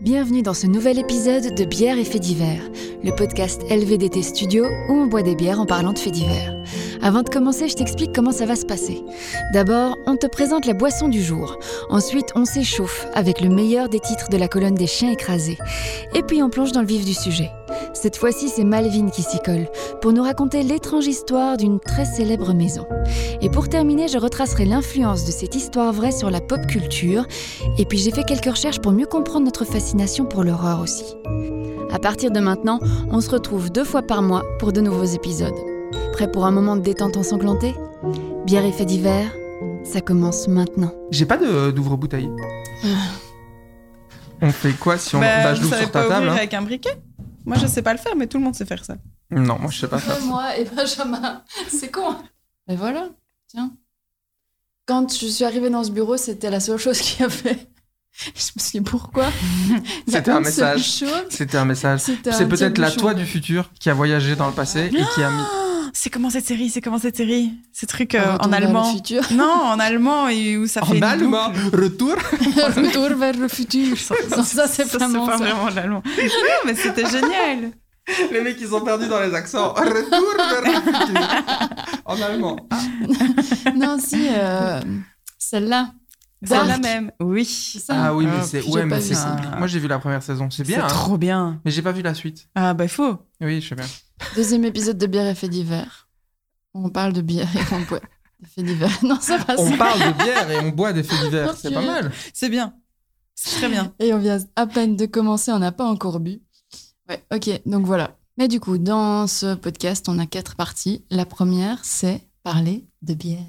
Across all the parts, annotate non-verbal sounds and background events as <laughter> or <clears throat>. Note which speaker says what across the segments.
Speaker 1: Bienvenue dans ce nouvel épisode de Bière et faits divers, le podcast LVDT Studio où on boit des bières en parlant de faits divers. Avant de commencer, je t'explique comment ça va se passer. D'abord, on te présente la boisson du jour. Ensuite, on s'échauffe avec le meilleur des titres de la colonne des chiens écrasés. Et puis, on plonge dans le vif du sujet. Cette fois-ci, c'est Malvin qui s'y colle pour nous raconter l'étrange histoire d'une très célèbre maison. Et pour terminer, je retracerai l'influence de cette histoire vraie sur la pop culture. Et puis, j'ai fait quelques recherches pour mieux comprendre notre fascination pour l'horreur aussi. À partir de maintenant, on se retrouve deux fois par mois pour de nouveaux épisodes. Prêt pour un moment de détente ensanglantée Bière et fait divers, ça commence maintenant.
Speaker 2: J'ai pas de- d'ouvre-bouteille. on fait quoi si on.
Speaker 3: Bah,
Speaker 2: Bah, je
Speaker 3: vous
Speaker 2: l'ouvre
Speaker 3: savez
Speaker 2: sur ta
Speaker 3: pas ouvrir
Speaker 2: table. hein.
Speaker 3: avec un briquet Moi, je sais pas le faire, mais tout le monde sait faire ça.
Speaker 2: Non, moi je sais pas ça.
Speaker 4: moi et Benjamin. C'est con. Mais voilà, tiens. Quand je suis arrivée dans ce bureau, c'était la seule chose qu'il y avait. <laughs> Je me suis dit pourquoi Il y a
Speaker 2: <laughs> C'était un
Speaker 4: une seule
Speaker 2: message.
Speaker 4: chose.
Speaker 2: C'était un message.
Speaker 4: C'était
Speaker 2: C'est
Speaker 4: un
Speaker 2: peut-être
Speaker 4: diable
Speaker 2: la
Speaker 4: chaud.
Speaker 2: toi du futur qui a voyagé dans le passé et qui a mis.
Speaker 3: Oh, C'est comment cette série C'est comment cette série Ces trucs euh,
Speaker 4: Retour
Speaker 3: en
Speaker 4: vers le
Speaker 3: allemand.
Speaker 4: futur. <laughs>
Speaker 3: Non, en allemand et où ça
Speaker 2: En
Speaker 3: fait. une
Speaker 2: allemand,
Speaker 3: boucle.
Speaker 2: retour.
Speaker 4: Retour vers le futur. Non, ça, c'est vraiment
Speaker 3: pas
Speaker 4: ça.
Speaker 3: vraiment de <laughs> l'allemand. Non, mais c'était génial.
Speaker 2: Les mecs, ils ont perdu dans les accents. <laughs> Retour vers le futur. En allemand. Ah,
Speaker 4: Non, si, euh, celle-là.
Speaker 3: C'est la
Speaker 4: Dark,
Speaker 3: même.
Speaker 4: c'est
Speaker 3: Oui.
Speaker 4: ça.
Speaker 2: oui, mais
Speaker 3: Ah,
Speaker 2: c'est.
Speaker 4: j'ai
Speaker 2: Ouais,
Speaker 4: pas
Speaker 2: mais
Speaker 4: vu
Speaker 2: c'est.
Speaker 4: ça.
Speaker 2: Moi j'ai vu la première saison. C'est
Speaker 3: C'est
Speaker 2: bien. hein.
Speaker 3: trop bien.
Speaker 2: Mais j'ai pas vu la suite.
Speaker 3: Ah bah faut.
Speaker 2: Oui, je sais bien.
Speaker 4: Deuxième épisode de Bière et fait d'hiver. On parle de bière et on boit des faits divers. <laughs> Non, ça passe.
Speaker 2: On parle
Speaker 4: <laughs>
Speaker 2: de bière et on boit des faits divers.
Speaker 4: Oh,
Speaker 2: C'est
Speaker 4: tu
Speaker 2: pas
Speaker 4: es-
Speaker 2: mal.
Speaker 3: C'est bien. C'est très bien.
Speaker 4: Et on vient à peine de commencer, on n'a pas encore bu. Ouais, ok, donc voilà. Mais du coup, dans ce podcast, on a quatre parties. La première, c'est parler de bière.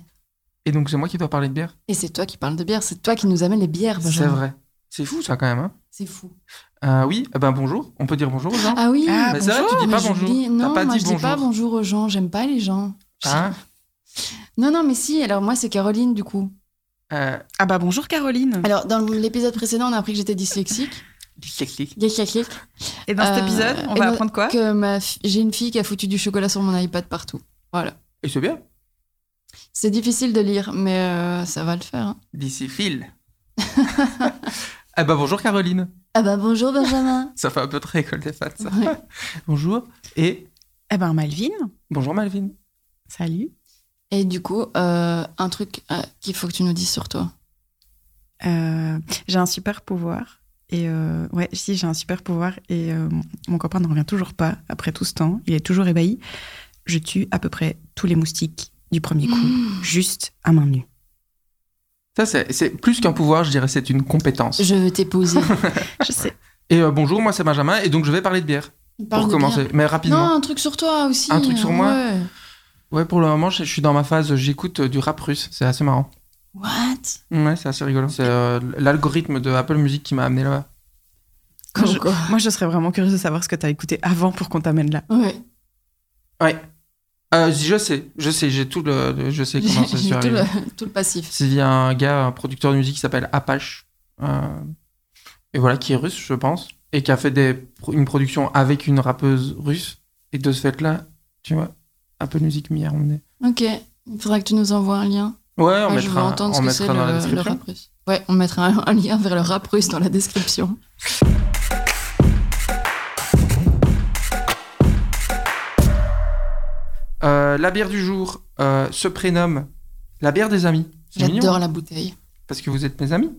Speaker 2: Et donc c'est moi qui dois parler de bière.
Speaker 4: Et c'est toi qui parles de bière, c'est toi qui nous amène les bières,
Speaker 2: C'est
Speaker 4: Benjamin.
Speaker 2: vrai. C'est fou ça quand même. hein.
Speaker 4: C'est fou.
Speaker 2: Euh, oui, eh ben bonjour. On peut dire bonjour aux gens.
Speaker 4: Ah oui,
Speaker 3: Ah,
Speaker 2: Mais c'est vrai, tu dis
Speaker 4: mais
Speaker 2: pas
Speaker 4: j'oublie.
Speaker 2: bonjour. T'as
Speaker 4: Non,
Speaker 2: pas
Speaker 4: moi,
Speaker 2: dit
Speaker 4: je dis pas
Speaker 2: bonjour.
Speaker 4: bonjour aux gens, j'aime pas les gens.
Speaker 2: Hein
Speaker 4: Non, non, mais si, alors moi, c'est Caroline, du coup.
Speaker 2: Euh,
Speaker 3: Ah bah bonjour Caroline.
Speaker 4: Alors, dans l'épisode précédent, on a appris que
Speaker 2: <laughs>
Speaker 4: j'étais dyslexique. Dyslexique.
Speaker 3: Et dans cet
Speaker 4: Euh,
Speaker 3: épisode, on
Speaker 4: et
Speaker 3: va
Speaker 4: dans-
Speaker 3: apprendre
Speaker 2: Ah.
Speaker 3: quoi
Speaker 4: Que ma fi- j'ai une fille qui a foutu du chocolat sur mon iPad partout. Voilà.
Speaker 2: Et c'est bien.
Speaker 4: C'est difficile de lire, mais euh, ça va le faire. hein.
Speaker 2: D'ici Phil. <laughs> eh ben bonjour Caroline.
Speaker 4: Ah bah
Speaker 2: <laughs>
Speaker 4: bonjour Benjamin.
Speaker 2: Ça fait un peu très école des fans ça.
Speaker 4: Ouais.
Speaker 2: bonjour. Et
Speaker 3: Eh ben Malvin.
Speaker 2: bonjour Malvin.
Speaker 3: Salut.
Speaker 4: Et du coup, euh, un truc euh, qu'il faut que tu nous dises sur toi.
Speaker 3: Euh, j'ai un super pouvoir. Et euh, ouais, si, j'ai un super pouvoir. Et euh, mon- mon copain n'en revient toujours pas après tout ce temps. Il est toujours ébahi. Je tue à peu près tous les moustiques du premier coup,
Speaker 4: Mm.
Speaker 3: juste à main nue.
Speaker 2: Ça c'est c'est plus qu'un pouvoir, je dirais c'est une compétence.
Speaker 4: Je veux
Speaker 2: <laughs>
Speaker 4: t'épouser.
Speaker 3: Je sais.
Speaker 2: Et euh, bonjour, moi c'est Benjamin et donc je vais parler de bière
Speaker 4: Parle
Speaker 2: pour
Speaker 4: de
Speaker 2: commencer, mais
Speaker 4: bien.
Speaker 2: rapidement.
Speaker 4: Non, un truc sur toi aussi.
Speaker 2: Un truc sur moi
Speaker 4: Ouais.
Speaker 2: Ouais, pour le moment je je suis dans ma phase j'écoute euh, du rap russe, c'est assez marrant.
Speaker 4: What
Speaker 2: Ouais, c'est assez rigolo. C'est euh, l'algorithme de Apple Music qui m'a amené là.
Speaker 3: Quand je-
Speaker 4: Quoi
Speaker 3: Moi, je serais vraiment curieuse de savoir ce que t'as écouté avant pour qu'on t'amène là.
Speaker 4: Ouais.
Speaker 2: Ouais. Euh, je sais, je sais, j'ai tout le, le- je sais
Speaker 4: J'ai
Speaker 2: comment ça s'est
Speaker 4: j'ai tout,
Speaker 2: arrivé.
Speaker 4: le, tout le passif.
Speaker 2: C'est via un gars, un producteur de musique qui s'appelle Apache. euh, et voilà, qui est russe, je pense. Et qui a fait des, une production avec une rappeuse russe. Et de ce fait-là, tu vois, Apple Music m'y a emmené.
Speaker 4: Ok. Il faudra que tu nous envoies un lien.
Speaker 2: Ouais, on
Speaker 4: Moi, Ah, je veux
Speaker 2: mettra, un-
Speaker 4: entendre
Speaker 2: on
Speaker 4: ce que
Speaker 2: mettra
Speaker 4: c'est
Speaker 2: dans la
Speaker 4: le, le
Speaker 2: description.
Speaker 4: rap russe. Ouais, on mettra un, un lien vers le rap russe dans la description.
Speaker 2: Euh, la bière du jour euh, se prénomme la bière des amis. C'est mignon,
Speaker 4: J'adore la bouteille.
Speaker 2: parce que vous êtes mes amis.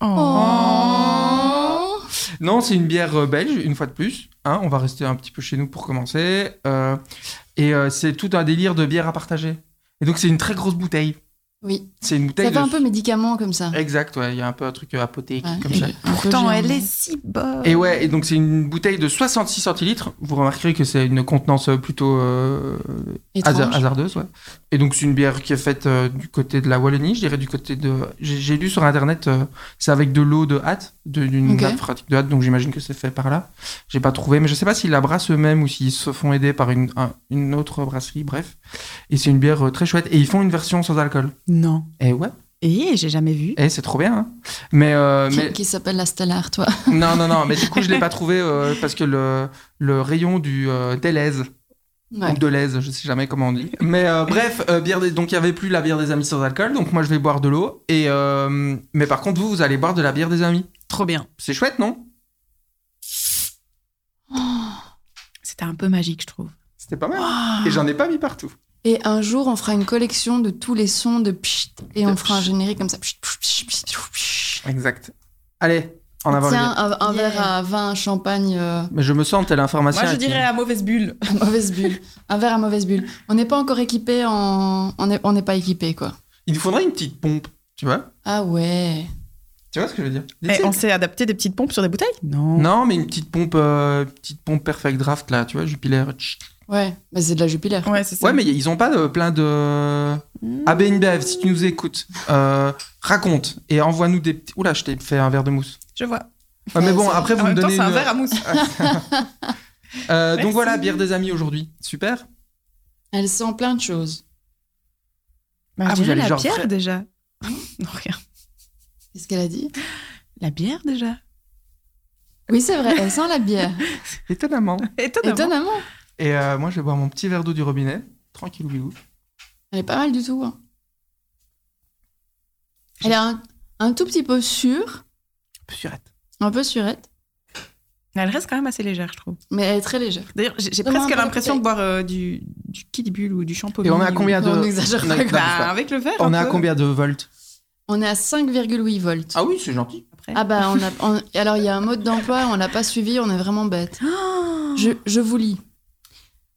Speaker 3: Oh,
Speaker 4: Oh.
Speaker 2: Non, c'est une bière euh, belge, une fois de plus. Hein, on va rester un petit peu chez nous pour commencer. Euh, et euh, c'est tout un délire de bière à partager. Et donc, c'est une très grosse bouteille.
Speaker 4: Oui.
Speaker 2: C'est une
Speaker 4: Ça
Speaker 2: bouteille.
Speaker 4: fait un
Speaker 2: de-
Speaker 4: peu médicament comme ça.
Speaker 2: Exact, ouais. Il y a un peu un truc euh, apothéque
Speaker 4: Ouais,
Speaker 2: comme
Speaker 4: et-
Speaker 2: ça.
Speaker 4: un peu
Speaker 3: Pourtant,
Speaker 4: gérant.
Speaker 3: elle est si bonne.
Speaker 2: Et ouais, et donc c'est une bouteille de 66 centilitres. Vous remarquerez que c'est une contenance euh, plutôt euh,
Speaker 4: Étrange.
Speaker 2: hasard- hasardeuse, ouais. Et donc c'est une bière qui est faite euh, du côté de la Wallonie, je dirais du côté de. J'ai j'ai lu sur internet, euh, c'est avec de l'eau de hâte, de- d'une
Speaker 4: Ok.
Speaker 2: nappe phréatique de hâte, donc j'imagine que c'est fait par là. J'ai pas trouvé, mais je sais pas s'ils la brassent eux-mêmes ou s'ils se font aider par une, un- une autre brasserie, bref. Et c'est une bière euh, très chouette. Et ils font une version sans alcool.
Speaker 3: Non.
Speaker 2: Et ouais,
Speaker 3: Et j'ai jamais vu.
Speaker 2: et c'est trop bien. hein. Mais, euh,
Speaker 4: Qui-
Speaker 2: mais
Speaker 4: Qui s'appelle la Stella Artois.
Speaker 2: non, non, non, mais du coup, je l'ai
Speaker 3: <laughs>
Speaker 2: pas trouvé euh, parce que le, le rayon du euh, Deleuze,
Speaker 4: Ouais.
Speaker 2: ou Deleuze, je sais jamais comment on dit. Mais euh, bref, euh, bière des- donc il y avait plus la bière des amis sans alcool, donc moi je vais boire de l'eau. Et euh, mais par contre, vous, vous allez boire de la bière des amis.
Speaker 3: Trop bien.
Speaker 2: C'est chouette, non
Speaker 3: un peu magique, je trouve.
Speaker 2: C'était pas mal.
Speaker 3: Waouh
Speaker 2: Et j'en ai pas mis partout.
Speaker 4: Et un jour, on fera une collection de tous les sons de pchit et on
Speaker 2: De
Speaker 4: fera un générique comme ça. Pchit, pchit, pchit, pchit, pchit, pchit.
Speaker 2: Exact. Allez, en avant le
Speaker 4: Tiens,
Speaker 2: bien.
Speaker 4: un, un
Speaker 3: Yeah.
Speaker 4: verre à vin, un champagne, euh,
Speaker 2: Mais je me sens tel information.
Speaker 3: Moi, je dirais la mauvaise <laughs> bulle.
Speaker 4: à mauvaise bulle. un verre à mauvaise bulle. On n'est pas encore équipé en. On n'est on n'est pas équipé, quoi.
Speaker 2: Il nous faudrait une petite pompe, tu vois
Speaker 4: Ah ouais.
Speaker 2: Tu vois ce que je veux dire Des
Speaker 3: Mais
Speaker 2: petites-
Speaker 3: Eh, on s'est adapté des petites pompes sur des bouteilles Non.
Speaker 2: Non, mais une petite pompe, euh, petite pompe perfect draft là, tu vois, Jupiler. Tch.
Speaker 4: Ouais, mais c'est de la jupilaire.
Speaker 3: Ouais, c'est ça.
Speaker 2: Ouais, mais ils ont pas euh, plein de.
Speaker 3: Mmh.
Speaker 2: ABN Ah, Ben Bev, si tu nous écoutes, euh, raconte et envoie-nous des petits. Oula, je t'ai fait un verre de mousse.
Speaker 3: Je vois.
Speaker 2: Ouais, mais bon,
Speaker 4: Ouais,
Speaker 2: après, vous
Speaker 3: En
Speaker 2: me
Speaker 3: même temps,
Speaker 2: donnez.
Speaker 3: c'est un
Speaker 2: une-
Speaker 3: verre à mousse.
Speaker 2: Euh, donc
Speaker 3: Merci.
Speaker 2: voilà, bière des amis aujourd'hui. Super.
Speaker 4: Elle sent plein de choses.
Speaker 3: Bah, je
Speaker 2: Ah, vous
Speaker 3: dirais
Speaker 2: allez
Speaker 3: la
Speaker 2: genre
Speaker 3: bière
Speaker 2: très-
Speaker 3: déjà. <laughs> non, rien.
Speaker 4: Qu'est-ce qu'elle a dit
Speaker 3: La bière déjà.
Speaker 4: Oui, c'est vrai, elle sent la bière.
Speaker 2: Étonnamment.
Speaker 3: <laughs> Étonnamment.
Speaker 4: Étonnamment.
Speaker 2: Et euh, moi, je vais boire mon petit verre d'eau du robinet. Tranquille, bilou.
Speaker 4: Elle est pas mal du tout. hein. Elle est un, un tout petit peu sûre,
Speaker 2: Surette.
Speaker 4: un peu surette,
Speaker 3: Mais Elle reste quand même assez légère, je trouve.
Speaker 4: mais elle est très légère.
Speaker 3: D'ailleurs, j'ai j'ai
Speaker 4: Donne-moi
Speaker 3: presque
Speaker 4: un peu la
Speaker 3: l'impression de
Speaker 4: bouteille.
Speaker 3: boire euh, du, du Kidbul ou du shampoing.
Speaker 2: Et on est à
Speaker 3: <laughs>
Speaker 2: combien de.
Speaker 4: Non, on n'exagère pas.
Speaker 2: Non, non,
Speaker 3: Bah,
Speaker 2: bouge pas.
Speaker 3: avec le verre.
Speaker 2: On est
Speaker 3: un
Speaker 2: à
Speaker 3: peu.
Speaker 2: combien de volts
Speaker 4: On est à 5,8 volts.
Speaker 2: Ah oui, c'est gentil.
Speaker 3: Après.
Speaker 4: Ah bah, on a, on- alors il y a un mode d'emploi, on l'a pas suivi, on est vraiment bête.
Speaker 3: Oh
Speaker 4: Je, je vous lis.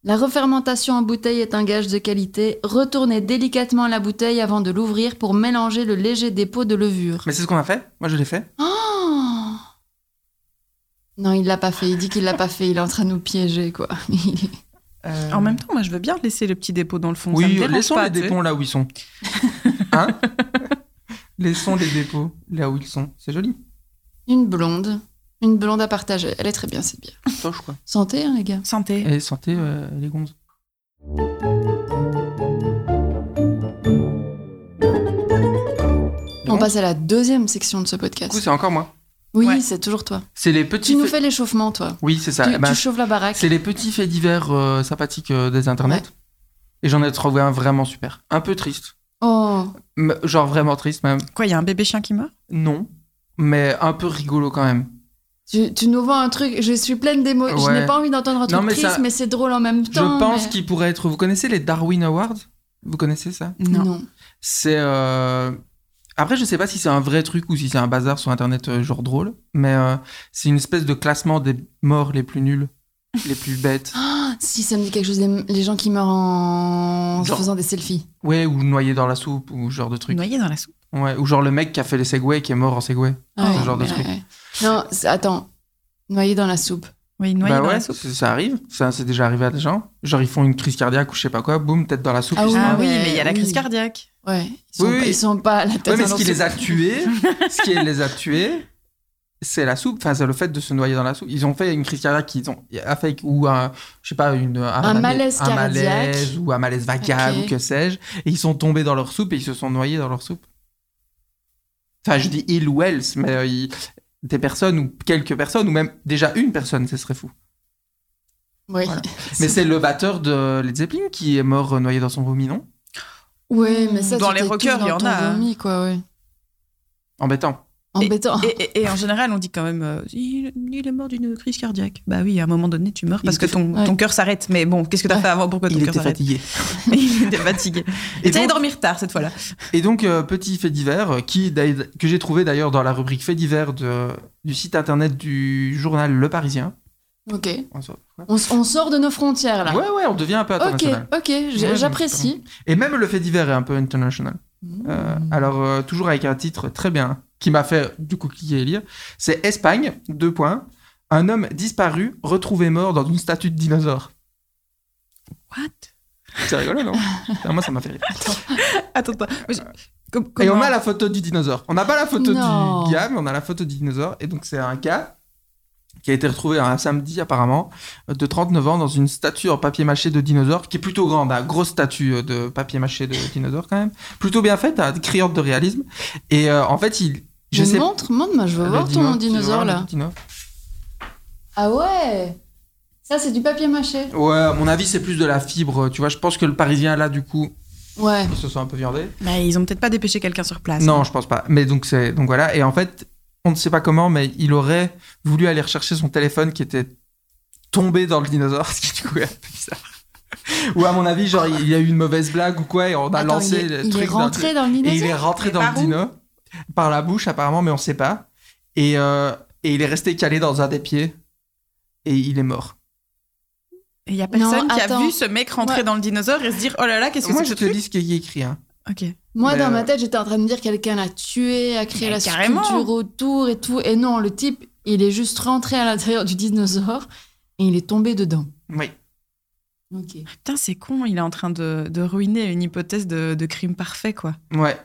Speaker 4: La refermentation en bouteille est un gage de qualité. Retournez délicatement la bouteille avant de l'ouvrir pour mélanger le léger dépôt de levure.
Speaker 2: Mais c'est ce qu'on a fait. Moi, je l'ai fait.
Speaker 4: Oh non, il l'a pas fait. Il dit qu'il l'a pas fait. Il est en train de nous piéger, quoi. <laughs> Il-
Speaker 2: Euh,
Speaker 3: En même temps, moi, <gasps> je veux bien laisser le petit dépôt dans le fond. ça me
Speaker 2: Oui,
Speaker 3: dérange
Speaker 2: laissons
Speaker 3: pas,
Speaker 2: les
Speaker 3: tu sais.
Speaker 2: dépôts là où ils
Speaker 3: <laughs>
Speaker 2: sont. Hein Laissons les dépôts là où ils sont. C'est joli.
Speaker 4: Une blonde. Une blonde à partager. Elle est très bien, cette bière.
Speaker 2: Soche, quoi.
Speaker 4: Santé, hein, les gars.
Speaker 3: Santé.
Speaker 2: Et santé, euh, les gonzes.
Speaker 4: On
Speaker 2: Bon.
Speaker 4: passe à la deuxième section de ce
Speaker 2: Du coup,
Speaker 4: podcast.
Speaker 2: c'est encore moi.
Speaker 4: Oui,
Speaker 3: Ouais.
Speaker 4: c'est toujours toi.
Speaker 2: C'est les
Speaker 4: Tu
Speaker 2: petits.
Speaker 4: nous
Speaker 2: faits-
Speaker 4: fais l'échauffement, toi.
Speaker 2: Oui, c'est ça.
Speaker 4: tu,
Speaker 2: Eh ben,
Speaker 4: tu chauffes la baraque.
Speaker 2: c'est les petits faits divers euh, sympathiques euh, des internets. Et j'en ai trouvé un vraiment super. Un peu triste.
Speaker 4: Oh,
Speaker 2: M- Genre vraiment triste, même.
Speaker 3: Quoi, il y a un bébé chien qui meurt
Speaker 2: Non. Mais un peu rigolo quand même.
Speaker 4: tu, tu nous vends un truc. Je suis pleine d'émotions. Je
Speaker 2: Ouais.
Speaker 4: n'ai pas envie d'entendre un truc
Speaker 2: Non, mais
Speaker 4: triste,
Speaker 2: ça-
Speaker 4: mais c'est drôle en même temps.
Speaker 2: Je pense
Speaker 4: mais-
Speaker 2: qu'il pourrait être. Vous connaissez les Darwin Awards Vous connaissez ça
Speaker 4: Non.
Speaker 2: C'est. euh, Après, je sais pas si c'est un vrai truc ou si c'est un bazar sur internet, euh, genre drôle, mais euh, c'est une espèce de classement des morts les plus nuls, les plus
Speaker 4: <gasps>
Speaker 2: bêtes,
Speaker 4: Ah, si, ça me dit quelque chose. Les, les gens qui meurent en se
Speaker 2: Genre-
Speaker 4: faisant des selfies.
Speaker 2: ouais, ou noyés dans la soupe, ou ce genre de truc,
Speaker 3: Noyé dans la soupe.
Speaker 2: ouais, ou genre le mec qui a fait les segways qui est mort en segway.
Speaker 4: Ah
Speaker 2: Ce genre de
Speaker 4: ouais,
Speaker 2: truc.
Speaker 4: ouais. Non, c'est- attends. Noyé dans la soupe.
Speaker 3: Oui, noyé
Speaker 2: bah
Speaker 3: dans
Speaker 2: ouais,
Speaker 3: la soupe.
Speaker 2: c- ça arrive, ça c'est déjà arrivé à des gens. Genre ils font une crise cardiaque ou je sais pas quoi, boum, tête dans la soupe.
Speaker 4: Ah
Speaker 2: ils sont
Speaker 4: ouais.
Speaker 2: morts.
Speaker 3: Ah oui, mais il y a la
Speaker 4: oui.
Speaker 3: crise cardiaque.
Speaker 4: Ouais. Ils sont,
Speaker 2: Oui, oui.
Speaker 4: Pas, ils sont pas à la tête
Speaker 2: Ouais, mais
Speaker 4: dans
Speaker 2: ce qui
Speaker 4: leur
Speaker 2: les a
Speaker 4: soupe.
Speaker 2: tués,
Speaker 4: <laughs>
Speaker 2: ce qui les a tués, c'est la soupe. Enfin, c'est le fait de se noyer dans la soupe. Ils ont fait une crise cardiaque qu'ils ont a fait ou un, je sais pas, une, un,
Speaker 4: malaise
Speaker 2: un
Speaker 4: cardiaque.
Speaker 2: malaise ou un malaise vagal
Speaker 4: Ok.
Speaker 2: ou que sais-je. Et ils sont tombés dans leur soupe et ils se sont noyés dans leur soupe. Enfin, je dis ils ou elles, mais euh, ils- des personnes ou quelques personnes ou même déjà une personne, ce serait fou.
Speaker 4: Oui.
Speaker 2: Voilà. Mais c'est le batteur de Led Zeppelin qui est mort euh, noyé dans son vomi, non
Speaker 4: Ouais, mais ça,
Speaker 3: Dans
Speaker 4: tu
Speaker 3: les
Speaker 4: t'es
Speaker 3: rockers,
Speaker 4: tout
Speaker 3: il y
Speaker 4: dans
Speaker 3: en
Speaker 4: ton
Speaker 3: a, hein.
Speaker 4: vomi, quoi, ouais.
Speaker 2: Embêtant.
Speaker 4: Embêtant.
Speaker 3: Et, et- et en général, on dit quand même euh, il, il est mort d'une crise cardiaque. Bah oui, à un moment donné, tu meurs
Speaker 2: Il
Speaker 3: parce que
Speaker 2: était
Speaker 3: ton,
Speaker 4: ouais.
Speaker 3: ton cœur s'arrête. Mais bon, qu'est-ce que t'as
Speaker 4: Ouais.
Speaker 3: fait avant Pourquoi ton
Speaker 2: Il
Speaker 3: cœur
Speaker 2: était
Speaker 3: s'arrête
Speaker 2: fatigué.
Speaker 3: <laughs> Il était fatigué. Et
Speaker 2: Et
Speaker 3: t'allais
Speaker 2: donc-
Speaker 3: dormir tard cette fois-là.
Speaker 2: Et donc, euh, petit fait divers, euh, qui, d'ailleurs- que j'ai trouvé d'ailleurs dans la rubrique fait divers de, du site internet du journal Le Parisien.
Speaker 4: Ok.
Speaker 2: On sort- quoi
Speaker 4: On, s- on sort de nos frontières, là.
Speaker 2: Ouais, ouais, on devient un peu
Speaker 4: ok,
Speaker 2: international.
Speaker 4: ok, j'ai-
Speaker 2: Ouais,
Speaker 4: j'apprécie.
Speaker 2: Et même le fait divers est un peu international. Euh, Alors, euh, toujours avec un titre très bien, qui m'a fait du coup cliquer et lire. C'est Espagne, deux points. Un homme disparu, retrouvé mort dans une statue de dinosaure.
Speaker 3: What
Speaker 2: C'est rigolo, <laughs> non Enfin, Moi, ça m'a fait rire.
Speaker 3: Attends, attends. Mais je- com-
Speaker 2: Et on
Speaker 3: comment-
Speaker 2: a la photo du dinosaure. On n'a pas la photo
Speaker 4: Non.
Speaker 2: du gars, mais on a la photo du dinosaure. Et donc, c'est un gars qui a été retrouvé un samedi, apparemment, de 39 ans, dans une statue en papier mâché de dinosaure, qui est plutôt grande, hein, grosse statue de papier mâché de dinosaure, quand même. Plutôt bien faite, hein, criante de réalisme. Et euh, en fait, il. Je sais
Speaker 4: montre, montre-moi, je veux
Speaker 2: Le
Speaker 4: voir
Speaker 2: dino,
Speaker 4: ton
Speaker 2: tu veux
Speaker 4: dinosaure,
Speaker 2: voir le
Speaker 4: là.
Speaker 2: dino
Speaker 4: Ah ouais Ça, c'est du papier mâché.
Speaker 2: Ouais, à mon avis, c'est plus de la fibre. Tu vois, je pense que le parisien, là, du coup,
Speaker 4: Ouais.
Speaker 2: ils se sont un peu viandés.
Speaker 3: Bah, ils ont peut-être pas dépêché quelqu'un sur
Speaker 4: Ah,
Speaker 3: place.
Speaker 2: Non, je pense pas. Mais donc c'est donc voilà. Et en fait, on ne sait pas comment, mais il aurait voulu aller rechercher son téléphone qui était tombé dans le dinosaure, <laughs> ce qui du coup est un peu bizarre. Ou à mon avis, genre, il y a eu une mauvaise blague ou quoi, et on a
Speaker 4: Attends,
Speaker 2: lancé
Speaker 4: il est,
Speaker 2: le
Speaker 4: il est
Speaker 2: truc. dans le-
Speaker 4: rentré dans le dinosaure.
Speaker 2: Et il est rentré
Speaker 3: Mais
Speaker 2: dans le
Speaker 3: par où
Speaker 2: dino, par la bouche apparemment, mais on sait pas. Et, euh, et il est resté calé dans un des pieds, et il est mort.
Speaker 3: Et il y a personne
Speaker 4: Non,
Speaker 3: qui
Speaker 4: attends.
Speaker 3: a vu ce mec rentrer
Speaker 4: Moi-
Speaker 3: dans le dinosaure et se dire oh là là, qu'est-ce que
Speaker 2: Moi,
Speaker 3: c'est
Speaker 2: je
Speaker 3: que
Speaker 2: te dis ce qui est écrit. Hein.
Speaker 3: ce truc Ok.
Speaker 4: Moi,
Speaker 2: Mais,
Speaker 4: dans
Speaker 2: euh,
Speaker 4: ma tête, j'étais en train de me dire quelqu'un l'a tué, a créé
Speaker 3: Mais
Speaker 4: la
Speaker 3: carrément.
Speaker 4: sculpture autour et tout. Et non, le type, il est juste rentré à l'intérieur du dinosaure et il est tombé dedans.
Speaker 2: Oui.
Speaker 4: Ok.
Speaker 3: Putain, c'est con, il est en train de, de ruiner une hypothèse de, de crime parfait, quoi.
Speaker 2: Ouais.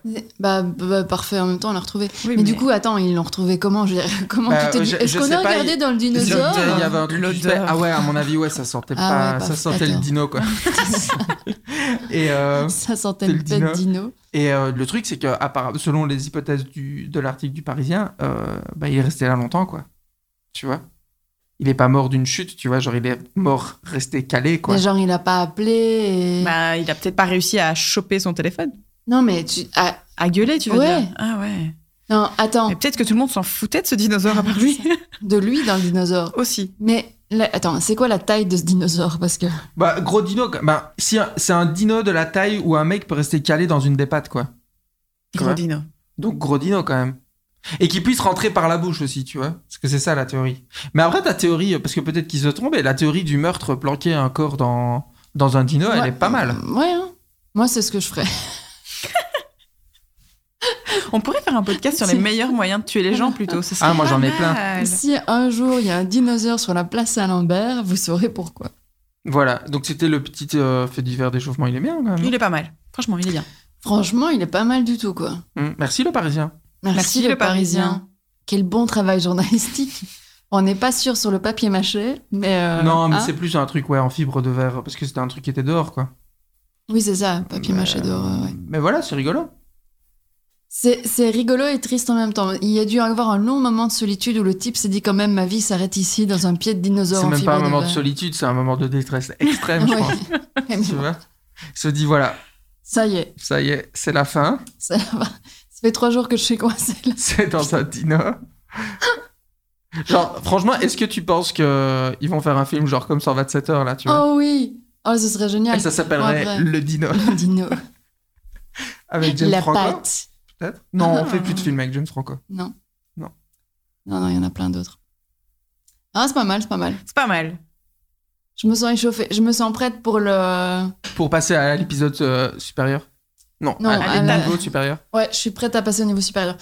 Speaker 4: Bah, bah, parfait, en même temps, on l'a retrouvé.
Speaker 3: Oui,
Speaker 4: mais, du coup, attends, ils l'ont retrouvé comment je veux dire, <laughs> Comment
Speaker 2: Bah,
Speaker 4: tu t'es dit
Speaker 2: je-
Speaker 4: Est-ce
Speaker 2: je
Speaker 4: qu'on
Speaker 2: sais
Speaker 4: a
Speaker 2: pas,
Speaker 4: regardé
Speaker 2: il-
Speaker 4: dans le
Speaker 2: Il y
Speaker 4: dinosaure
Speaker 2: avait- il y avait un truc
Speaker 3: L'odeur.
Speaker 2: suspect. Ah ouais, à mon avis, ouais, ça sentait
Speaker 4: Ah
Speaker 2: pas,
Speaker 4: ouais, bah,
Speaker 2: ça sentait le
Speaker 4: attends.
Speaker 2: dino
Speaker 4: <laughs>
Speaker 2: quoi. et euh,
Speaker 4: Ça sentait
Speaker 2: C'est
Speaker 4: le
Speaker 2: le
Speaker 4: pet
Speaker 2: dino.
Speaker 4: de dino.
Speaker 2: et euh, le truc, c'est que appara- selon les hypothèses du, de l'article du Parisien, euh, bah, il est resté là longtemps quoi. Tu vois. Il est pas mort d'une chute, tu vois, genre il est mort resté calé quoi.
Speaker 4: Mais genre, il a pas appelé. et-
Speaker 3: Bah, il a peut-être pas réussi à choper son téléphone.
Speaker 4: Non, mais tu. ah,
Speaker 3: À gueuler, tu veux
Speaker 4: Ouais.
Speaker 3: dire Ah ouais.
Speaker 4: non, attends,
Speaker 3: Mais peut-être que tout le monde s'en foutait de ce dinosaure à part lui.
Speaker 4: de lui dans le dinosaure.
Speaker 3: <laughs> Aussi.
Speaker 4: Mais là, attends, c'est quoi la taille de ce dinosaure Parce que.
Speaker 2: Bah, gros dino, quoi. bah, si un- c'est un dino de la taille où un mec peut rester calé dans une des pattes, quoi.
Speaker 3: Gros
Speaker 2: Ouais.
Speaker 3: dino.
Speaker 2: Donc, gros dino, quand même. Et qui puisse rentrer par la bouche aussi, tu vois. Parce que c'est ça, la théorie. Mais après, ta théorie, parce que peut-être qu'ils se trompent, mais la théorie du meurtre planqué un corps dans, dans un dino, elle
Speaker 4: Ouais.
Speaker 2: est pas mal.
Speaker 4: Ouais, hein. Moi, c'est ce que je ferais.
Speaker 3: On pourrait faire un podcast sur les
Speaker 4: C'est-
Speaker 3: meilleurs moyens de tuer les gens plutôt. ce serait
Speaker 2: Ah, moi,
Speaker 3: pas
Speaker 2: j'en ai plein.
Speaker 3: mal.
Speaker 4: <laughs> Si un jour il y a un dinosaure sur la place Saint-Lambert, vous saurez pourquoi.
Speaker 2: Voilà. Donc, c'était le petit euh, fait divers d'échauffement. Il est bien, quand même.
Speaker 3: Il est pas mal. Franchement, il est bien.
Speaker 4: Franchement, il est pas mal du tout, quoi.
Speaker 2: Hum, Merci, le Parisien.
Speaker 4: Merci,
Speaker 3: Merci,
Speaker 4: le,
Speaker 3: Le
Speaker 4: Parisien.
Speaker 3: Parisien.
Speaker 4: Quel bon travail journalistique. <laughs> On n'est pas sûr sur le papier mâché, mais. euh,
Speaker 2: non, mais
Speaker 4: hein.
Speaker 2: c'est plus un truc, ouais, en fibre de verre. Parce que c'était un truc qui était dehors, quoi.
Speaker 4: Oui, c'est ça, papier
Speaker 2: Mais-
Speaker 4: mâché dehors. euh, ouais.
Speaker 2: Mais voilà, c'est rigolo.
Speaker 4: C'est c'est rigolo et triste en même temps. Il y a dû y avoir un long moment de solitude où le type s'est dit quand même ma vie s'arrête ici dans un pied de dinosaure.
Speaker 2: C'est
Speaker 4: en
Speaker 2: même
Speaker 4: fibre
Speaker 2: pas un moment de
Speaker 4: verre.
Speaker 2: solitude, c'est un moment de détresse extrême,
Speaker 4: <laughs>
Speaker 2: je
Speaker 4: Ouais.
Speaker 2: pense.
Speaker 4: Mais
Speaker 2: Tu
Speaker 4: bon,
Speaker 2: vois Il se dit, voilà,
Speaker 4: Ça y est,
Speaker 2: ça y est, c'est la fin.
Speaker 4: ça va. Ça fait trois jours que je suis coincée là.
Speaker 2: <laughs> C'est dans un dino. Genre, franchement, est-ce que tu penses que ils vont faire un film genre comme 127 heures là, tu vois
Speaker 4: Oh oui Oh, ce serait
Speaker 2: Et
Speaker 4: génial.
Speaker 2: ça s'appellerait
Speaker 4: Ouais, vrai.
Speaker 2: Le Dino <laughs>
Speaker 4: Le dino.
Speaker 2: avec James
Speaker 4: la
Speaker 2: Franco,
Speaker 4: pâte.
Speaker 2: peut-être Non, on
Speaker 3: Ah.
Speaker 2: fait plus de films avec James Franco.
Speaker 4: Non.
Speaker 2: Non.
Speaker 4: Non, non, il y en a plein d'autres. Ah, c'est pas mal, c'est pas mal.
Speaker 3: C'est pas mal.
Speaker 4: Je me sens échauffée. Je me sens prête pour le.
Speaker 2: Pour passer à l'épisode euh, supérieur Non,
Speaker 4: Non,
Speaker 2: à,
Speaker 4: à la-
Speaker 2: l'épisode supérieur.
Speaker 4: Ouais, je suis prête à passer au niveau supérieur.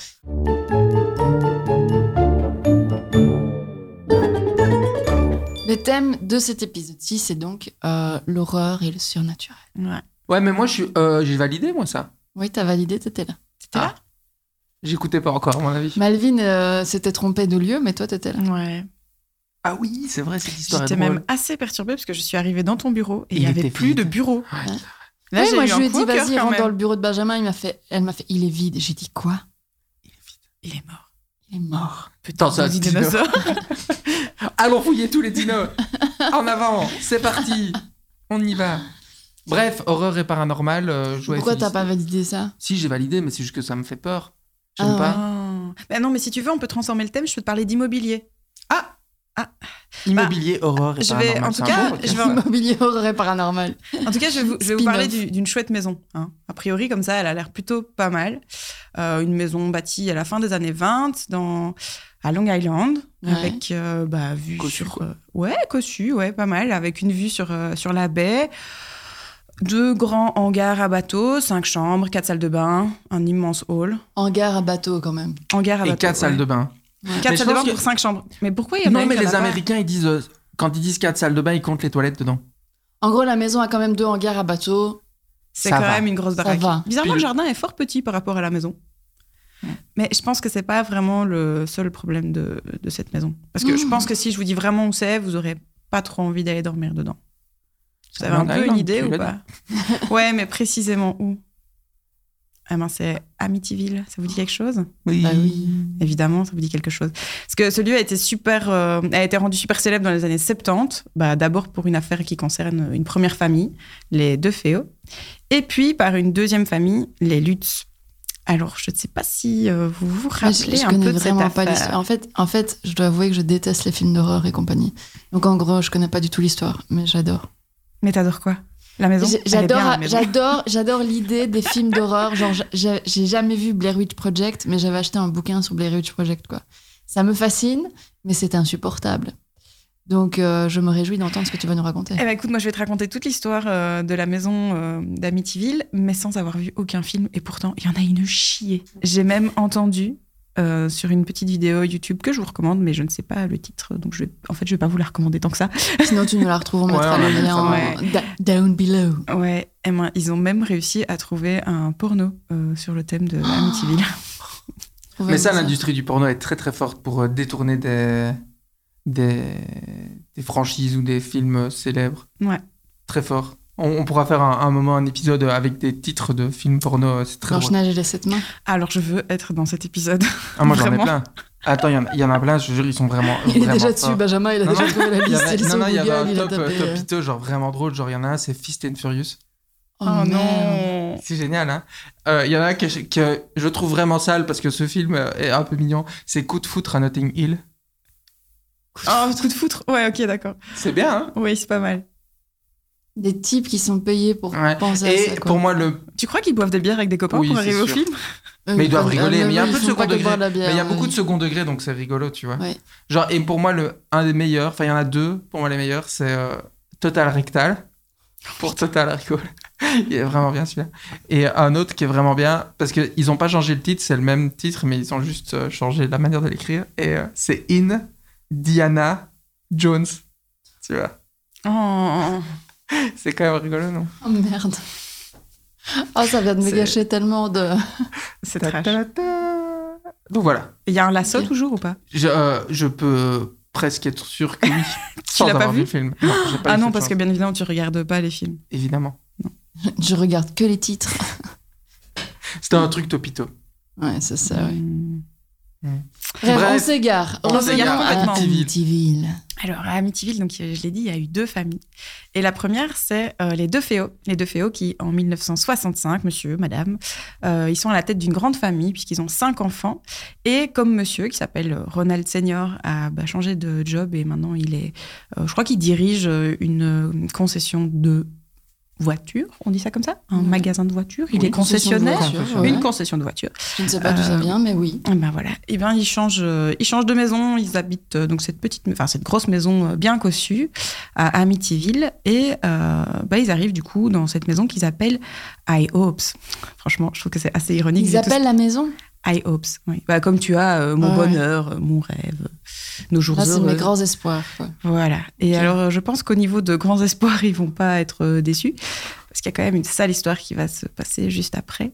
Speaker 4: Le thème de cet épisode-ci, c'est donc euh, l'horreur et le surnaturel.
Speaker 3: Ouais.
Speaker 2: Ouais, mais moi je suis, euh, j'ai validé moi ça.
Speaker 4: Oui, t'as validé, t'étais là.
Speaker 3: T'étais
Speaker 2: Ah.
Speaker 3: là
Speaker 2: J'écoutais pas encore à mon avis.
Speaker 4: Malvin euh, s'était trompée de lieu, mais toi, t'étais là.
Speaker 3: Ouais.
Speaker 2: Ah oui, c'est vrai cette histoire. est
Speaker 3: J'étais
Speaker 2: drôle.
Speaker 3: même assez perturbée parce que je suis arrivée dans ton bureau et
Speaker 2: Il
Speaker 3: il n'y avait
Speaker 2: était
Speaker 3: plus
Speaker 2: vide.
Speaker 3: de bureau.
Speaker 2: Ouais.
Speaker 4: Hein
Speaker 3: Là,
Speaker 4: oui,
Speaker 3: j'ai
Speaker 4: moi,
Speaker 3: eu
Speaker 4: je
Speaker 3: un
Speaker 4: lui ai
Speaker 3: coup
Speaker 4: dit,
Speaker 3: au cœur
Speaker 4: vas-y,
Speaker 3: quand
Speaker 4: rentre
Speaker 3: même.
Speaker 4: dans le bureau de Benjamin. Il m'a fait, elle m'a fait, il est vide. J'ai dit, quoi
Speaker 3: Il est mort.
Speaker 4: Il est mort.
Speaker 2: Oh, Putain, c'est un
Speaker 3: Petit
Speaker 2: dino.
Speaker 3: dinosaure.
Speaker 2: Allons fouiller tous les dinos En avant, c'est parti On y va Bref, horreur et paranormal, euh,
Speaker 3: Oh,
Speaker 2: jouer à
Speaker 4: Pourquoi t'as
Speaker 2: Félicie.
Speaker 4: pas validé ça <laughs>
Speaker 2: Si, j'ai validé, mais c'est juste que ça me fait peur. J'aime
Speaker 4: Ah,
Speaker 2: pas.
Speaker 3: Ah. Bah non, <laughs> mais si tu veux, on peut transformer le thème. Je peux te parler d'immobilier.
Speaker 2: Ah
Speaker 3: Ah.
Speaker 2: Immobilier, horreur et
Speaker 3: je vais-
Speaker 2: paranormal,
Speaker 3: en
Speaker 2: c'est
Speaker 3: tout
Speaker 2: un
Speaker 3: cas,
Speaker 2: bon
Speaker 3: je vais
Speaker 2: podcast,
Speaker 4: Immobilier horreur et paranormal.
Speaker 3: En tout cas, je vais vous, je vais vous
Speaker 4: Spin-off.
Speaker 3: parler du- d'une chouette maison. hein. A priori, comme ça, elle a l'air plutôt pas mal. Euh, une maison bâtie à la fin des années 20 dans, à Long Island,
Speaker 4: Ouais.
Speaker 3: avec euh, bah, vue
Speaker 2: Cossu,
Speaker 3: sur... euh, ouais, cossu, ouais, pas mal, avec une vue sur, euh, sur la baie. Deux grands hangars à bateaux, cinq chambres, quatre salles de bain, un immense hall.
Speaker 4: Hangar à bateau quand même.
Speaker 3: Hangar à
Speaker 2: Et
Speaker 3: bateaux.
Speaker 2: quatre salles de bain.
Speaker 4: bain.
Speaker 3: Quatre
Speaker 2: Mais je
Speaker 3: salles de
Speaker 2: pense
Speaker 3: bain
Speaker 2: que-
Speaker 3: pour cinq chambres. Mais pourquoi il y en a
Speaker 2: Non,
Speaker 3: une
Speaker 2: mais
Speaker 3: qui en a
Speaker 2: les
Speaker 3: pas
Speaker 2: Américains, ils disent... euh, quand ils disent quatre salles de bain, ils comptent les toilettes dedans.
Speaker 4: En gros, la maison a quand même deux hangars à bateau.
Speaker 3: C'est
Speaker 2: Ça
Speaker 3: quand
Speaker 2: va.
Speaker 3: même une grosse baraque.
Speaker 4: va.
Speaker 3: Bizarrement,
Speaker 2: Puis
Speaker 3: le
Speaker 2: le-
Speaker 3: jardin est fort petit par rapport à la maison. Mais je pense que c'est pas vraiment le seul problème de, de cette maison. Parce que je
Speaker 4: Mmh.
Speaker 3: pense que si je vous dis vraiment où c'est, vous aurez pas trop envie d'aller dormir dedans. Vous
Speaker 2: Ça
Speaker 3: avez un
Speaker 2: va,
Speaker 3: peu une
Speaker 2: Island,
Speaker 3: idée
Speaker 2: Ah, tu
Speaker 3: ou
Speaker 2: l'as
Speaker 3: pas Ouais, mais précisément où Ah ben c'est Amityville, ça vous dit quelque chose
Speaker 2: Oui.
Speaker 4: Ah oui.
Speaker 3: Évidemment, ça vous dit quelque chose. Parce que ce lieu a été super, euh, a été rendu super célèbre dans les années 70. Bah, d'abord pour une affaire qui concerne une première famille, les deux Féo, et puis par une deuxième famille, les Lutz. Alors, je ne sais pas si euh, vous vous
Speaker 4: Ah, Je,
Speaker 3: rappelez
Speaker 4: je
Speaker 3: un
Speaker 4: connais
Speaker 3: peu de cette
Speaker 4: vraiment pas
Speaker 3: affaire.
Speaker 4: l'histoire. En fait, en fait, je dois avouer que je déteste les films d'horreur et compagnie. Donc en gros, je connais pas du tout l'histoire, mais j'adore.
Speaker 3: Mais t'adores quoi La maison
Speaker 4: J'ai-
Speaker 3: Elle est bien, la
Speaker 4: J'adore,
Speaker 3: maison.
Speaker 4: j'adore, j'adore l'idée des films d'horreur. Genre, j'a- j'a- j'ai jamais vu Blair Witch Project, mais j'avais acheté un bouquin sur Blair Witch Project, quoi. Ça me fascine, mais c'est insupportable. Donc euh, je me réjouis d'entendre ce que tu vas
Speaker 3: <laughs>
Speaker 4: nous raconter.
Speaker 3: Eh ben, écoute, moi je vais te raconter toute l'histoire euh, de la maison euh, d'Amityville, mais sans avoir vu aucun film. Et pourtant, il y en a une chier. J'ai même entendu euh, sur une petite vidéo YouTube que je vous recommande, mais je ne sais pas le titre, donc je vais, en fait je vais pas vous la recommander tant que ça.
Speaker 4: Sinon, tu nous la retrouves, on
Speaker 2: Ouais,
Speaker 4: mettra
Speaker 2: on la
Speaker 4: le lien
Speaker 3: mettra,
Speaker 4: en- da- down below.
Speaker 3: Ouais, eh ben, ils ont même réussi à trouver un porno euh, sur le thème de Amityville. <gasps>
Speaker 4: Trouvez-nous
Speaker 2: Mais ça, l'industrie du porno est très très forte pour euh, détourner des, des, des franchises ou des films célèbres.
Speaker 3: Ouais.
Speaker 2: Très fort. On, on pourra faire un, un moment un épisode avec des titres de films porno, euh, c'est très drôle.
Speaker 4: Blanche-Neige et les sept mains.
Speaker 3: Alors je veux être dans cet épisode.
Speaker 2: Ah, moi j'en ai
Speaker 3: Vraiment.
Speaker 2: plein. Attends, il y en a- il y, en a plein, je te jure, ils sont vraiment.
Speaker 4: Il est
Speaker 2: vraiment
Speaker 4: déjà dessus,
Speaker 2: forts.
Speaker 4: Benjamin, il a
Speaker 2: Non,
Speaker 4: déjà
Speaker 2: non,
Speaker 4: trouvé la
Speaker 2: Il y
Speaker 4: liste.
Speaker 2: avait-
Speaker 4: elle est
Speaker 2: non,
Speaker 4: sur
Speaker 2: non, il y avait
Speaker 4: Google,
Speaker 2: un
Speaker 4: il a
Speaker 2: top, euh,
Speaker 4: tapé,
Speaker 2: top
Speaker 4: euh,
Speaker 2: piteux, genre vraiment drôle. Genre, il y en a un, c'est Fist and Furious.
Speaker 4: Oh, merde.
Speaker 2: C'est génial, hein. Euh, Il y en a que, je- que je trouve vraiment sale parce que ce film euh, est un peu mignon. C'est Coup de foutre à Notting Hill.
Speaker 3: Oh, coup de foutre Ouais, ok, d'accord.
Speaker 2: C'est bien, hein.
Speaker 3: Oui, c'est pas mal.
Speaker 4: Des types qui sont payés pour
Speaker 2: Ouais.
Speaker 4: penser à
Speaker 2: hein. Et
Speaker 4: ça. quoi.
Speaker 2: pour moi, le.
Speaker 3: Tu crois qu'ils boivent des bières avec des copains
Speaker 2: Oui,
Speaker 3: pour
Speaker 2: c'est
Speaker 3: arriver au
Speaker 2: sûr.
Speaker 3: film
Speaker 4: Euh,
Speaker 2: Mais ils doivent rigoler,
Speaker 4: euh,
Speaker 2: mais il y a un
Speaker 4: oui,
Speaker 2: peu de
Speaker 4: ils font
Speaker 2: second
Speaker 4: pas que
Speaker 2: degré.
Speaker 4: boire de la bière, euh,
Speaker 2: Mais il y a beaucoup
Speaker 3: Euh,
Speaker 4: ouais.
Speaker 2: de second degré, donc c'est rigolo, tu vois.
Speaker 4: Ouais.
Speaker 2: Genre, et pour moi, le, un des meilleurs, enfin, il y en a deux, pour moi, les meilleurs, c'est euh, Total Rectal. <laughs> Pour Total Recall. <laughs> il est vraiment bien celui-là. Et un autre qui est vraiment bien, parce qu'ils n'ont pas changé le titre, c'est le même titre, mais ils ont juste euh, changé la manière de l'écrire. Et euh, c'est In Diana Jones. Tu vois,
Speaker 3: Oh.
Speaker 2: c'est quand même rigolo, non
Speaker 4: Oh merde. Oh, ça vient de me
Speaker 2: C'est-
Speaker 4: gâcher tellement de.
Speaker 3: C'est
Speaker 2: Ta- ta- ta-
Speaker 3: trash.
Speaker 2: ta. Donc voilà,
Speaker 3: Il y a un lasso
Speaker 4: Ok.
Speaker 3: toujours ou pas
Speaker 2: je, euh, je peux presque être sûr que
Speaker 3: <laughs>
Speaker 2: oui. sans
Speaker 3: l'as pas
Speaker 2: avoir
Speaker 3: vu
Speaker 2: le film. Non, j'ai pas
Speaker 3: Ah
Speaker 2: eu
Speaker 3: non,
Speaker 2: cette
Speaker 3: parce que
Speaker 2: chance,
Speaker 3: bien évidemment, tu regardes pas les films.
Speaker 2: Évidemment.
Speaker 4: Je regarde que les titres.
Speaker 2: C'était un truc topito.
Speaker 4: Ouais, c'est ça, oui.
Speaker 3: Hmm.
Speaker 4: Bref,
Speaker 2: Bref,
Speaker 4: on s'égare.
Speaker 2: on
Speaker 3: s'égare
Speaker 4: à
Speaker 3: complètement.
Speaker 4: Amityville.
Speaker 3: Alors, à Amityville, donc, je l'ai dit, il y a eu deux familles. Et la première, c'est euh, les deux féos. Les deux féos qui, en 1965, monsieur, madame, euh, ils sont à la tête d'une grande famille, puisqu'ils ont cinq enfants. Et comme monsieur, qui s'appelle euh, Ronald Senior, a bah, changé de job et maintenant il est. euh, je crois qu'il dirige euh, une, euh, une concession de voitures, on dit ça comme ça Un
Speaker 4: Ouais.
Speaker 3: magasin de voitures Il
Speaker 2: Oui,
Speaker 3: est
Speaker 2: une concession de
Speaker 3: concessionnaire
Speaker 2: voitures,
Speaker 4: ouais.
Speaker 3: Une concession de voitures.
Speaker 4: Je ne sais pas d'où ça
Speaker 3: Euh,
Speaker 4: vient, mais oui.
Speaker 3: Et ben voilà. Et ben ils changent, euh, ils changent de maison. Ils habitent euh, donc cette petite, enfin cette grosse maison euh, bien cossue à Amityville. Et euh, bah, ils arrivent du coup dans cette maison qu'ils appellent I Hopes. Franchement, je trouve que c'est assez ironique.
Speaker 4: Ils
Speaker 3: vu tout ce-
Speaker 4: appellent la maison.
Speaker 3: I Hopes. Oui. Bah, comme tu as euh, mon
Speaker 4: Ouais.
Speaker 3: bonheur, euh, mon rêve, nos jours
Speaker 4: Là, c'est
Speaker 3: heureux.
Speaker 4: mes grands espoirs. quoi.
Speaker 3: Voilà. Et
Speaker 4: Ok.
Speaker 3: alors, euh, je pense qu'au niveau de grands espoirs, <laughs> ils vont pas être euh, déçus, parce qu'il y a quand même une sale histoire qui va se passer juste après.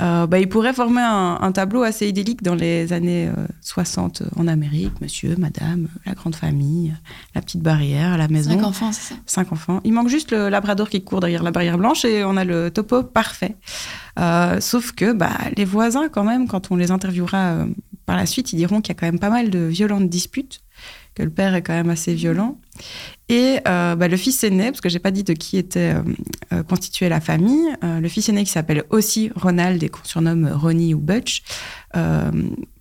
Speaker 3: Euh, bah, ils pourraient former un, un tableau assez idyllique dans les années euh, 60 euh, en Amérique. Monsieur, madame, la grande famille, la petite barrière, la maison.
Speaker 4: Cinq enfants, c'est ça.
Speaker 3: Cinq enfants. Il manque juste le labrador qui court derrière la barrière blanche et on a le topo parfait. Euh, sauf que bah, les voisins, quand même, quand on les interviewera euh, par la suite, ils diront qu'il y a quand même pas mal de violentes disputes, que le père est quand même assez violent. Et euh, bah, le fils aîné, parce que j'ai pas dit de qui était euh, euh, constituée la famille, euh, le fils aîné qui s'appelle aussi Ronald et qu'on surnomme Ronnie ou Butch, euh,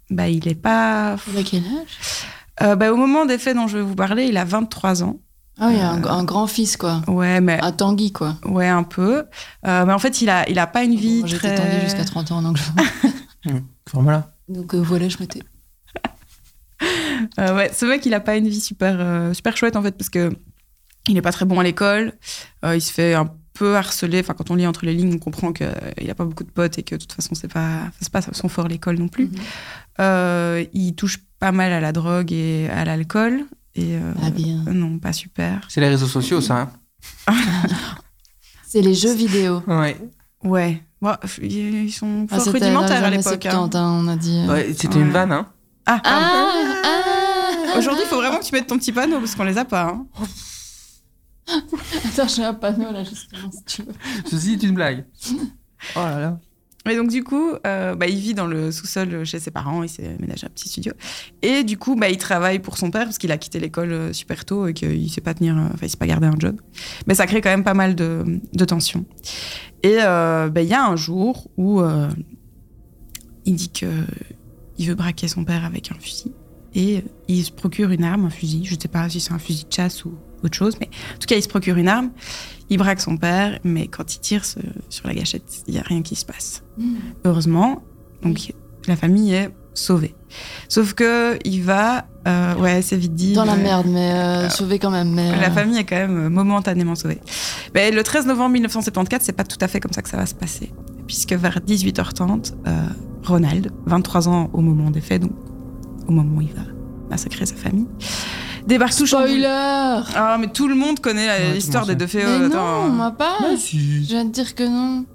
Speaker 3: bah, il est pas.
Speaker 4: Il a quel âge
Speaker 3: Euh, bah, au moment des faits dont je vais vous parler, il a 23 ans.
Speaker 4: Ah oui, un, un grand-fils, quoi.
Speaker 3: Ouais, mais
Speaker 4: Un tanguy, quoi.
Speaker 3: Ouais, un peu. Euh, mais en fait, il a, il a pas une vie
Speaker 4: Moi, J'étais
Speaker 3: très.
Speaker 4: tanguy jusqu'à 30 ans, donc, je-
Speaker 3: <laughs>
Speaker 4: euh,
Speaker 2: Voilà.
Speaker 3: euh, Euh, euh, Euh, euh,
Speaker 2: hein.
Speaker 4: Ah,
Speaker 3: hein.
Speaker 1: Ah.
Speaker 2: hein. Oh
Speaker 3: Ah, hein. euh, bah, bah, euh, euh, ben, il
Speaker 4: euh.
Speaker 3: dit que il veut braquer son père avec un fusil. Et il se procure une arme, un fusil. Je ne sais pas si c'est un fusil de chasse ou autre chose, mais en tout cas, il se procure une arme. Il braque son père, mais quand il tire ce- sur la gâchette, il n'y a rien qui se passe.
Speaker 4: Mm.
Speaker 3: Heureusement, donc la famille est sauvée. Sauf que il va, euh, ouais, c'est vite dit.
Speaker 4: Dans la
Speaker 3: mais-
Speaker 4: merde, mais euh, sauvé quand même. Mais,
Speaker 3: la
Speaker 4: euh,
Speaker 3: famille est quand même euh, momentanément sauvée. Mais le 13 novembre 1974, c'est pas tout à fait comme ça que ça va se passer. Puisque vers 18h30, euh, Ronald, 23 ans au moment des faits, donc au moment où il va massacrer sa famille, débarque tout chamboulé.
Speaker 4: Spoiler
Speaker 3: Ah, mais tout le monde connaît euh,
Speaker 2: Ouais, tout le
Speaker 3: l'histoire
Speaker 2: monde
Speaker 3: des
Speaker 2: sait.
Speaker 3: deux fées.
Speaker 4: Mais
Speaker 3: euh,
Speaker 4: non,
Speaker 3: dans-
Speaker 4: moi pas
Speaker 2: Bah, si.
Speaker 4: Je viens de dire que non.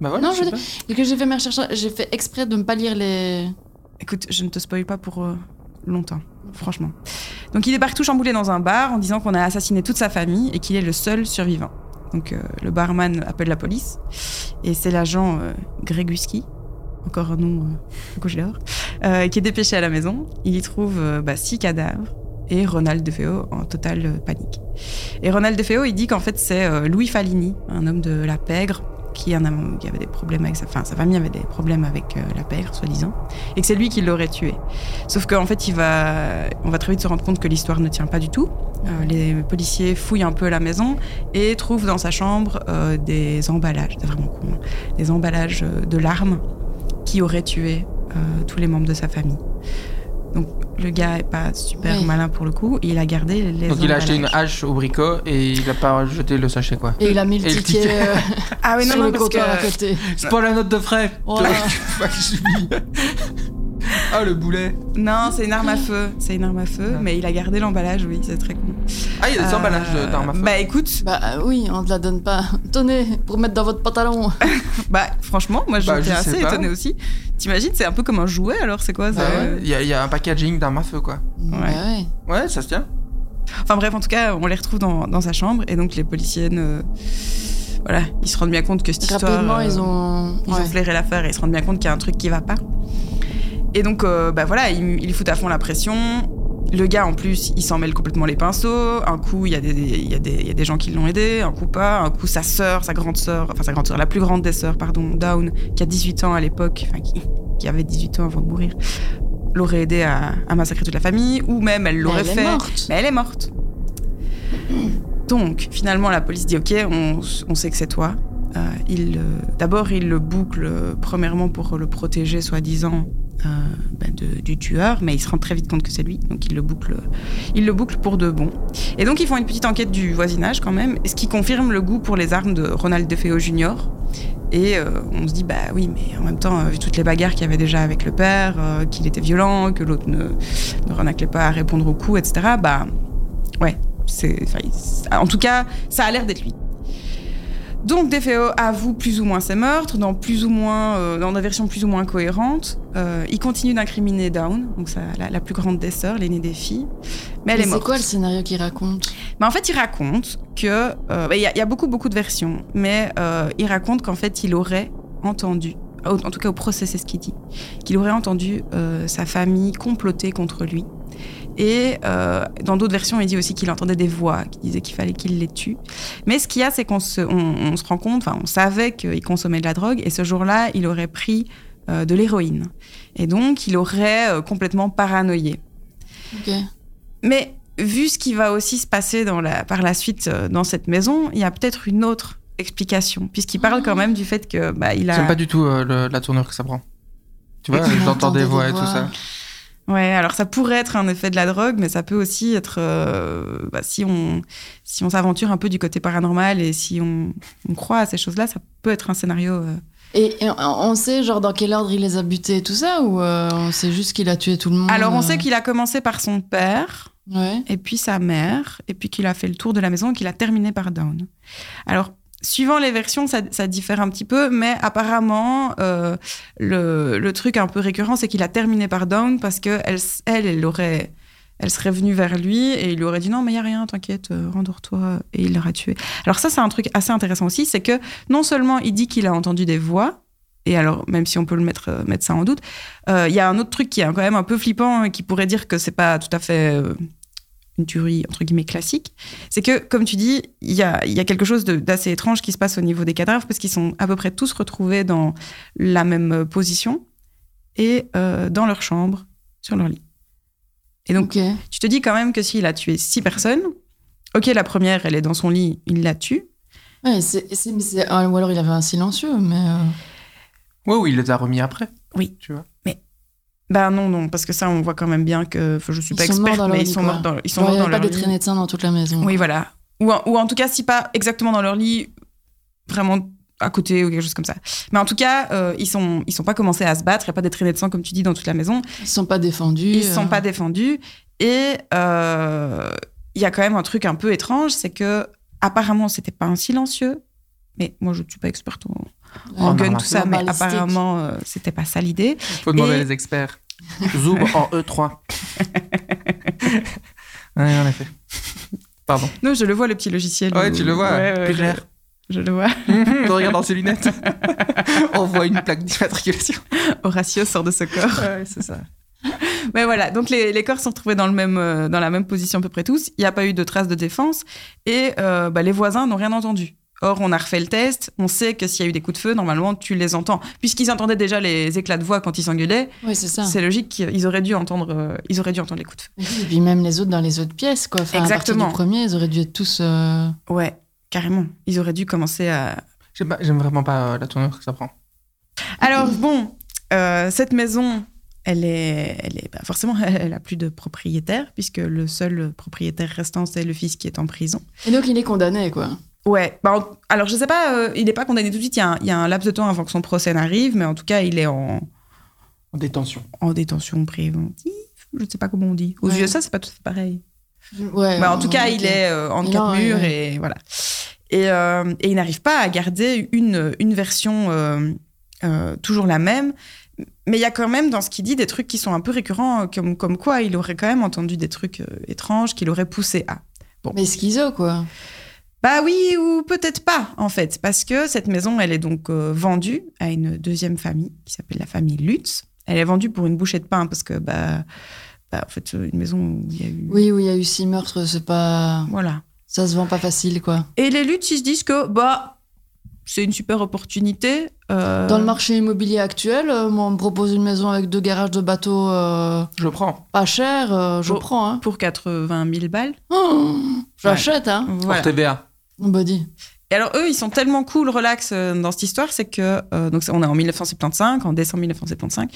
Speaker 2: Bah voilà,
Speaker 4: Non,
Speaker 2: je sais
Speaker 4: je-
Speaker 2: pas.
Speaker 4: Et que j'ai fait mes recherches, j'ai fait exprès de ne pas lire les.
Speaker 3: Écoute, je ne te spoil pas pour euh, longtemps, franchement. Donc il débarque tout chamboulé dans un bar en disant qu'on a assassiné toute sa famille et qu'il est le seul survivant. Donc euh, le barman appelle la police et c'est l'agent euh, Greguski, encore un nom euh, que je l'adore, euh, qui est dépêché à la maison. Il y trouve euh, bah, six cadavres et Ronald DeFeo en totale euh, panique. Et Ronald DeFeo, il dit qu'en fait c'est euh, Louis Falini, un homme de la pègre, qui, en a- qui avait des problèmes avec sa, enfin, sa famille avait des problèmes avec euh, la pègre, soi-disant et que c'est lui qui l'aurait tué. Sauf qu'en fait, il va, on va très vite se rendre compte que l'histoire ne tient pas du tout. Euh, les policiers fouillent un peu la maison et trouvent dans sa chambre euh, des emballages, c'est vraiment con, hein, des emballages euh, de larmes qui auraient tué euh, tous les membres de sa famille. Donc le gars est pas super
Speaker 4: Oui.
Speaker 3: malin pour le coup, il a gardé les
Speaker 2: Donc il a acheté une
Speaker 3: emballages.
Speaker 2: hache au bricot et il a pas jeté le sachet quoi.
Speaker 4: Et il a mis le
Speaker 2: Et le
Speaker 4: ticket,
Speaker 2: ticket.
Speaker 4: euh,
Speaker 3: Ah <laughs> oui, non,
Speaker 4: sur
Speaker 3: non,
Speaker 4: le
Speaker 3: parce que euh,
Speaker 4: comptoir à côté.
Speaker 2: Spoil la note de frais.
Speaker 4: Voilà.
Speaker 2: Ah le boulet.
Speaker 3: non, c'est une arme à feu, c'est une arme à feu,
Speaker 2: Ah.
Speaker 3: mais il a gardé l'emballage, oui, c'est très con.
Speaker 2: Ah il y a des
Speaker 3: Euh,
Speaker 2: emballages d'armes à feu.
Speaker 3: Bah écoute,
Speaker 4: Bah euh, oui, on te la donne pas. Tenez, pour mettre dans votre pantalon.
Speaker 3: Bah, franchement, moi
Speaker 2: Bah,
Speaker 3: j'étais
Speaker 2: je sais
Speaker 3: assez
Speaker 2: pas.
Speaker 3: étonnée aussi. T'imagines, c'est un peu comme un jouet alors, c'est quoi
Speaker 2: Ah
Speaker 3: ça euh
Speaker 2: ouais, Il y, a- il y a un packaging d'armes à feu quoi.
Speaker 4: Bah ouais.
Speaker 2: Ouais ça se tient.
Speaker 3: Enfin bref, en tout cas, on les retrouve dans, dans sa chambre et donc les policiers ne. Voilà, ils se rendent bien compte que cette histoire.
Speaker 4: Rapidement,
Speaker 3: euh,
Speaker 4: ils ont.
Speaker 3: Ils
Speaker 4: ouais.
Speaker 3: ont flairé l'affaire et ils se rendent bien compte qu'il y a un truc qui va pas. Et donc, euh, bah voilà, ils, ils foutent à fond la pression. Le gars, en plus, il s'en mêle complètement les pinceaux. Un coup, il y, a des- il y, a des- il y a des gens qui l'ont aidé, un coup pas. Un coup, sa sœur, sa grande sœur, enfin sa grande sœur, la plus grande des sœurs, pardon, Down, qui a 18 ans à l'époque, enfin qui, qui avait 18 ans avant de mourir, l'aurait aidé à, à massacrer toute la famille, ou même elle l'aurait
Speaker 4: Elle est
Speaker 3: fait.
Speaker 4: morte.
Speaker 3: Mais elle est morte. Donc, finalement, la police dit Ok, on, on sait que c'est toi. Euh, il, euh, D'abord, il le boucle, euh, premièrement, pour le protéger, soi-disant, euh, ben, de- du tueur, mais il se rend très vite compte que c'est lui. Donc, il le boucle, euh, il le boucle pour de bon. Et donc, ils font une petite enquête du voisinage, quand même, ce qui confirme le goût pour les armes de Ronald DeFeo Jr. Et euh, on se dit, bah oui, mais en même temps, euh, vu toutes les bagarres qu'il y avait déjà avec le père, euh, qu'il était violent, que l'autre ne, ne renaclait pas à répondre aux coups, etc., bah ouais, c'est. enfin, il- ah, En tout cas, ça a l'air d'être lui. Donc DeFeo avoue plus ou moins ses meurtres, dans plus ou moins, euh, dans des versions plus ou moins cohérentes. Euh, il continue d'incriminer Dawn, donc ça, la, la plus grande des sœurs, l'aînée des filles, mais elle
Speaker 4: Mais
Speaker 3: est
Speaker 4: c'est
Speaker 3: morte.
Speaker 4: quoi le scénario qu'il raconte
Speaker 3: Mais en fait, il raconte que. euh, bah, Il y, a- il y a beaucoup, beaucoup de versions, mais euh, il raconte qu'en fait, il aurait entendu, en en tout cas au procès, c'est ce qu'il dit, qu'il aurait entendu euh, sa famille comploter contre lui. Et euh, dans d'autres versions, il dit aussi qu'il entendait des voix qui disaient qu'il fallait qu'il les tue. Mais ce qu'il y a, c'est qu'on se, on, on se rend compte, enfin, on savait qu'il consommait de la drogue, et ce jour-là, il aurait pris euh, de l'héroïne. Et donc, il aurait euh, complètement paranoïé.
Speaker 4: Ok.
Speaker 3: Mais vu ce qui va aussi se passer dans la, par la suite euh, dans cette maison, il y a peut-être une autre explication, puisqu'il parle quand même du fait que bah, il a.
Speaker 2: J'aime pas du tout euh, le- la tournure que ça prend. Tu vois,
Speaker 4: Et qu'il
Speaker 2: j'entends
Speaker 4: entendait
Speaker 2: des
Speaker 4: des
Speaker 2: voix et
Speaker 4: voix.
Speaker 2: tout ça.
Speaker 3: Ouais, alors ça pourrait être un effet de la drogue, mais ça peut aussi être euh, bah, si on si on s'aventure un peu du côté paranormal et si on, on croit à ces choses-là, ça peut être un scénario. euh,
Speaker 4: Et, et on- on sait genre dans quel ordre il les a butés et tout ça ou euh, on sait juste qu'il a tué tout le monde
Speaker 3: Alors on
Speaker 4: euh,
Speaker 3: sait qu'il a commencé par son père.
Speaker 4: Ouais.
Speaker 3: et puis sa mère, et puis qu'il a fait le tour de la maison et qu'il a terminé par Down. Alors, suivant les versions, ça, ça diffère un petit peu, mais apparemment, euh, le, le truc un peu récurrent, c'est qu'il a terminé par Down parce que elle, s- elle, elle aurait... Elle serait venue vers lui et il lui aurait dit non mais il y a rien t'inquiète euh, rendors-toi et il l'aurait tué. Alors ça c'est un truc assez intéressant aussi c'est que non seulement il dit qu'il a entendu des voix et alors même si on peut le mettre euh, mettre ça en doute euh, il y a un autre truc qui est quand même un peu flippant et qui pourrait dire que c'est pas tout à fait euh, une tuerie entre guillemets classique, c'est que, comme tu dis, il y a, il y a quelque chose de- d'assez étrange qui se passe au niveau des cadavres parce qu'ils sont à peu près tous retrouvés dans la même euh, position. et euh, dans leur chambre, sur leur lit. Et donc,
Speaker 4: Ok.
Speaker 3: tu te dis quand même que s'il a tué six personnes, ok, la première, elle est dans son lit, il la tue.
Speaker 4: Ouais, c'est- c'est- mais c'est- ah, ou alors il avait un silencieux, mais. euh,
Speaker 2: Ouais, ou il les a remis après.
Speaker 3: Oui.
Speaker 2: Tu vois.
Speaker 3: Bah non, non, parce que ça, on voit quand même bien que. enfin, je suis
Speaker 4: Ils
Speaker 3: pas
Speaker 4: sont morts dans
Speaker 3: experte,
Speaker 4: leur
Speaker 3: mais ils
Speaker 4: lit,
Speaker 3: sont
Speaker 4: quoi.
Speaker 3: morts dans, ils sont
Speaker 4: genre, il
Speaker 3: morts
Speaker 4: n'y
Speaker 3: dans
Speaker 4: avait pas
Speaker 3: leur
Speaker 4: des
Speaker 3: lit.
Speaker 4: traînées de sang dans toute la maison.
Speaker 3: Oui, voilà. Ou en, ou en tout cas, si pas exactement dans leur lit, vraiment à côté ou quelque chose comme ça. Mais en tout cas, euh, ils sont ils sont pas commencés à se battre. Il y a pas des traînées de sang comme tu dis dans toute la maison.
Speaker 4: Ils ne sont pas défendus.
Speaker 3: Ils ne sont
Speaker 4: euh,
Speaker 3: pas défendus. Et euh, il y a quand même un truc un peu étrange, c'est que apparemment c'était pas un silencieux. Mais moi, je ne suis pas experte en,
Speaker 4: ouais.
Speaker 3: en
Speaker 2: Oh,
Speaker 3: gun,
Speaker 2: non,
Speaker 3: tout ça,
Speaker 4: non,
Speaker 3: mais
Speaker 4: balistique.
Speaker 3: apparemment, euh, c'était pas ça l'idée.
Speaker 2: Faut demander
Speaker 3: Et-
Speaker 2: à les experts. Zoom en E3. ouais, en effet. Pardon.
Speaker 3: Non, je le vois, le petit logiciel. euh,
Speaker 2: Ouais,
Speaker 3: où-
Speaker 2: tu le vois,
Speaker 3: Ouais, ouais,
Speaker 2: plus
Speaker 3: je-
Speaker 2: clair.
Speaker 3: je le vois.
Speaker 2: Tu regardes dans ses lunettes. On voit une plaque d'immatriculation.
Speaker 3: <laughs> Horatio sort de ce corps.
Speaker 2: Ouais, c'est ça.
Speaker 3: Mais voilà, donc les, les corps sont retrouvés dans, le même, euh, dans la même position à peu près tous. Il n'y a pas eu de traces de défense et euh, bah, les voisins n'ont rien entendu. Or, on a refait le test, on sait que s'il y a eu des coups de feu, normalement, tu les entends. Puisqu'ils entendaient déjà les éclats de voix quand ils s'engueulaient,
Speaker 4: Oui, c'est ça.
Speaker 3: c'est logique qu'ils auraient dû entendre, euh, ils auraient dû entendre les coups de
Speaker 4: Et puis même les autres dans les autres pièces, quoi. Enfin, À partir
Speaker 3: Exactement.
Speaker 4: du premier, ils auraient dû être tous. euh,
Speaker 3: feu. Ouais, carrément. Ils auraient dû commencer à...
Speaker 2: J'aime pas- j'aime vraiment pas euh, la tournure que ça prend.
Speaker 3: Alors, bon, euh, cette maison, elle est... Elle est bah, forcément, <laughs> elle a plus de propriétaire, puisque le seul propriétaire restant, c'est le fils qui est en prison.
Speaker 4: Et donc il est condamné, quoi.
Speaker 3: Ouais, bah, en- alors je sais pas, euh, il n'est pas condamné tout de suite, il y, a un, il y a un laps de temps avant que son procès n'arrive, mais en tout cas, il est en,
Speaker 2: En détention.
Speaker 3: en détention préventive, je sais pas comment on dit. Aux
Speaker 4: Ouais.
Speaker 3: USA, c'est pas tout à fait pareil.
Speaker 4: Ouais.
Speaker 3: Bah, en
Speaker 4: ouais,
Speaker 3: tout cas,
Speaker 4: ok.
Speaker 3: il est euh, entre
Speaker 4: Il est
Speaker 3: quatre
Speaker 4: en-
Speaker 3: murs
Speaker 4: ouais,
Speaker 3: et voilà. Et, euh, et il n'arrive pas à garder une, une version euh, euh, toujours la même, mais il y a quand même dans ce qu'il dit des trucs qui sont un peu récurrents, euh, comme, comme quoi il aurait quand même entendu des trucs euh, étranges qu'il aurait poussé à.
Speaker 4: Mais schizo, quoi.
Speaker 3: Bah oui, ou peut-être pas, en fait, parce que cette maison, elle est donc euh, vendue à une deuxième famille qui s'appelle la famille Lutz. Elle est vendue pour une bouchée de pain, parce que, bah, bah, en fait, euh, une maison où il y a eu.
Speaker 4: Oui, oui, il y a eu six meurtres, c'est pas.
Speaker 3: Voilà.
Speaker 4: Ça se vend pas facile, quoi.
Speaker 3: Et les Lutz, ils se disent que, bah, c'est une super opportunité. euh,
Speaker 4: Dans le marché immobilier actuel, euh, moi, on me propose une maison avec deux garages de bateaux euh,
Speaker 2: Je le prends.
Speaker 4: pas chers, euh, je
Speaker 3: Oh.
Speaker 4: prends, hein.
Speaker 3: Pour 80 000 balles.
Speaker 4: Oh, J'achète, hein.
Speaker 3: Voilà.
Speaker 2: Hors TVA.
Speaker 4: Mon body.
Speaker 3: Et alors eux, ils sont tellement cool, relax euh, dans cette histoire, c'est que euh, donc ça, on est en 1975, en décembre 1975.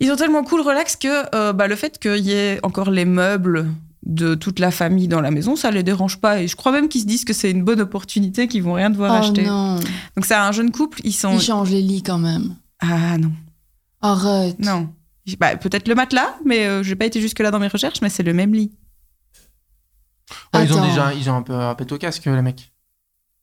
Speaker 3: Ils sont tellement cool, relax que euh, bah, le fait qu'il y ait encore les meubles de toute la famille dans la maison, ça les dérange pas. Et je crois même qu'ils se disent que c'est une bonne opportunité, qu'ils vont rien devoir
Speaker 4: Oh
Speaker 3: acheter.
Speaker 4: non.
Speaker 3: Donc c'est un jeune couple, ils sont
Speaker 4: Ils changent les lits quand même.
Speaker 3: ah non
Speaker 4: Arrête.
Speaker 3: non. Bah, peut-être le matelas, mais euh, j'ai pas été jusque là dans mes recherches, mais c'est le même lit.
Speaker 2: Ouais, Ah, ils ont
Speaker 4: Attends.
Speaker 2: déjà ils ont un peu un pète au casque, les mecs.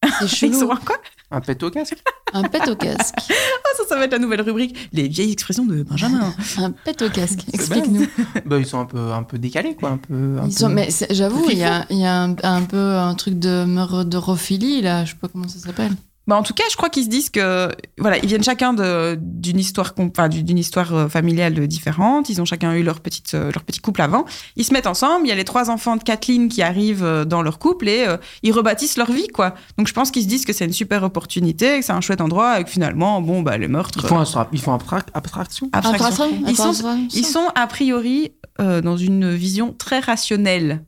Speaker 4: C'est
Speaker 3: Ils sont
Speaker 4: chelou.
Speaker 3: en quoi
Speaker 2: Un pète au casque
Speaker 4: Un pet au casque.
Speaker 3: Ah, ça, ça va être la nouvelle rubrique, les vieilles expressions de Benjamin.
Speaker 4: Un pet au casque.
Speaker 2: C'est bien.
Speaker 4: Explique-nous.
Speaker 2: bah, Ils sont un peu, un peu décalés, quoi. Un peu, un
Speaker 4: Ils sont-
Speaker 2: peu-
Speaker 4: mais c'est- j'avoue,
Speaker 2: peu
Speaker 4: il y a, il y a un, un peu un truc de meurodrophilie, là, je sais pas comment ça s'appelle.
Speaker 3: Bah en tout cas, je crois qu'ils se disent que voilà, ils viennent chacun de- d'une histoire com- enfin, du- d'une histoire euh, familiale différente. Ils ont chacun eu leur petite euh, leur petit couple avant. Ils se mettent ensemble. Il y a les trois enfants de Kathleen qui arrivent euh, dans leur couple et euh, ils rebâtissent leur vie quoi. Donc je pense qu'ils se disent que c'est une super opportunité, que c'est un chouette endroit et que finalement bon bah les meurtres.
Speaker 2: Ils font, un- ils font abstra- abstraction.
Speaker 3: abstraction.
Speaker 4: Attraction,
Speaker 3: Ils sont-
Speaker 4: attraction.
Speaker 3: Ils sont a priori euh, dans une vision très rationnelle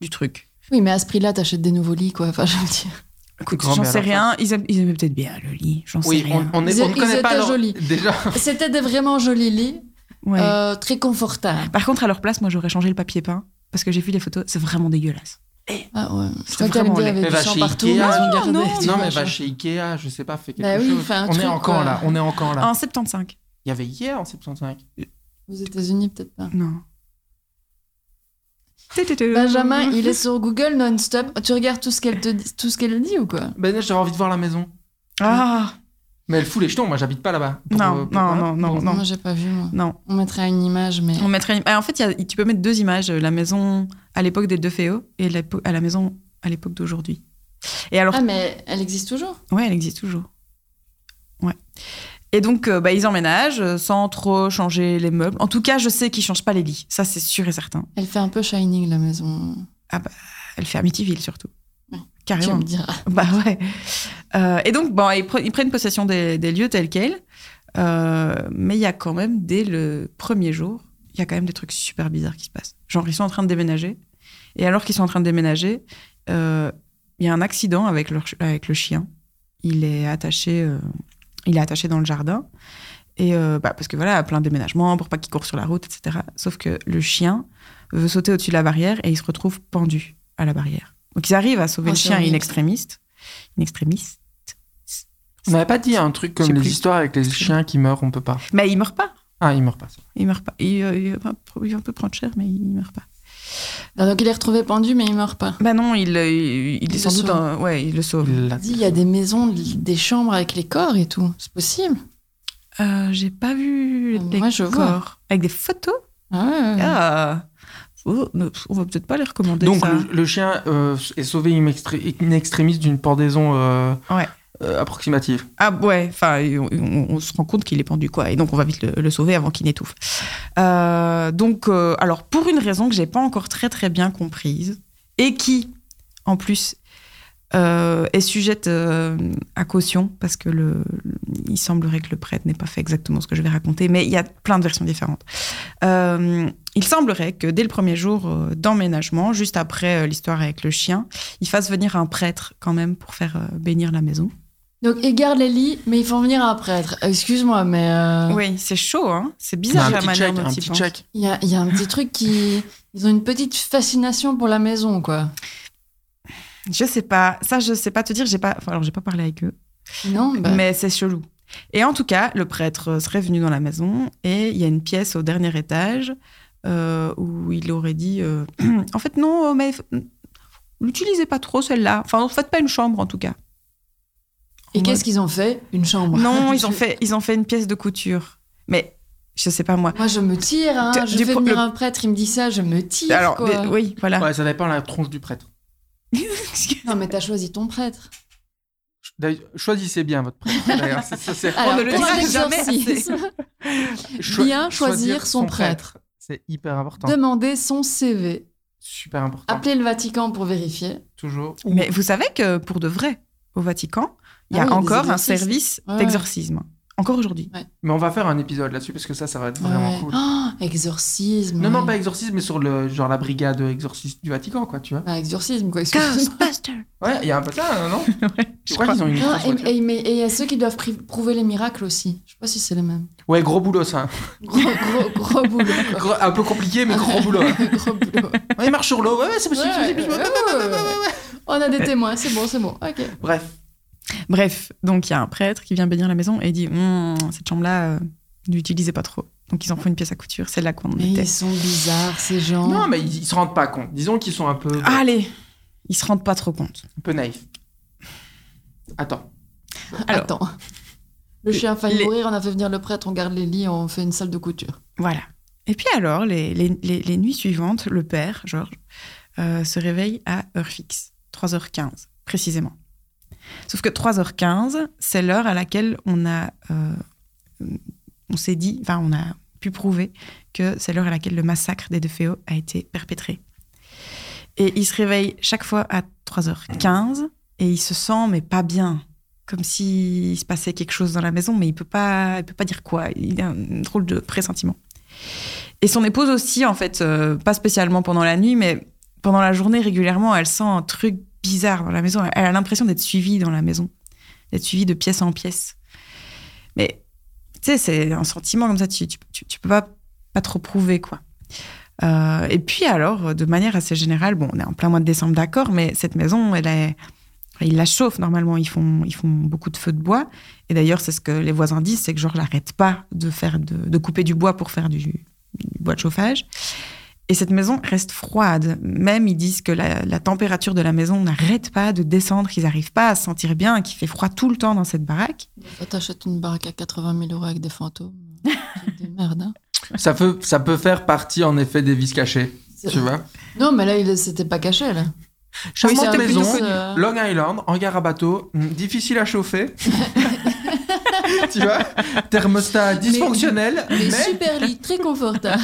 Speaker 3: du truc.
Speaker 4: Oui, mais à ce prix-là, t'achètes des nouveaux lits, quoi. Enfin, je
Speaker 3: <laughs>
Speaker 4: veux dire.
Speaker 3: Écoute,
Speaker 2: Grand
Speaker 3: j'en
Speaker 2: bien
Speaker 3: sais
Speaker 2: leur
Speaker 3: rien. Ils aiment, ils aimaient peut-être bien le lit. J'en
Speaker 2: Oui,
Speaker 3: sais
Speaker 2: on,
Speaker 3: rien.
Speaker 2: on, est,
Speaker 4: Ils-
Speaker 2: on ne
Speaker 4: ils
Speaker 2: connaît pas
Speaker 4: étaient
Speaker 2: leur...
Speaker 4: jolis.
Speaker 2: Déjà,
Speaker 4: C'était des vraiment jolis lits,
Speaker 3: Ouais.
Speaker 4: euh, très confortables.
Speaker 3: Par contre, à leur place, moi, j'aurais changé le papier peint parce que j'ai vu les photos, c'est vraiment dégueulasse.
Speaker 4: Ah ouais. Je
Speaker 3: C'est
Speaker 4: crois que t'allais me dire
Speaker 3: vraiment
Speaker 2: laid.
Speaker 4: avec du
Speaker 2: Mais va
Speaker 4: sang
Speaker 2: chez
Speaker 4: partout,
Speaker 2: Ikea.
Speaker 4: mais ils
Speaker 2: Non,
Speaker 4: ont gardé.
Speaker 3: non,
Speaker 4: tu
Speaker 2: non,
Speaker 4: vois,
Speaker 2: mais
Speaker 4: genre.
Speaker 2: va chez Ikea, je sais pas, fais quelque
Speaker 4: Bah oui,
Speaker 2: chose.
Speaker 4: fais un
Speaker 2: on est
Speaker 4: truc,
Speaker 2: en camp
Speaker 4: quoi.
Speaker 2: là, on est en camp là.
Speaker 3: En 75
Speaker 2: Il y avait hier en 75.
Speaker 4: Aux États-Unis, peut-être pas.
Speaker 3: Non. Tututu.
Speaker 4: Benjamin, il est sur Google non-stop. Tu regardes tout ce qu'elle te dit, tout ce qu'elle dit ou quoi
Speaker 2: Ben là, j'avais envie de voir la maison.
Speaker 3: Ah
Speaker 2: Mais elle fout les jetons, moi j'habite pas là-bas. Pour-
Speaker 3: non,
Speaker 2: pour-
Speaker 3: non,
Speaker 2: hein
Speaker 3: non, non, non,
Speaker 4: Moi, j'ai pas vu. Moi.
Speaker 3: non.
Speaker 4: On mettra une image, mais
Speaker 3: On mettrait. une- Ah, en fait, il y a- tu peux mettre deux images euh, la maison à l'époque des deux féos et la, à la maison à l'époque d'aujourd'hui. Et alors,
Speaker 4: ah, mais elle existe toujours.
Speaker 3: ouais, elle existe toujours. Ouais. Et donc, euh, bah, ils emménagent euh, sans trop changer les meubles. En tout cas, je sais qu'ils changent pas les lits. Ça, c'est sûr et certain.
Speaker 4: Elle fait un peu shining la maison.
Speaker 3: Elle fait Amityville surtout.
Speaker 4: Ouais. Tu
Speaker 3: Carrément.
Speaker 4: me diras.
Speaker 3: Bah ouais. Euh, et donc, bon, ils, pre- ils prennent possession des, des lieux tels quels. Euh, mais il y a quand même, dès le premier jour, il y a quand même des trucs super bizarres qui se passent. Genre, ils sont en train de déménager. Et alors qu'ils sont en train de déménager, euh, il y a un accident avec, leur ch- avec le chien. Il est attaché, euh, il est attaché dans le jardin. Et euh, bah, parce que voilà, plein de déménagements pour pas qu'il court sur la route, etc. Sauf que le chien veut sauter au-dessus de la barrière et il se retrouve pendu à la barrière. Donc ils arrivent à sauver
Speaker 4: Oh,
Speaker 3: le
Speaker 4: c'est
Speaker 3: chien in
Speaker 4: horrible.
Speaker 3: extremis. In extremis.
Speaker 2: On n'avait pas dit un truc
Speaker 3: Je
Speaker 2: comme
Speaker 3: sais
Speaker 2: les
Speaker 3: plus.
Speaker 2: histoires avec les
Speaker 3: Je sais plus.
Speaker 2: chiens qui meurent, on peut pas.
Speaker 3: Mais il meurt pas.
Speaker 2: Ah, ils meurent pas. ça.
Speaker 3: Il meurt pas. Il, euh, il va- il peut prendre cher, mais il meurt pas.
Speaker 4: Ah, Donc il est retrouvé pendu, mais il meurt pas.
Speaker 3: Bah non, il, euh, il, il est
Speaker 4: le
Speaker 3: sans doute.
Speaker 4: sauve.
Speaker 3: un- ouais, il le sauve.
Speaker 2: La-
Speaker 4: Dis, il y a des maisons, des chambres avec les corps et tout. C'est possible
Speaker 3: Euh, J'ai pas vu
Speaker 4: Ah,
Speaker 3: les
Speaker 4: moi, je
Speaker 3: corps.
Speaker 4: vois.
Speaker 3: Avec des photos
Speaker 4: Ah ouais, ouais.
Speaker 3: Ah. Oh, ne- on va peut-être pas les recommander.
Speaker 2: Donc
Speaker 3: ça.
Speaker 2: le, le chien euh, est sauvé in, extre- in extremis d'une pendaison euh,
Speaker 3: Ouais.
Speaker 2: euh, approximative.
Speaker 3: Ah ouais, enfin, on, on- on se rend compte qu'il est pendu, quoi. Et donc, on va vite le, le sauver avant qu'il n'étouffe. Euh, donc, euh, alors, pour une raison que j'ai pas encore très, très bien comprise, et qui, en plus, euh, est sujette euh, à caution, parce que le, le- il semblerait que le prêtre n'ait pas fait exactement ce que je vais raconter, mais il y a plein de versions différentes. Euh, il semblerait que dès le premier jour euh, d'emménagement, juste après euh, l'histoire avec le chien, il fasse venir un prêtre quand même pour faire euh, bénir la maison.
Speaker 4: Donc ils gardent les lits, mais ils font venir un prêtre. Excuse-moi, mais euh, il
Speaker 3: Oui, c'est chaud, hein. C'est
Speaker 2: Il y a
Speaker 3: bizarre
Speaker 2: un
Speaker 3: la
Speaker 2: petit
Speaker 3: manière
Speaker 2: check,
Speaker 3: dont
Speaker 2: un
Speaker 3: ils
Speaker 2: petit
Speaker 3: pensent.
Speaker 2: check.
Speaker 4: y, a, il y a un petit truc qui... Ils ont une petite fascination pour la maison, quoi.
Speaker 3: Je sais pas. Ça, je sais pas te dire. J'ai pas. Enfin, alors, j'ai pas parlé avec eux,
Speaker 4: Non, bah,
Speaker 3: mais c'est chelou. Et en tout cas, le prêtre serait venu dans la maison et il y a une pièce au dernier étage euh, où il aurait dit. euh, <clears throat> en fait, non, oh, mais f- l'utilisez pas trop celle-là. Enfin, ne faites pas une chambre en tout cas.
Speaker 4: Et
Speaker 3: En
Speaker 4: qu'est-ce qu'ils ont fait Une chambre.
Speaker 2: <laughs>
Speaker 3: mode-
Speaker 4: <laughs>
Speaker 3: Non, ils
Speaker 4: Je-
Speaker 3: ont fait. Ils ont fait une pièce de couture. Mais je sais pas moi.
Speaker 4: Moi, je me tire, hein.
Speaker 3: Tu-
Speaker 4: Je
Speaker 3: du
Speaker 4: fais
Speaker 3: pro-
Speaker 4: venir
Speaker 3: le-
Speaker 4: un prêtre, il me dit ça, je me tire,
Speaker 3: Alors,
Speaker 4: quoi.
Speaker 3: mais- oui, voilà. <laughs>
Speaker 4: Ah.
Speaker 2: Ouais, ça dépend de la tronche du prêtre.
Speaker 4: Non, mais t'as choisi ton prêtre.
Speaker 2: D'ailleurs, Choisissez bien votre prêtre. d'ailleurs, ça- ça sert.
Speaker 4: Alors,
Speaker 3: ne le
Speaker 4: pour
Speaker 2: <laughs>
Speaker 3: dira
Speaker 4: un
Speaker 3: jamais
Speaker 4: exorcisme,
Speaker 2: Choi-
Speaker 4: bien choisir son prêtre.
Speaker 2: C'est hyper important.
Speaker 4: <laughs> Demandez son CV.
Speaker 2: Super important.
Speaker 4: Appelez le Vatican pour vérifier.
Speaker 2: Toujours.
Speaker 3: Mais vous savez que pour de vrai, au Vatican, il y
Speaker 4: Ah
Speaker 3: a
Speaker 4: oui, il y a des
Speaker 3: encore un
Speaker 4: exorcistes.
Speaker 3: service
Speaker 4: Ouais, ouais.
Speaker 3: d'exorcisme. Encore aujourd'hui.
Speaker 2: Mais on va faire un épisode là-dessus parce que ça, ça va être vraiment
Speaker 4: Ouais.
Speaker 2: cool.
Speaker 4: Oh, exorcisme.
Speaker 2: Non, non,
Speaker 4: ouais.
Speaker 2: pas exorcisme, mais sur le genre la brigade euh, exorciste du Vatican, quoi, tu vois.
Speaker 4: Ah, exorcisme, quoi. excuse-moi.
Speaker 3: Ghostbuster.
Speaker 2: Ouais, il y a un peu ça, non Je
Speaker 3: Je
Speaker 2: crois
Speaker 3: crois.
Speaker 2: qu'ils ont une
Speaker 4: <laughs> Non,
Speaker 2: grosse voiture.
Speaker 4: et, et- mais- et il y a ceux qui doivent pri- prouver les miracles aussi. Je sais pas si c'est
Speaker 2: <laughs>
Speaker 4: les mêmes.
Speaker 2: Ouais, gros boulot,
Speaker 4: <laughs>
Speaker 2: ça.
Speaker 4: Gros, gros, gros boulot. quoi.
Speaker 2: Gros- un peu compliqué, mais gros boulot. hein.
Speaker 4: Gros boulot.
Speaker 2: Ouais, il marche sur l'eau, ouais, ouais, c'est possible.
Speaker 4: Ouais,
Speaker 2: c'est possible.
Speaker 4: ouais, ouais, ouais, ouais. On a des témoins, c'est bon, c'est bon. Ok.
Speaker 2: Bref,
Speaker 3: <laughs> Bref, donc il y a un prêtre qui vient bénir la maison et il dit Hum, cette chambre-là, euh, n'utilisez pas trop. Donc ils en font une pièce à couture, celle-là qu'on
Speaker 4: Mais
Speaker 3: était.
Speaker 4: ils sont bizarres, ces gens.
Speaker 2: non, mais ils, ils se rendent pas compte. Disons qu'ils sont un peu,
Speaker 4: Ah.
Speaker 3: Allez, ils se rendent pas trop compte.
Speaker 2: un peu naïfs. Attends.
Speaker 3: Alors,
Speaker 4: Attends. Le chien a failli
Speaker 3: les-
Speaker 4: mourir, on a fait venir le prêtre, on garde les lits, on fait une salle de couture.
Speaker 3: Voilà. Et puis alors, les, les- les- les nuits suivantes, le père, Georges, euh, se réveille à heure fixe, 3h15 précisément. Sauf que 3h15, c'est l'heure à laquelle on a, euh, on s'est dit, enfin on a pu prouver que c'est l'heure à laquelle le massacre des deux féaux a été perpétré. Et il se réveille chaque fois à 3h15 et il se sent mais pas bien, comme s'il se passait quelque chose dans la maison, mais il peut pas, il peut pas dire quoi. Il a un drôle de pressentiment. Et son épouse aussi, en fait, euh, pas spécialement pendant la nuit, mais pendant la journée régulièrement, elle sent un truc bizarre dans la maison. Elle a l'impression d'être suivie dans la maison, d'être suivie de pièce en pièce. Mais tu sais, c'est un sentiment comme ça, tu, tu, tu- tu peux pas, pas trop prouver quoi. Euh, et puis alors, de manière assez générale, bon, on est en plein mois de décembre, d'accord, mais cette maison, elle est, ils la chauffent normalement. Ils font, ils font beaucoup de feux de bois. Et d'ailleurs, c'est ce que les voisins disent, c'est que Georges n'arrête pas de faire, de, de couper du bois pour faire du, du bois de chauffage. Et cette maison reste froide. Même ils disent que la, la température de la maison n'arrête pas de descendre, qu'ils n'arrivent pas à se sentir bien, qu'il fait froid tout le temps dans cette baraque.
Speaker 4: Toi, T'achètes une baraque à 80 000 euros avec
Speaker 2: <laughs>
Speaker 4: des fantômes. Truc de merde, hein.
Speaker 2: Ça peut, ça peut faire partie, en effet, des vices cachés, tu vois.
Speaker 4: Non, mais là, il c'était pas caché, là.
Speaker 2: Charmante
Speaker 4: c'est un
Speaker 2: maison,
Speaker 4: plus, euh,
Speaker 2: Long Island, hangar à bateau, hmm, difficile à chauffer. tu vois Thermostat dysfonctionnel,
Speaker 4: Mais
Speaker 2: mais,
Speaker 4: super lit,
Speaker 3: <laughs>
Speaker 4: très confortable.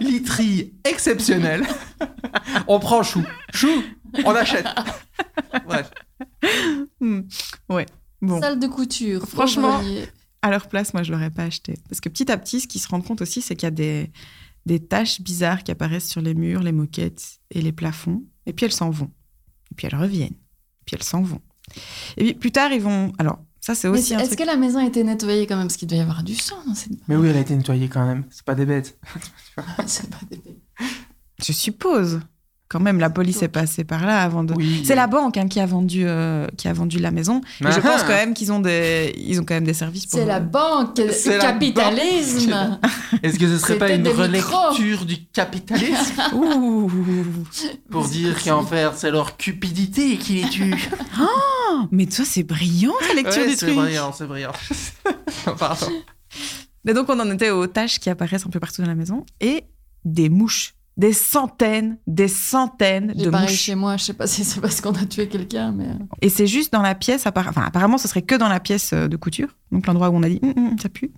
Speaker 2: literie exceptionnelle. on prend chou. Chou, on achète. Bref.
Speaker 3: Ouais. Bon. Hmm.
Speaker 4: Salle de couture.
Speaker 3: Franchement,
Speaker 4: ouvrier.
Speaker 3: à leur place, moi, je l'aurais pas acheté. Parce que petit à petit, ce qu'ils se rendent compte aussi, c'est qu'il y a des, des taches bizarres qui apparaissent sur les murs, les moquettes et les plafonds. Et puis elles s'en vont. Et puis elles reviennent. Et puis elles s'en vont. Et puis plus tard, ils vont. Alors, ça, c'est
Speaker 4: Mais
Speaker 3: aussi
Speaker 4: c'est-
Speaker 3: un
Speaker 4: Est-ce
Speaker 3: truc.
Speaker 4: que la maison a été nettoyée quand même Parce qu'il devait y avoir du sang dans cette.
Speaker 2: Mais oui, elle a été nettoyée quand même. C'est pas des bêtes.
Speaker 4: C'est pas des-
Speaker 3: Je suppose. Quand même, la police est passée par là avant de.
Speaker 2: Oui.
Speaker 3: C'est la banque hein, qui a vendu euh, qui a vendu la maison. Et je
Speaker 2: Ah
Speaker 3: pense
Speaker 2: ah.
Speaker 3: quand même qu'ils ont des ils ont quand même des services pour. euh,
Speaker 4: C'est la banque,
Speaker 2: C'est
Speaker 4: le
Speaker 2: la
Speaker 4: capitalisme.
Speaker 2: Est-ce que ce serait pas
Speaker 4: C'était
Speaker 2: une
Speaker 4: des micros.
Speaker 2: relecture du capitalisme
Speaker 3: Ouh.
Speaker 2: <laughs>
Speaker 4: <laughs>
Speaker 2: pour dire qu'en fait, c'est leur cupidité qui les tue
Speaker 3: Oh, Mais toi, c'est brillant ta lecture
Speaker 2: Ouais,
Speaker 3: des
Speaker 2: C'est
Speaker 3: trucs.
Speaker 2: brillant, c'est brillant. Non, <laughs> Pardon.
Speaker 3: Mais donc on en était aux taches qui apparaissent un peu partout dans la maison et des mouches, des centaines, des centaines
Speaker 4: J'ai
Speaker 3: de
Speaker 4: pareil
Speaker 3: mouches.
Speaker 4: chez moi, je sais pas si c'est parce qu'on a tué quelqu'un, mais. euh,
Speaker 3: Et c'est juste dans la pièce, appara- enfin, apparemment, ce serait que dans la pièce euh, de couture, donc l'endroit où on a dit Hum, hum, ça pue.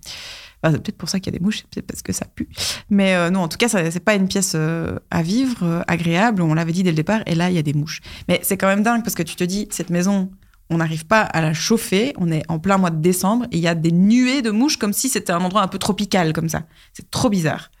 Speaker 3: Enfin, c'est peut-être pour ça qu'il y a des mouches, c'est peut-être parce que ça pue. Mais euh, non, en tout cas, ça- c'est pas une pièce euh, à vivre, euh, agréable, on l'avait dit dès le départ, et là, il y a des mouches. Mais c'est quand même dingue parce que tu te dis, cette maison, on n'arrive pas à la chauffer, on est en plein mois de décembre, et il y a des nuées de mouches comme si c'était un endroit un peu tropical, comme ça. C'est trop bizarre.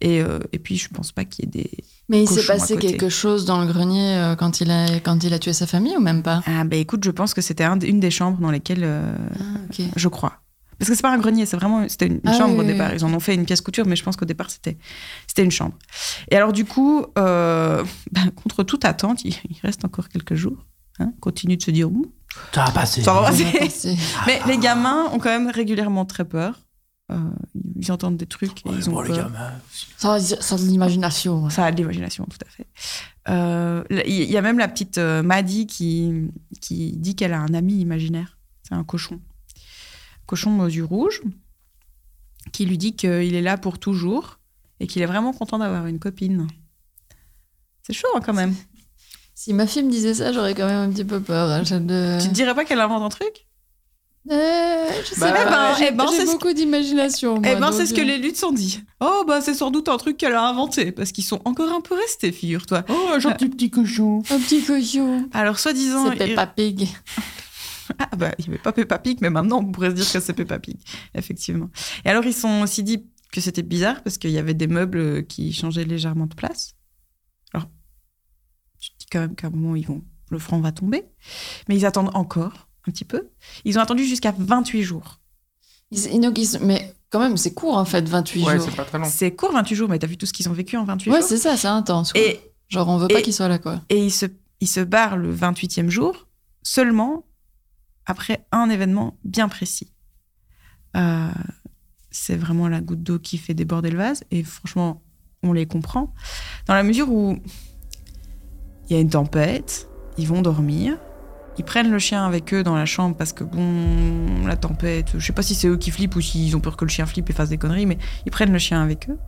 Speaker 3: Et, euh, et puis, je pense pas qu'il y ait des.
Speaker 4: Mais il s'est
Speaker 3: Cochon à
Speaker 4: passé
Speaker 3: côté.
Speaker 4: quelque chose dans le grenier euh, quand il a quand il a tué sa famille ou même pas
Speaker 3: Ah, bah écoute, je pense que c'était un- une des chambres dans lesquelles. euh,
Speaker 4: Ah, ok.
Speaker 3: je crois. Parce que c'est pas un grenier, c'est vraiment c'était une une
Speaker 4: Ah
Speaker 3: chambre
Speaker 4: oui,
Speaker 3: au
Speaker 4: oui,
Speaker 3: départ.
Speaker 4: oui.
Speaker 3: Ils en ont fait une pièce couture, mais je pense qu'au départ c'était c'était une chambre. Et alors du coup, euh, <laughs> ben, contre toute attente, il, il reste encore quelques jours. Hein, continue de se dire Ouh,
Speaker 2: Ça va passer.
Speaker 3: ça va passer. <laughs>
Speaker 4: Comment c'est-
Speaker 3: Mais les gamins ont quand même régulièrement très peur. Euh, ils entendent des trucs, et ils ont peur.
Speaker 4: Ça, c'est- ça de l'imagination. ouais.
Speaker 3: Ça a de l'imagination, tout à fait. Euh, là, Il y a même la petite euh, Maddy qui, qui dit qu'elle a un ami imaginaire. C'est un cochon. Cochon aux yeux rouges, qui lui dit qu'il est là pour toujours et qu'il est vraiment content d'avoir une copine. C'est chaud hein, quand même.
Speaker 4: Si ma fille me disait ça, j'aurais quand même un petit peu peur. hein, je ne-
Speaker 3: Tu te dirais pas qu'elle invente un truc
Speaker 4: Euh, je sais
Speaker 2: Bah,
Speaker 4: pas.
Speaker 2: eh
Speaker 3: ben,
Speaker 4: j'ai
Speaker 3: eh ben,
Speaker 4: j'ai
Speaker 3: c'est ce-
Speaker 4: beaucoup d'imagination.
Speaker 3: Eh
Speaker 4: moi,
Speaker 3: ben,
Speaker 4: donc,
Speaker 3: c'est ce que
Speaker 4: euh,
Speaker 3: les luttes sont dit. Oh, bah, c'est sans doute un truc qu'elle a inventé, parce qu'ils sont encore un peu restés, figure-toi.
Speaker 2: Oh, un gentil petit cochon.
Speaker 4: Un petit cochon.
Speaker 3: Alors, soi-disant.
Speaker 4: C'est Peppa Pig.
Speaker 3: Ah bah, il n'y avait pas Peppa Pig, mais maintenant on pourrait se dire que c'est Peppa Pig, effectivement. Et alors ils se sont aussi dit que c'était bizarre parce qu'il y avait des meubles euh, qui changeaient légèrement de place. Alors, tu te dis quand même qu'à un moment ils vont, le franc va tomber, mais ils attendent encore un petit peu. Ils ont attendu jusqu'à 28 jours.
Speaker 4: Ils- donc, ils- mais quand même, c'est court en fait, 28
Speaker 2: Ouais,
Speaker 4: jours.
Speaker 2: c'est pas très long.
Speaker 3: C'est court 28 jours, mais t'as vu tout ce qu'ils ont vécu en 28
Speaker 4: Ouais,
Speaker 3: jours.
Speaker 4: c'est ça, c'est intense. quoi.
Speaker 3: Et,
Speaker 4: Genre, on veut pas
Speaker 3: et-
Speaker 4: qu'il soit là, quoi.
Speaker 3: et ils, se, ils se barrent le 28e jour seulement après un événement bien précis. Euh, c'est vraiment la goutte d'eau qui fait déborder le vase et franchement, on les comprend. Dans la mesure où il y a une tempête, ils vont dormir, ils prennent le chien avec eux dans la chambre parce que bon, la tempête, je sais pas si c'est eux qui flippent ou s'ils ont peur que le chien flippe et fasse des conneries, mais ils prennent le chien avec eux.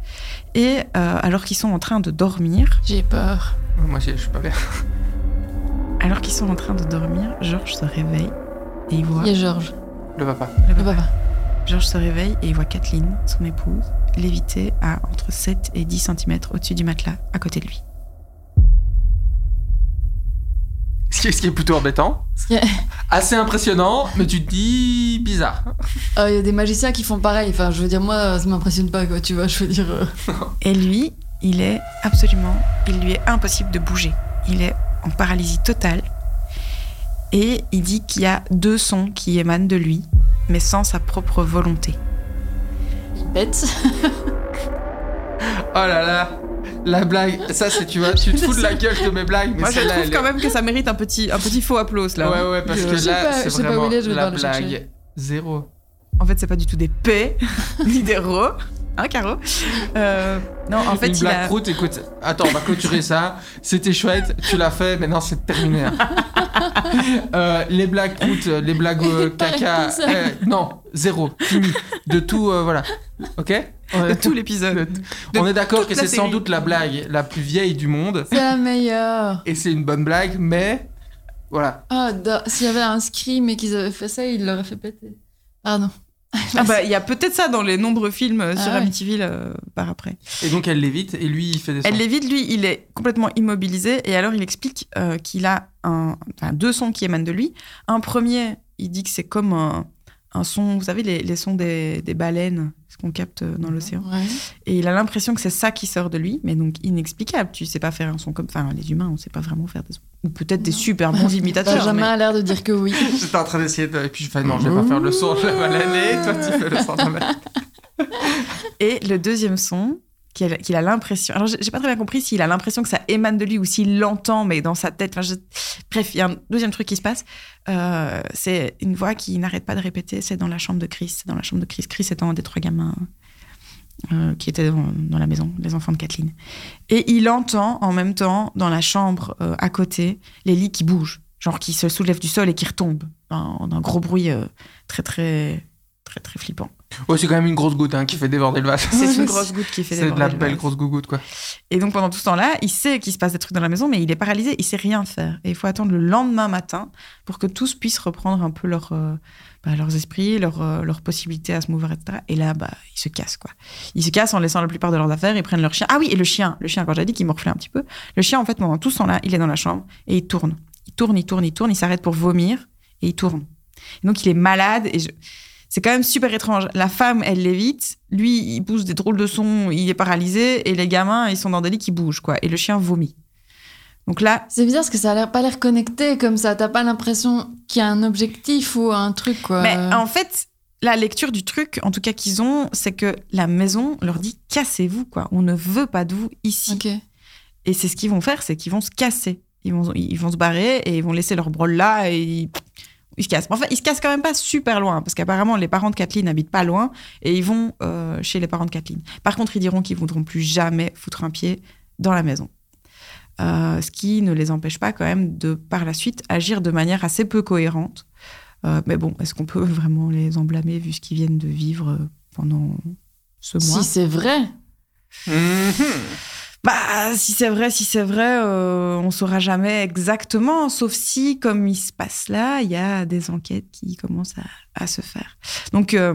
Speaker 3: Et euh, alors qu'ils sont en train de dormir,
Speaker 4: J'ai peur.
Speaker 2: Oh, Moi, je je suis pas bien.
Speaker 3: Alors qu'ils sont en train de dormir, Georges se réveille et il voit.
Speaker 4: Il y a Georges, Oh,
Speaker 2: Le
Speaker 4: bah,
Speaker 2: papa.
Speaker 3: le
Speaker 4: le
Speaker 3: papa.
Speaker 4: papa.
Speaker 3: Georges se réveille et il voit Kathleen, son épouse, léviter à entre 7 et 10 cm au-dessus du matelas, à côté de lui.
Speaker 2: Ce qui, ce qui est plutôt embêtant.
Speaker 4: Ce qui <laughs> est-
Speaker 2: Assez impressionnant, mais tu te dis bizarre. hein.
Speaker 4: Ah, Il y a des magiciens qui font pareil. Enfin, je veux dire, moi, ça m'impressionne pas, quoi. Tu vois, je veux dire. euh,
Speaker 3: Et lui, il est absolument. Il lui est impossible de bouger. Il est en paralysie totale. Et il dit qu'il y a deux sons qui émanent de lui, mais sans sa propre volonté.
Speaker 4: Bête.
Speaker 2: Oh là là. La blague, ça c'est tu vois, tu te fous de la gueule de mes blagues, mais celle-là, elle est-
Speaker 3: même que ça mérite un petit, un petit faux applause hein.
Speaker 2: Ouais ouais, parce
Speaker 4: Je
Speaker 2: que
Speaker 4: sais
Speaker 2: là
Speaker 4: pas- je
Speaker 2: c'est
Speaker 4: sais pas où
Speaker 2: vraiment
Speaker 4: il est, je vais
Speaker 2: la
Speaker 4: devoir le chercher.
Speaker 2: blague zéro.
Speaker 3: En fait, c'est pas du tout des
Speaker 4: <laughs>
Speaker 3: P, ni des RO, hein, Caro Euh, Non, en fait,
Speaker 2: Une
Speaker 3: il
Speaker 2: blague
Speaker 3: a...
Speaker 2: croûte, écoute, attends, on va clôturer ça. C'était chouette, tu l'as fait, maintenant c'est terminé. hein.
Speaker 4: <laughs>
Speaker 2: Euh, les blagues croûtes, les blagues euh,
Speaker 4: T'arrêtes
Speaker 2: caca,
Speaker 4: comme ça.
Speaker 2: euh, non, zéro, fini. De tout, euh, voilà. Ok
Speaker 3: de tout
Speaker 2: <laughs>
Speaker 3: l'épisode. de
Speaker 2: On est d'accord
Speaker 3: toute
Speaker 2: que
Speaker 3: la
Speaker 2: c'est sans
Speaker 3: série.
Speaker 2: doute la blague la plus vieille du monde,
Speaker 4: <laughs> C'est la meilleure.
Speaker 2: et c'est une bonne blague, mais voilà.
Speaker 4: Ah, da- s'il y avait un scream et qu'ils avaient fait ça, ils l'auraient fait péter. Pardon.
Speaker 3: Ah bah, il y a peut-être ça dans les nombreux films euh,
Speaker 4: Ah
Speaker 3: sur
Speaker 4: ouais.
Speaker 3: Amityville euh, par après.
Speaker 2: Et donc elle l'évite, et lui il fait des sons.
Speaker 3: Elle l'évite, lui, il est complètement immobilisé, et alors il explique euh, qu'il a un, enfin, deux sons qui émanent de lui. Un premier, il dit que c'est comme un, un son, vous savez, les, les sons des, des baleines, ce qu'on capte euh, dans l'océan.
Speaker 4: Ouais.
Speaker 3: Et il a l'impression que c'est ça qui sort de lui, mais donc inexplicable. Tu sais pas faire un son comme. Enfin, les humains, on sait pas vraiment faire des sons. Ou peut-être des
Speaker 4: Non.
Speaker 3: super bons imitateurs.
Speaker 4: <laughs> Benjamin
Speaker 3: mais-
Speaker 4: a l'air de dire que oui.
Speaker 2: J'étais en train d'essayer de. Et puis je fais non, je vais pas faire le son de la baleine et toi tu fais le son de la baleine.
Speaker 3: Et le deuxième son, qu'il a- qu'il a l'impression. Alors, j'ai j'ai pas très bien compris s'il a l'impression que ça émane de lui ou s'il l'entend, mais dans sa tête. Enfin, je- Bref, il y a un deuxième truc qui se passe. Euh, c'est une voix qui n'arrête pas de répéter c'est dans la chambre de Chris. C'est dans la chambre de Chris. Chris étant un des trois gamins euh, qui étaient dans, dans la maison, les enfants de Kathleen. Et il entend en même temps, dans la chambre euh, à côté, les lits qui bougent, genre qui se soulèvent du sol et qui retombent. Un, un gros bruit euh, très, très, très, très flippant.
Speaker 2: Ouais, c'est quand même une grosse goutte hein, qui fait déborder le vase. <laughs>
Speaker 3: C'est une grosse goutte qui fait
Speaker 2: C'est de la
Speaker 3: déborder le
Speaker 2: belle
Speaker 3: vase.
Speaker 2: grosse gougoute quoi.
Speaker 3: Et donc pendant tout ce temps-là, il sait qu'il se passe des trucs dans la maison, mais il est paralysé, il sait rien faire. Et il faut attendre le lendemain matin pour que tous puissent reprendre un peu leur, euh, bah, leurs esprits, leur, euh, leurs possibilités à se mouvoir, etc. Et là, bah, ils se cassent, quoi. Ils se cassent en laissant la plupart de leurs affaires, ils prennent leur chien. Ah oui, et le chien, le chien, quand j'ai dit qu'il morflait un petit peu, le chien, en fait, pendant tout ce temps-là, il est dans la chambre et il tourne. Il tourne, il tourne, il tourne, il s'arrête pour vomir et il tourne. Et donc il est malade et je- c'est quand même super étrange. La femme, elle l'évite, lui, il pousse des drôles de sons, il est paralysé et les gamins, ils sont dans des lits qui bougent quoi. Et le chien vomit. Donc là,
Speaker 4: C'est bizarre parce que ça a l'air pas l'air connecté comme ça. T'as pas l'impression qu'il y a un objectif ou un truc quoi.
Speaker 3: mais en fait, la lecture du truc, en tout cas qu'ils ont, c'est que la maison leur dit cassez-vous quoi. On ne veut pas de vous ici.
Speaker 4: Euh, Ok.
Speaker 3: Et c'est ce qu'ils vont faire, c'est qu'ils vont se casser. Ils vont, ils vont se barrer et ils vont laisser leur brol là et ils, ils se cassent. Mais Enfin, ils se cassent quand même pas super loin parce qu'apparemment les parents de Kathleen n'habitent pas loin et ils vont euh, chez les parents de Kathleen. Par contre, ils diront qu'ils voudront plus jamais foutre un pied dans la maison. Euh, ce qui ne les empêche pas quand même de par la suite agir de manière assez peu cohérente. Euh, mais bon, est-ce qu'on peut <laughs> vraiment les en blâmer vu ce qu'ils viennent de vivre euh, pendant ce mois
Speaker 4: Si c'est vrai.
Speaker 2: Mhm.
Speaker 3: bah, si c'est vrai, si c'est vrai, euh, on saura jamais exactement, sauf si, comme il se passe là, il y a des enquêtes qui commencent à, à se faire. Donc, euh,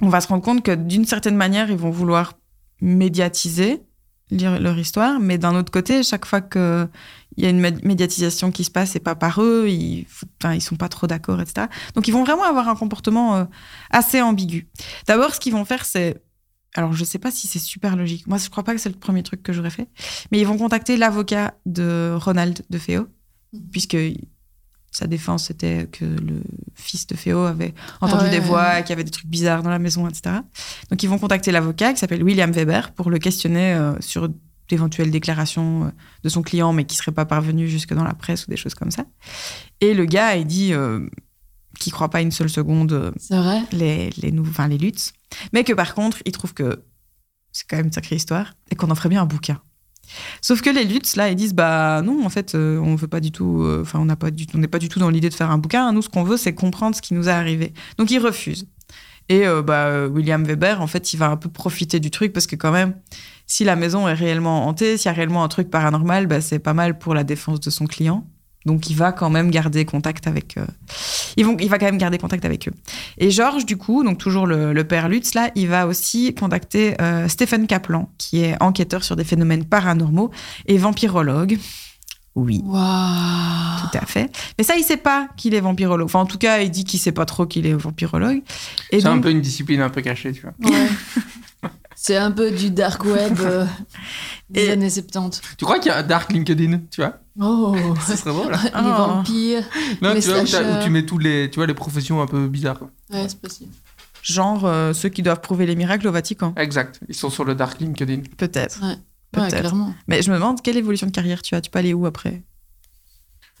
Speaker 3: on va se rendre compte que d'une certaine manière, ils vont vouloir médiatiser leur leur histoire, mais d'un autre côté, chaque fois que il y a une médi- médiatisation qui se passe, c'est pas par eux, ils, foutent- enfin, ils sont pas trop d'accord, etc. Donc, ils vont vraiment avoir un comportement euh, assez ambigu. D'abord, ce qu'ils vont faire, c'est alors, je sais pas si c'est super logique. Moi, je crois pas que c'est le premier truc que j'aurais fait. Mais ils vont contacter l'avocat de Ronald de Féo,
Speaker 4: Mhm.
Speaker 3: puisque sa défense c'était que le fils de Féo avait entendu
Speaker 4: Ah ouais,
Speaker 3: des
Speaker 4: ouais,
Speaker 3: voix, qu'il y avait des trucs bizarres dans la maison, etc. Donc, ils vont contacter l'avocat qui s'appelle William Weber pour le questionner euh, sur d'éventuelles déclarations euh, de son client, mais qui serait pas parvenu jusque dans la presse ou des choses comme ça. Et le gars, il dit euh, qu'il croit pas une seule seconde. euh,
Speaker 4: C'est vrai.
Speaker 3: les, les, nouveaux, enfin, les luttes. Mais que par contre, ils trouvent que c'est quand même une sacrée histoire et qu'on en ferait bien un bouquin. Sauf que les luttes, là, ils disent bah non, en fait, euh, on veut pas du tout, euh, enfin, on n'a pas du tout, on n'est pas du tout dans l'idée de faire un bouquin. Nous, ce qu'on veut, c'est comprendre ce qui nous est arrivé. Donc, ils refusent. Et euh, bah, euh, William Weber, en fait, il va un peu profiter du truc parce que quand même, si la maison est réellement hantée, s'il y a réellement un truc paranormal, bah, c'est pas mal pour la défense de son client. Donc, il va quand même garder contact avec. euh, ils vont, il va quand même garder contact avec eux. Et Georges, du coup, donc toujours le, le père Lutz, là, il va aussi contacter euh, Stéphane Kaplan, qui est enquêteur sur des phénomènes paranormaux et vampirologue. Oui.
Speaker 4: Waouh.
Speaker 3: Tout à fait. Mais ça, il sait pas qu'il est vampirologue. Enfin, en tout cas, il dit qu'il sait pas trop qu'il est vampirologue. Et
Speaker 2: C'est un
Speaker 3: donc,
Speaker 2: peu une discipline un peu cachée, tu vois. <laughs>
Speaker 4: Ouais. c'est un peu du dark web euh, des
Speaker 3: Et-
Speaker 4: années 70.
Speaker 2: Tu crois qu'il y a un dark LinkedIn, tu vois
Speaker 3: <laughs>
Speaker 4: Oh.
Speaker 2: <laughs> Ce serait drôle. hein.
Speaker 4: Les
Speaker 3: Ah.
Speaker 4: vampires.
Speaker 2: Non,
Speaker 4: Mais
Speaker 2: tu vois, où, t'as-
Speaker 4: slash,
Speaker 2: où tu mets tous les, tu vois, les professions un peu bizarres. quoi.
Speaker 4: Ouais, c'est possible.
Speaker 3: genre, euh, ceux qui doivent prouver les miracles au Vatican.
Speaker 2: Exact. Ils sont sur le dark LinkedIn.
Speaker 3: Peut-être.
Speaker 4: Ouais,
Speaker 3: Peut-être.
Speaker 4: clairement.
Speaker 3: Mais je me demande quelle évolution de carrière tu as. Tu peux aller où après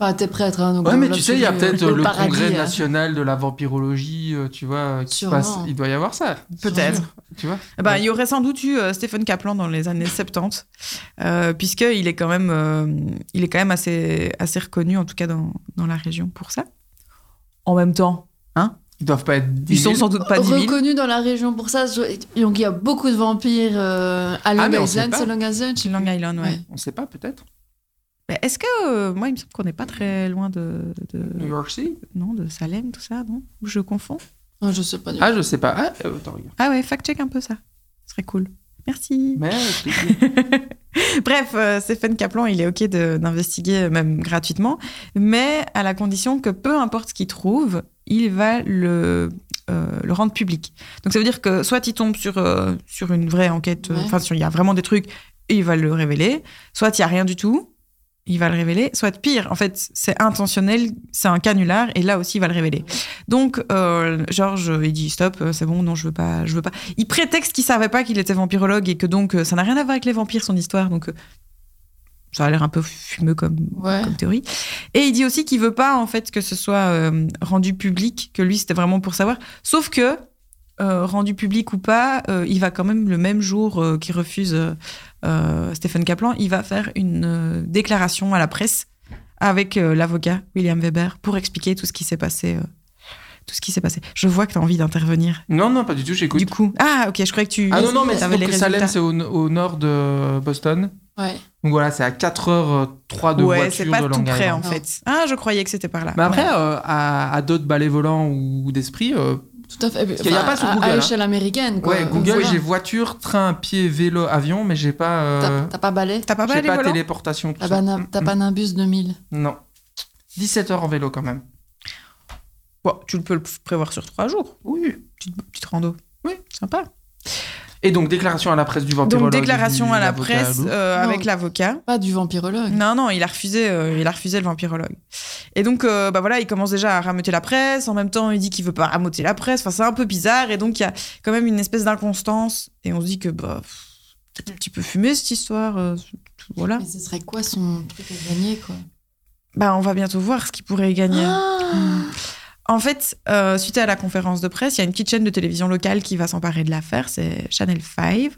Speaker 4: Enfin, t'es prêtre, hein, donc.
Speaker 2: Ouais,
Speaker 4: dans
Speaker 2: mais tu sais, il y a
Speaker 4: l'absolu,
Speaker 2: peut-être euh, le,
Speaker 4: paradis,
Speaker 2: congrès
Speaker 4: hein.
Speaker 2: national de la vampirologie, euh, tu vois, qui se
Speaker 4: Sûrement.
Speaker 2: passe. Il doit y avoir ça,
Speaker 3: Peut-être.
Speaker 2: tu vois.
Speaker 3: Eh ben,
Speaker 2: Ouais.
Speaker 3: il y aurait sans doute eu euh, Stéphane Kaplan dans les années 70, euh, puisqu'il est quand même, euh, il est quand même assez, assez reconnu, en tout cas dans, dans la région, pour ça. En même temps,
Speaker 2: Ils doivent pas être. 10
Speaker 3: ils
Speaker 2: 000.
Speaker 3: sont sans doute pas 10 000.
Speaker 4: reconnu dans la région pour ça. je- Donc il y a beaucoup de vampires euh, à Long
Speaker 2: Ah, mais on sait
Speaker 4: Island,
Speaker 2: pas.
Speaker 4: c'est Long Island. je sais
Speaker 3: Long
Speaker 4: plus.
Speaker 3: Island, ouais.
Speaker 4: Ouais.
Speaker 2: On sait pas, peut-être.
Speaker 3: Mais Est-ce que, euh, moi, il me semble qu'on n'est pas très loin de,
Speaker 2: New
Speaker 3: de,
Speaker 2: York City
Speaker 3: non, de Salem, tout ça, non Ou Je confonds
Speaker 4: Non, Oh, je sais pas. du
Speaker 2: Ah, je sais pas. Ah, euh, attends, regarde.
Speaker 3: Ah ouais, fact-check un peu ça. Ce serait cool. Merci.
Speaker 2: Mais, euh,
Speaker 4: <laughs>
Speaker 3: <laughs> Bref, euh, Stéphane Kaplan, il est OK de- d'investiguer euh, même gratuitement, mais à la condition que peu importe ce qu'il trouve, il va le euh, le rendre public. Donc ça veut dire que soit il tombe sur, euh, sur une vraie enquête, euh,
Speaker 4: Ouais.
Speaker 3: enfin sur- il y a vraiment des trucs et il va le révéler, soit il y a rien du tout, il va le révéler, soit pire, en fait c'est intentionnel, c'est un canular et là aussi il va le révéler. Donc euh, Georges il dit stop, euh, c'est bon, non je veux pas, je veux pas. Il prétexte qu'il savait pas qu'il était vampirologue et que donc euh, ça n'a rien à voir avec les vampires son histoire, donc euh, ça a l'air un peu fumeux comme
Speaker 4: Ouais.
Speaker 3: comme théorie. Et il dit aussi qu'il veut pas en fait que ce soit euh, rendu public, que lui c'était vraiment pour savoir. Sauf que euh, rendu public ou pas, euh, il va quand même le même jour euh, qu'il refuse euh, euh, Stéphane Kaplan, il va faire une euh, déclaration à la presse avec euh, l'avocat William Weber pour expliquer tout ce qui s'est passé. euh, tout ce qui s'est passé. Je vois que tu as envie d'intervenir.
Speaker 2: Non, non, pas du tout, j'écoute.
Speaker 3: Du coup, ah ok, je croyais que tu
Speaker 2: Ah non, non, mais
Speaker 3: t'avais
Speaker 2: donc
Speaker 3: les
Speaker 2: Salem,
Speaker 3: résultats.
Speaker 2: c'est au, au nord de euh, Boston.
Speaker 4: Ouais.
Speaker 2: Donc voilà, c'est à 4h03 de
Speaker 3: ouais,
Speaker 2: voiture
Speaker 3: c'est pas
Speaker 2: de
Speaker 3: tout
Speaker 2: Long
Speaker 3: près en
Speaker 2: Island.
Speaker 4: Non.
Speaker 3: fait. Ah, je croyais que c'était par là.
Speaker 2: Mais après,
Speaker 3: Ouais.
Speaker 2: euh, à, à d'autres balais volants ou d'esprit, euh,
Speaker 4: Tout à fait.
Speaker 2: qu'il y a pas sur
Speaker 4: à-
Speaker 2: Google,
Speaker 4: À
Speaker 2: hein.
Speaker 4: échelle américaine, quoi.
Speaker 2: ouais, Google, j'ai voiture, train, pied, vélo, avion, mais j'ai pas,
Speaker 4: T'as
Speaker 2: euh,
Speaker 4: t'as pas balai
Speaker 3: T'as pas
Speaker 2: j'ai
Speaker 3: mal les
Speaker 2: pas
Speaker 3: volants
Speaker 2: téléportation. tout
Speaker 4: T'as
Speaker 2: ça. Mm.
Speaker 4: pas na- Ah bah, t'as pas Nimbus 2000
Speaker 2: Non. 17h en vélo quand même.
Speaker 3: Bon, tu le peux le prévoir sur trois jours.
Speaker 2: Oui.
Speaker 3: Petite, petite rando.
Speaker 2: Oui.
Speaker 3: Sympa.
Speaker 2: Et donc, déclaration à la presse du
Speaker 3: Donc,
Speaker 2: vampirologue.
Speaker 3: déclaration
Speaker 2: du-
Speaker 3: à la
Speaker 2: l'avocat
Speaker 3: presse
Speaker 2: Lou.
Speaker 3: euh,
Speaker 4: Non.
Speaker 3: avec l'avocat.
Speaker 4: Pas du vampirologue.
Speaker 3: Non, non, il a refusé, euh, il a refusé le vampirologue. Et donc, euh, bah voilà, il commence déjà à rameuter la presse. En même temps, il dit qu'il veut pas rameuter la presse. Enfin, c'est un peu bizarre. Et donc, il y a quand même une espèce d'inconstance. Et on se dit que, bah, pff, peut-être un petit peu fumé cette histoire. euh, voilà.
Speaker 4: Mais ce serait quoi son truc à gagner, quoi
Speaker 3: Bah, on va bientôt voir ce qu'il pourrait gagner.
Speaker 4: Ah
Speaker 3: En fait, euh, suite à la conférence de presse, il y a une petite chaîne de télévision locale qui va s'emparer de l'affaire, c'est Channel 5,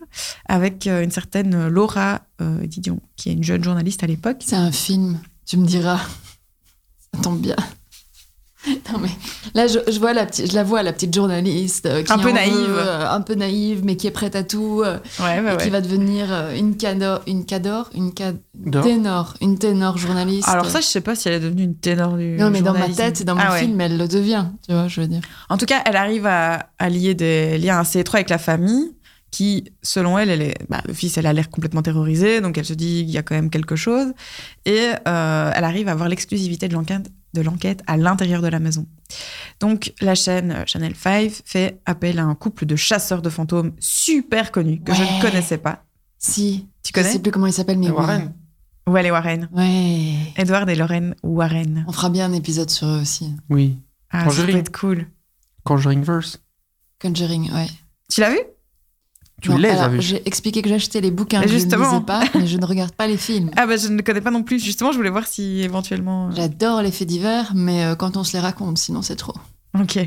Speaker 3: avec euh, une certaine Laura euh, Didion, qui est une jeune journaliste à l'époque.
Speaker 4: C'est un film, tu me diras. <laughs> Ça tombe bien. <laughs> Non mais là je, je vois la petite, je la vois la petite journaliste euh, qui
Speaker 3: Un peu
Speaker 4: en
Speaker 3: naïve.
Speaker 4: veut, euh, un peu naïve mais qui est prête à tout, euh,
Speaker 3: Ouais,
Speaker 4: et qui va devenir euh, une cador, une cador, une ca-
Speaker 2: Dehors.
Speaker 4: ténor, une ténor journaliste.
Speaker 3: Alors ça, je sais pas si elle est devenue une ténor du
Speaker 4: non mais dans ma
Speaker 3: journalisme.
Speaker 4: tête et dans mon
Speaker 3: Ah ouais.
Speaker 4: film elle le devient, tu vois, je veux dire.
Speaker 3: En tout cas, elle arrive à, à lier des liens assez étroits avec la famille, qui, selon elle, elle est, bah, le fils, elle a l'air complètement terrorisée, donc elle se dit qu'il y a quand même quelque chose. Et euh, elle arrive à avoir l'exclusivité de l'enquête de l'enquête à l'intérieur de la maison. Donc la chaîne euh, Channel 5 fait appel à un couple de chasseurs de fantômes super connus que je
Speaker 4: Ouais.
Speaker 3: ne connaissais pas.
Speaker 4: Si
Speaker 3: Tu
Speaker 4: je
Speaker 3: connais
Speaker 4: sais plus comment il s'appelle mais oui.
Speaker 2: Warren.
Speaker 3: Well et Warren.
Speaker 4: Ouais.
Speaker 3: Edward et Lorraine Warren.
Speaker 4: On fera bien un épisode sur eux aussi.
Speaker 2: Oui.
Speaker 3: Ah, ça
Speaker 2: Conjuring.
Speaker 3: peut être cool.
Speaker 2: Conjuring Verse.
Speaker 4: Conjuring, ouais.
Speaker 3: Tu l'as vu
Speaker 2: Tu
Speaker 4: Non,
Speaker 2: les as
Speaker 4: alors,
Speaker 2: vus.
Speaker 4: J'ai expliqué que j'achetais les bouquins,
Speaker 3: Mais
Speaker 4: que je ne
Speaker 3: justement.
Speaker 4: lisais pas, mais je ne regarde pas les films.
Speaker 3: Ah bah je ne le connais pas non plus. Justement, je voulais voir si éventuellement... euh,
Speaker 4: J'adore les faits divers, mais euh, quand on se les raconte, sinon c'est trop.
Speaker 3: Ok.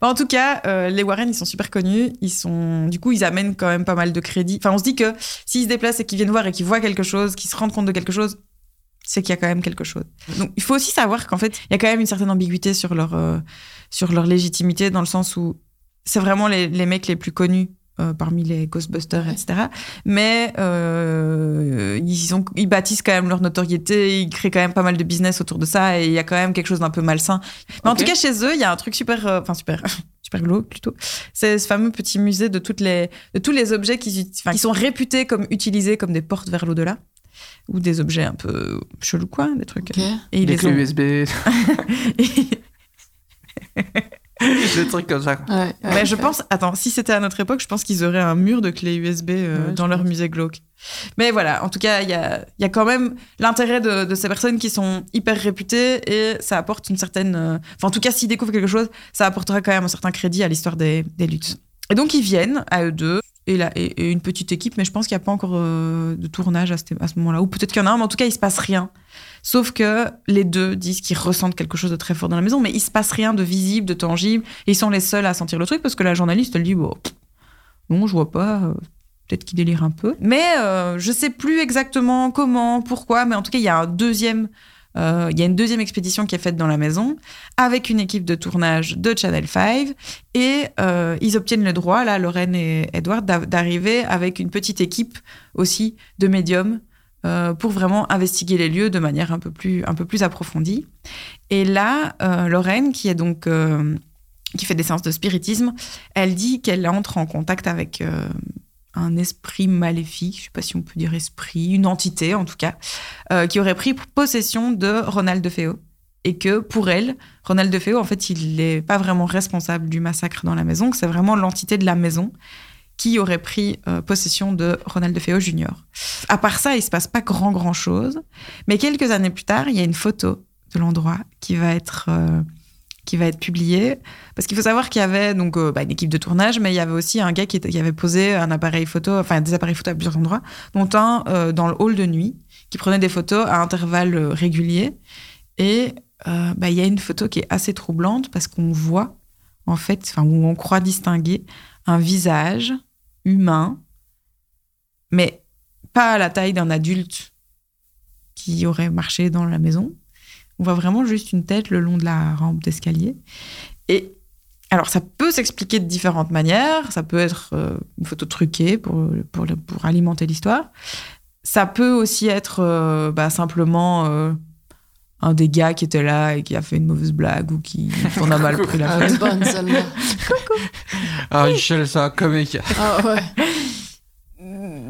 Speaker 3: Bah, en tout cas, euh, les Warren, ils sont super connus. Ils sont, du coup, ils amènent quand même pas mal de crédit. Enfin, on se dit que s'ils se déplacent et qu'ils viennent voir et qu'ils voient quelque chose, qu'ils se rendent compte de quelque chose, c'est qu'il y a quand même quelque chose. Donc, il faut aussi savoir qu'en fait, il y a quand même une certaine ambiguïté sur leur, euh, sur leur légitimité, dans le sens où c'est vraiment les, les mecs les plus connus. euh, parmi les Ghostbusters,
Speaker 4: Ouais.
Speaker 3: etc. Mais euh, ils, ont, ils bâtissent quand même leur notoriété, ils créent quand même pas mal de business autour de ça, et il y a quand même quelque chose d'un peu malsain. Mais en
Speaker 2: Ok.
Speaker 3: tout cas, chez eux, il y a un truc super, euh, enfin super, <laughs> super glauque plutôt. C'est ce fameux petit musée de toutes les, de tous les objets qui, uti- enfin, qui sont réputés comme utilisés comme des portes vers l'au-delà ou des objets un peu chelous quoi, des trucs.
Speaker 4: Ok.
Speaker 3: Et ils
Speaker 2: Les
Speaker 3: les ont-
Speaker 2: clés <laughs> USB.
Speaker 3: <laughs>
Speaker 2: Des trucs comme ça. quoi.
Speaker 4: Ouais, ouais,
Speaker 3: Mais je
Speaker 4: ouais.
Speaker 3: pense, attends, si c'était à notre époque, je pense qu'ils auraient un mur de clés USB euh,
Speaker 2: Ouais,
Speaker 3: dans
Speaker 2: je
Speaker 3: leur
Speaker 2: pense.
Speaker 3: musée glauque. Mais voilà, en tout cas, il y a, il y a quand même l'intérêt de, de ces personnes qui sont hyper réputées et ça apporte une certaine. euh, Enfin, en tout cas, s'ils découvrent quelque chose, ça apportera quand même un certain crédit à l'histoire des, des luttes. Et donc, ils viennent à eux deux. Et, là, et, et une petite équipe, mais je pense qu'il n'y a pas encore euh, de tournage à, cette- à ce moment-là. Ou peut-être qu'il y en a un, mais en tout cas, il se passe rien. Sauf que les deux disent qu'ils ressentent quelque chose de très fort dans la maison, mais il se passe rien de visible, de tangible. Et ils sont les seuls à sentir le truc parce que la journaliste, elle dit bon, pff, non, je vois pas. euh, Peut-être qu'il délire un peu. Mais euh, je sais plus exactement comment, pourquoi, mais en tout cas, il y a un deuxième. euh, Il y a une deuxième expédition qui est faite dans la maison avec une équipe de tournage de Channel 5 et euh, ils obtiennent le droit, là, Lorraine et Edward, d'a- d'arriver avec une petite équipe aussi de médiums euh, pour vraiment investiguer les lieux de manière un peu plus, un peu plus approfondie. Et là, euh, Lorraine, qui est donc euh, qui fait des séances de spiritisme, elle dit qu'elle entre en contact avec euh, un esprit maléfique, je sais pas si on peut dire esprit, une entité en tout cas, euh, qui aurait pris possession de Ronald DeFeo, et que pour elle, Ronald DeFeo, en fait, il n'est pas vraiment responsable du massacre dans la maison, que c'est vraiment l'entité de la maison qui aurait pris euh, possession de Ronald DeFeo Jr. À part ça, il se passe pas grand grand chose, mais quelques années plus tard, il y a une photo de l'endroit qui va être euh, qui va être publiée parce qu'il faut savoir qu'il y avait donc euh, bah, une équipe de tournage, mais il y avait aussi un gars qui, était- qui avait posé un appareil photo, enfin des appareils photo à plusieurs endroits, dont un euh, dans le hall de nuit qui prenait des photos à intervalles euh, réguliers et euh, bah, il y a une photo qui est assez troublante parce qu'on voit en fait, enfin où on croit distinguer un visage humain, mais pas à la taille d'un adulte qui aurait marché dans la maison. On voit vraiment juste une tête le long de la rampe d'escalier. Et alors, ça peut s'expliquer de différentes manières. Ça peut être euh, une photo truquée pour, pour, le- pour alimenter l'histoire. Ça peut aussi être euh, bah, simplement euh, un des gars qui était là et qui a fait une mauvaise blague ou qui on a mal pris la
Speaker 4: Ah,
Speaker 3: photo.
Speaker 4: elle est bonne, celle-là.
Speaker 2: Ah, Michel, ça, comique.
Speaker 4: Ah ouais.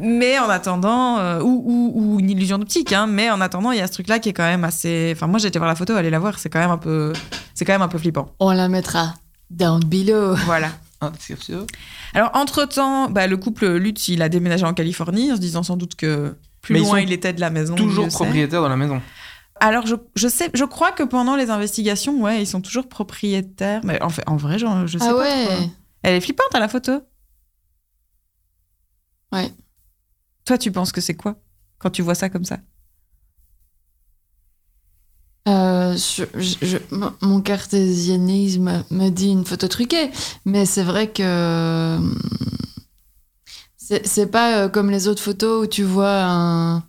Speaker 3: Mais en attendant, euh, ou, ou- ou une illusion d'optique, hein, mais en attendant, il y a ce truc-là qui est quand même assez. Enfin, moi, j'ai été voir la photo, allez la voir, c'est quand même un peu, c'est quand même un peu flippant.
Speaker 4: On la mettra down below.
Speaker 3: Voilà.
Speaker 2: Un description.
Speaker 3: Alors, entre temps, le couple Lutz, il a déménagé en Californie, en se disant sans doute que plus
Speaker 2: Mais ils
Speaker 3: loin
Speaker 2: sont
Speaker 3: il était de la maison.
Speaker 2: Toujours
Speaker 3: mieux c'est.
Speaker 2: propriétaire dans la maison.
Speaker 3: Alors, je, je sais, je crois que pendant les investigations, ouais, ils sont toujours propriétaires. Mais en fait, en vrai, genre, je sais
Speaker 4: Ah
Speaker 3: pas.
Speaker 4: ouais.
Speaker 3: trop. Elle est flippante à la photo.
Speaker 4: Ouais.
Speaker 3: Toi, tu penses que c'est quoi quand tu vois ça comme ça
Speaker 4: Euh, je- je- je- mon- mon cartésianisme me dit une photo truquée, mais c'est vrai que hum, c'est c'est pas euh, comme les autres photos où tu vois un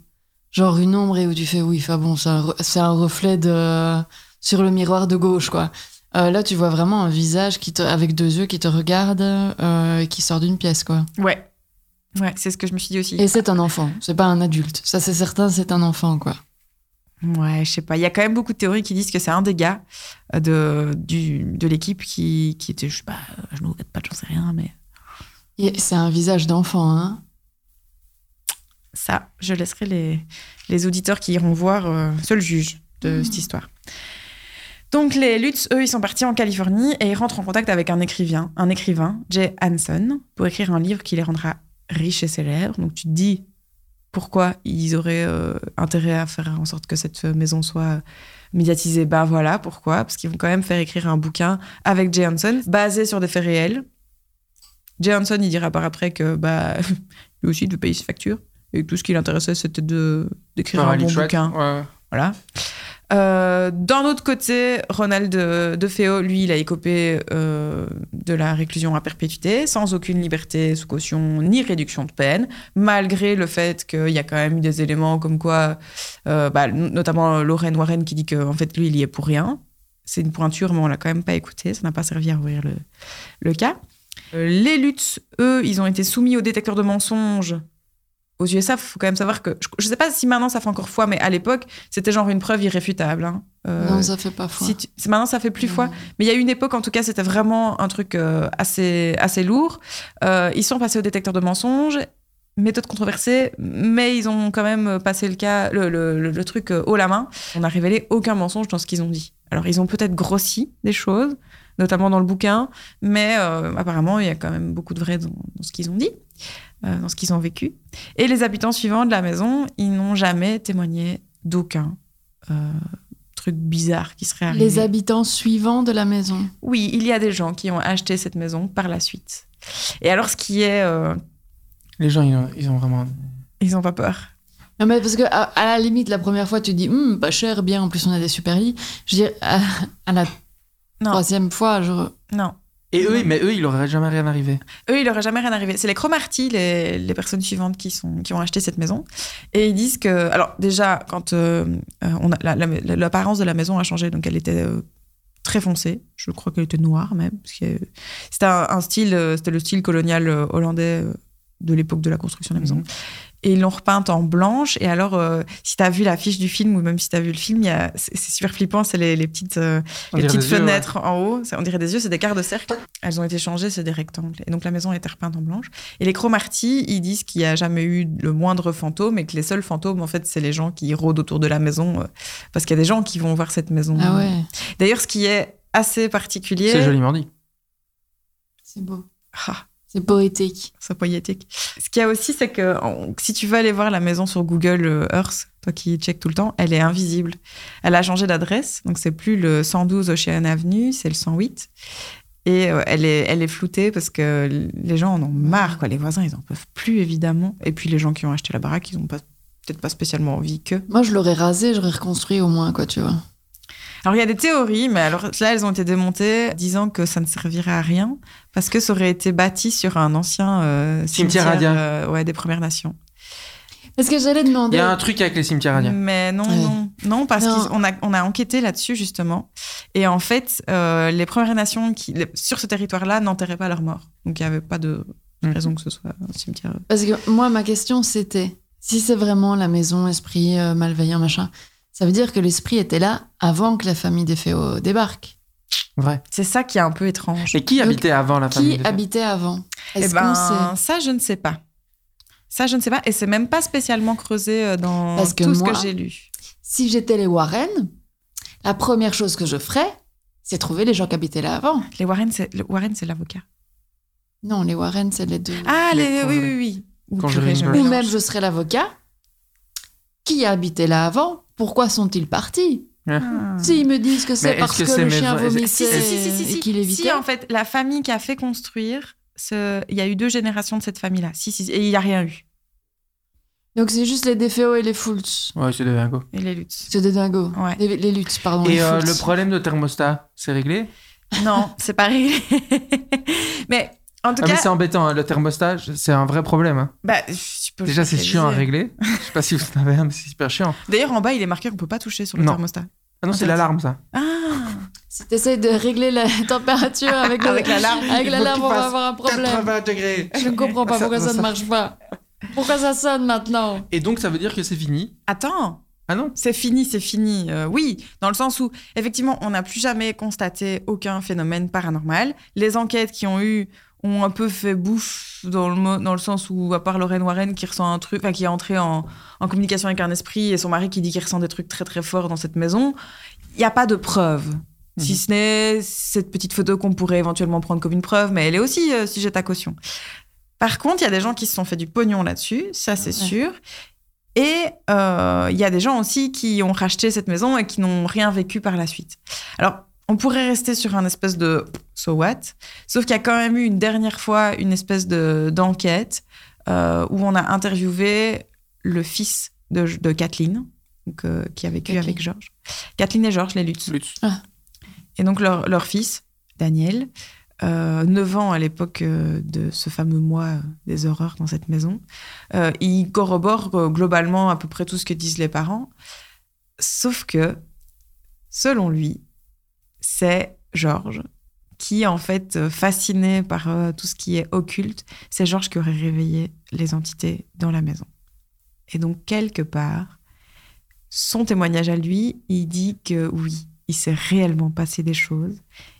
Speaker 4: genre une ombre et où tu fais oui, enfin bon, c'est un, re- c'est un reflet de sur le miroir de gauche quoi. Euh, là, tu vois vraiment un visage qui te, avec deux yeux qui te regarde euh, et qui sort d'une pièce quoi.
Speaker 3: Ouais. Ouais, c'est ce que je me suis dit aussi.
Speaker 4: Et c'est un enfant, c'est pas un adulte. Ça c'est certain, c'est un enfant quoi.
Speaker 3: Ouais, je sais pas. Il y a quand même beaucoup de théories qui disent que c'est un des gars euh, de, du, de l'équipe qui, qui était, je sais pas, euh, je me regarde pas, j'en sais rien, mais
Speaker 4: Et c'est un visage d'enfant hein.
Speaker 3: ça, je laisserai les, les auditeurs qui iront voir euh, seuls juges de cette histoire. Donc les Lutz, eux, ils sont partis en Californie et ils rentrent en contact avec un écrivain, un écrivain, Jay Hanson, pour écrire un livre qui les rendra riches et célèbres. Donc tu te dis pourquoi ils auraient euh, intérêt à faire en sorte que cette maison soit euh, médiatisée. Bah voilà, pourquoi Parce qu'ils vont quand même faire écrire un bouquin avec Jay Hanson, basé sur des faits réels. Jay Hanson, il dira par après que bah <laughs> lui aussi il devait payer ses factures et que tout ce qui l'intéressait c'était de d'écrire
Speaker 2: Par
Speaker 3: un
Speaker 2: Ali
Speaker 3: bon
Speaker 2: Chouette.
Speaker 3: bouquin.
Speaker 2: Ouais.
Speaker 3: Voilà. Euh, D'un autre côté, Ronald de, de Féo, lui, il a écopé euh, de la réclusion à perpétuité, sans aucune liberté sous caution ni réduction de peine, malgré le fait qu'il y a quand même eu des éléments comme quoi, euh, bah, n- notamment Lorraine Warren qui dit qu'en fait, lui, il y est pour rien. C'est une pointure, mais on l'a quand même pas écouté, ça n'a pas servi à ouvrir le, le cas. Euh, Les Lutz, eux, ils ont été soumis au détecteur de mensonges aux USA, il faut quand même savoir que. Je, je sais pas si maintenant ça fait encore foi, mais à l'époque, c'était genre une preuve irréfutable. hein. Euh,
Speaker 4: non, ça fait pas foi.
Speaker 3: si tu- c'est- maintenant, ça fait plus foi.
Speaker 4: Non.
Speaker 3: Mais il y a eu une époque, en tout cas, c'était vraiment un truc euh, assez, assez lourd. Euh, ils sont passés au détecteur de mensonges, méthode controversée, mais ils ont quand même passé le, cas, le, le- le- le truc euh, haut la main. On n'a révélé aucun mensonge dans ce qu'ils ont dit. Alors, ils ont peut-être grossi des choses, notamment dans le bouquin, mais euh, apparemment, il y a quand même beaucoup de vrai dans, dans ce qu'ils ont dit, euh, dans ce qu'ils ont vécu. Et les habitants suivants de la maison, ils n'ont jamais témoigné d'aucun. euh, truc bizarre qui serait arrivé.
Speaker 4: Les habitants suivants de la maison.
Speaker 3: Oui, il y a des gens qui ont acheté cette maison par la suite. Et alors, ce qui est. euh,
Speaker 2: Les gens, ils ont, ils ont vraiment.
Speaker 3: ils n'ont pas peur.
Speaker 4: Non, mais parce que à, à la limite, la première fois, tu dis, Hum, pas cher, bien, en plus on a des super lits. Je veux dire, à, à la
Speaker 3: Non.
Speaker 4: troisième fois, je...
Speaker 3: Non.
Speaker 2: Et eux, mais eux, il leur aurait jamais rien arrivé.
Speaker 3: Eux, il leur est jamais rien arrivé. C'est les Cromarty, les, les personnes suivantes qui, sont, qui ont acheté cette maison. Et ils disent que. Alors, déjà, quand euh, euh, on a, la- la- l'apparence de la maison a changé, donc elle était euh, très foncée. Je crois qu'elle était noire, même. parce que, euh, C'était un, un style, euh, c'était le style colonial euh, hollandais euh, de l'époque de la construction de la maison. et ils l'ont repeinte en blanche. Et alors, euh, si tu as vu l'affiche du film ou même si tu as vu le film, il y a- c'est c'est super flippant. C'est les, les petites, euh,
Speaker 2: On
Speaker 3: les
Speaker 2: dirait
Speaker 3: petites
Speaker 2: des yeux,
Speaker 3: fenêtres en haut. C'est- On dirait des yeux, c'est des quarts de cercle. Elles ont été changées, c'est des rectangles. Et donc, la maison a été repeinte en blanche. Et les chromartis, ils disent qu'il n'y a jamais eu le moindre fantôme et que les seuls fantômes, en fait, c'est les gens qui rôdent autour de la maison. euh, parce qu'il y a des gens qui vont voir cette maison.
Speaker 4: Ah ouais,
Speaker 3: D'ailleurs, ce qui est assez
Speaker 2: ouais.
Speaker 3: particulier.
Speaker 2: C'est joliment dit.
Speaker 4: c'est beau.
Speaker 3: Ah,
Speaker 4: C'est poétique.
Speaker 3: soit poétique. Ce qu'il y a aussi, c'est que on- si tu veux aller voir la maison sur Google euh, Earth, toi qui check tout le temps, elle est invisible. Elle a changé d'adresse, donc c'est plus le 112 Ocean Avenue, c'est le 108. Et euh, elle, est, elle est floutée parce que l- les gens en ont marre, quoi. Les voisins, ils en peuvent plus, évidemment. Et puis les gens qui ont acheté la baraque, ils n'ont pas peut-être pas spécialement envie que.
Speaker 4: Moi, je l'aurais rasé, j'aurais reconstruit au moins, quoi, tu vois.
Speaker 3: Alors il y a des théories, mais alors là elles ont été démontées, disant que ça ne servirait à rien parce que ça aurait été bâti sur un ancien euh,
Speaker 2: Cimetière
Speaker 3: cimetière
Speaker 2: indien.
Speaker 3: euh, ouais, des Premières Nations.
Speaker 4: Parce que j'allais
Speaker 2: Il
Speaker 4: demander.
Speaker 2: y a un truc avec les cimetières indiens.
Speaker 3: Mais non,
Speaker 4: Ouais.
Speaker 3: non, non, parce
Speaker 4: Non.
Speaker 3: qu'on a, on a enquêté là-dessus justement. Et en fait, euh, les Premières Nations qui, les- sur ce territoire-là n'enterraient pas leurs morts. Donc il n'y avait pas de
Speaker 2: Mhm.
Speaker 3: raison que ce soit un cimetière.
Speaker 4: Parce que moi, ma question, c'était si c'est vraiment la maison, esprit euh, malveillant, machin, ça veut dire que l'esprit était là avant que la famille des féaux débarque.
Speaker 2: Vrai.
Speaker 3: C'est ça qui est un peu étrange.
Speaker 2: Et qui
Speaker 4: Donc,
Speaker 2: habitait avant la famille
Speaker 4: Qui
Speaker 2: des Ferrari
Speaker 4: habitait avant
Speaker 3: Eh
Speaker 4: Est-ce qu'on
Speaker 3: ben,
Speaker 4: sait
Speaker 3: ça je ne sais pas. Ça je ne sais pas. Et c'est même pas spécialement creusé euh, dans
Speaker 4: Parce que
Speaker 3: tout ce
Speaker 4: moi-
Speaker 3: que j'ai lu.
Speaker 4: Si j'étais les Warren, la première chose que je ferais, c'est trouver les gens qui habitaient là avant.
Speaker 3: Les Warren, c'est le Warren, c'est l'avocat.
Speaker 4: Non, les Warren, c'est les deux.
Speaker 3: Ah
Speaker 2: Les
Speaker 3: les, oui
Speaker 2: Conjuring.
Speaker 3: oui oui. Ou
Speaker 2: Conjuring
Speaker 3: purée, je
Speaker 2: Birds.
Speaker 4: Ou
Speaker 3: mélange.
Speaker 4: même je serais l'avocat. Qui a habité là avant Pourquoi sont-ils partis
Speaker 3: Ah.
Speaker 4: Si ils me disent que c'est
Speaker 2: est-ce
Speaker 4: parce
Speaker 2: que
Speaker 4: que,
Speaker 2: c'est
Speaker 4: le
Speaker 2: maison-
Speaker 4: chien
Speaker 2: est-ce-
Speaker 4: vomissait
Speaker 3: Si, si, si, si, si,
Speaker 4: et
Speaker 3: si.
Speaker 4: qu'il évitait.
Speaker 3: Si, hein. en fait, la famille qui a fait construire, ce... il y a eu deux générations de cette famille-là. Si, si, si. et il n'y a rien eu.
Speaker 4: Donc c'est juste les Defeo et les Fools.
Speaker 2: Ouais, c'est des vingos.
Speaker 3: Et les luttes.
Speaker 4: C'est des dingos.
Speaker 3: Ouais.
Speaker 4: Les, les luttes, pardon. les
Speaker 2: Et euh,
Speaker 4: Fools.
Speaker 2: le problème de thermostat, c'est réglé
Speaker 3: Non, c'est pareil. <laughs> mais en tout
Speaker 2: Ah, mais
Speaker 3: cas,
Speaker 2: c'est embêtant, hein, le thermostat, je- c'est un vrai problème. hein.
Speaker 3: bah, je peux-
Speaker 2: Déjà,
Speaker 3: je peux
Speaker 2: c'est chiant à
Speaker 3: réaliser.
Speaker 2: régler. Je sais pas si vous en avez un, mais c'est super chiant.
Speaker 3: D'ailleurs, en bas, il est marqué qu'on peut pas toucher sur le
Speaker 2: Non.
Speaker 3: thermostat.
Speaker 2: Ah non, c'est l'alarme, ça.
Speaker 3: Ah,
Speaker 4: Si t'essayes de régler la <laughs> température avec, le-
Speaker 3: avec la larme.
Speaker 4: avec la
Speaker 2: faut
Speaker 4: lame,
Speaker 2: qu'il
Speaker 4: on va
Speaker 2: fasse
Speaker 4: avoir un problème.
Speaker 2: degrés
Speaker 4: Je ne comprends pas
Speaker 2: Ça-
Speaker 4: pourquoi ça, ne
Speaker 2: ça-
Speaker 4: marche pas. Pourquoi ça sonne maintenant
Speaker 2: Et donc, ça veut dire que c'est fini
Speaker 3: Attends,
Speaker 2: Ah non
Speaker 3: c'est fini, c'est fini. Euh, oui, dans le sens où, effectivement, on n'a plus jamais constaté aucun phénomène paranormal. Les enquêtes qui ont eu ont un peu fait bouffe dans le, mo- dans le sens où, à part Lorraine Warren qui ressent un truc, enfin, qui est entrée en, en communication avec un esprit et son mari qui dit qu'il ressent des trucs très très forts dans cette maison, il n'y a pas de preuves. Si
Speaker 2: Mhm.
Speaker 3: ce n'est cette petite photo qu'on pourrait éventuellement prendre comme une preuve, mais elle est aussi euh, sujette à caution. Par contre, il y a des gens qui se sont fait du pognon là-dessus, ça c'est
Speaker 4: Ouais.
Speaker 3: sûr. Et euh, il y a des gens aussi qui ont racheté cette maison et qui n'ont rien vécu par la suite. Alors, on pourrait rester sur un espèce de so what, sauf qu'il y a quand même eu une dernière fois une espèce de d'enquête euh, où on a interviewé le fils de, de Kathleen, donc, euh, qui a vécu
Speaker 4: Kathleen.
Speaker 3: avec Georges. Kathleen et Georges, les Lutz.
Speaker 2: Lutz.
Speaker 3: Et donc leur, leur fils, Daniel, euh, 9 ans à l'époque euh, de ce fameux mois euh, des horreurs dans cette maison, euh, il corrobore euh, globalement à peu près tout ce que disent les parents. Sauf que, selon lui, c'est Georges qui, en fait, euh, fasciné par euh, tout ce qui est occulte, c'est Georges qui aurait réveillé les entités dans la maison. Et donc, quelque part, son témoignage à lui, il dit que oui, il s'est réellement passé des choses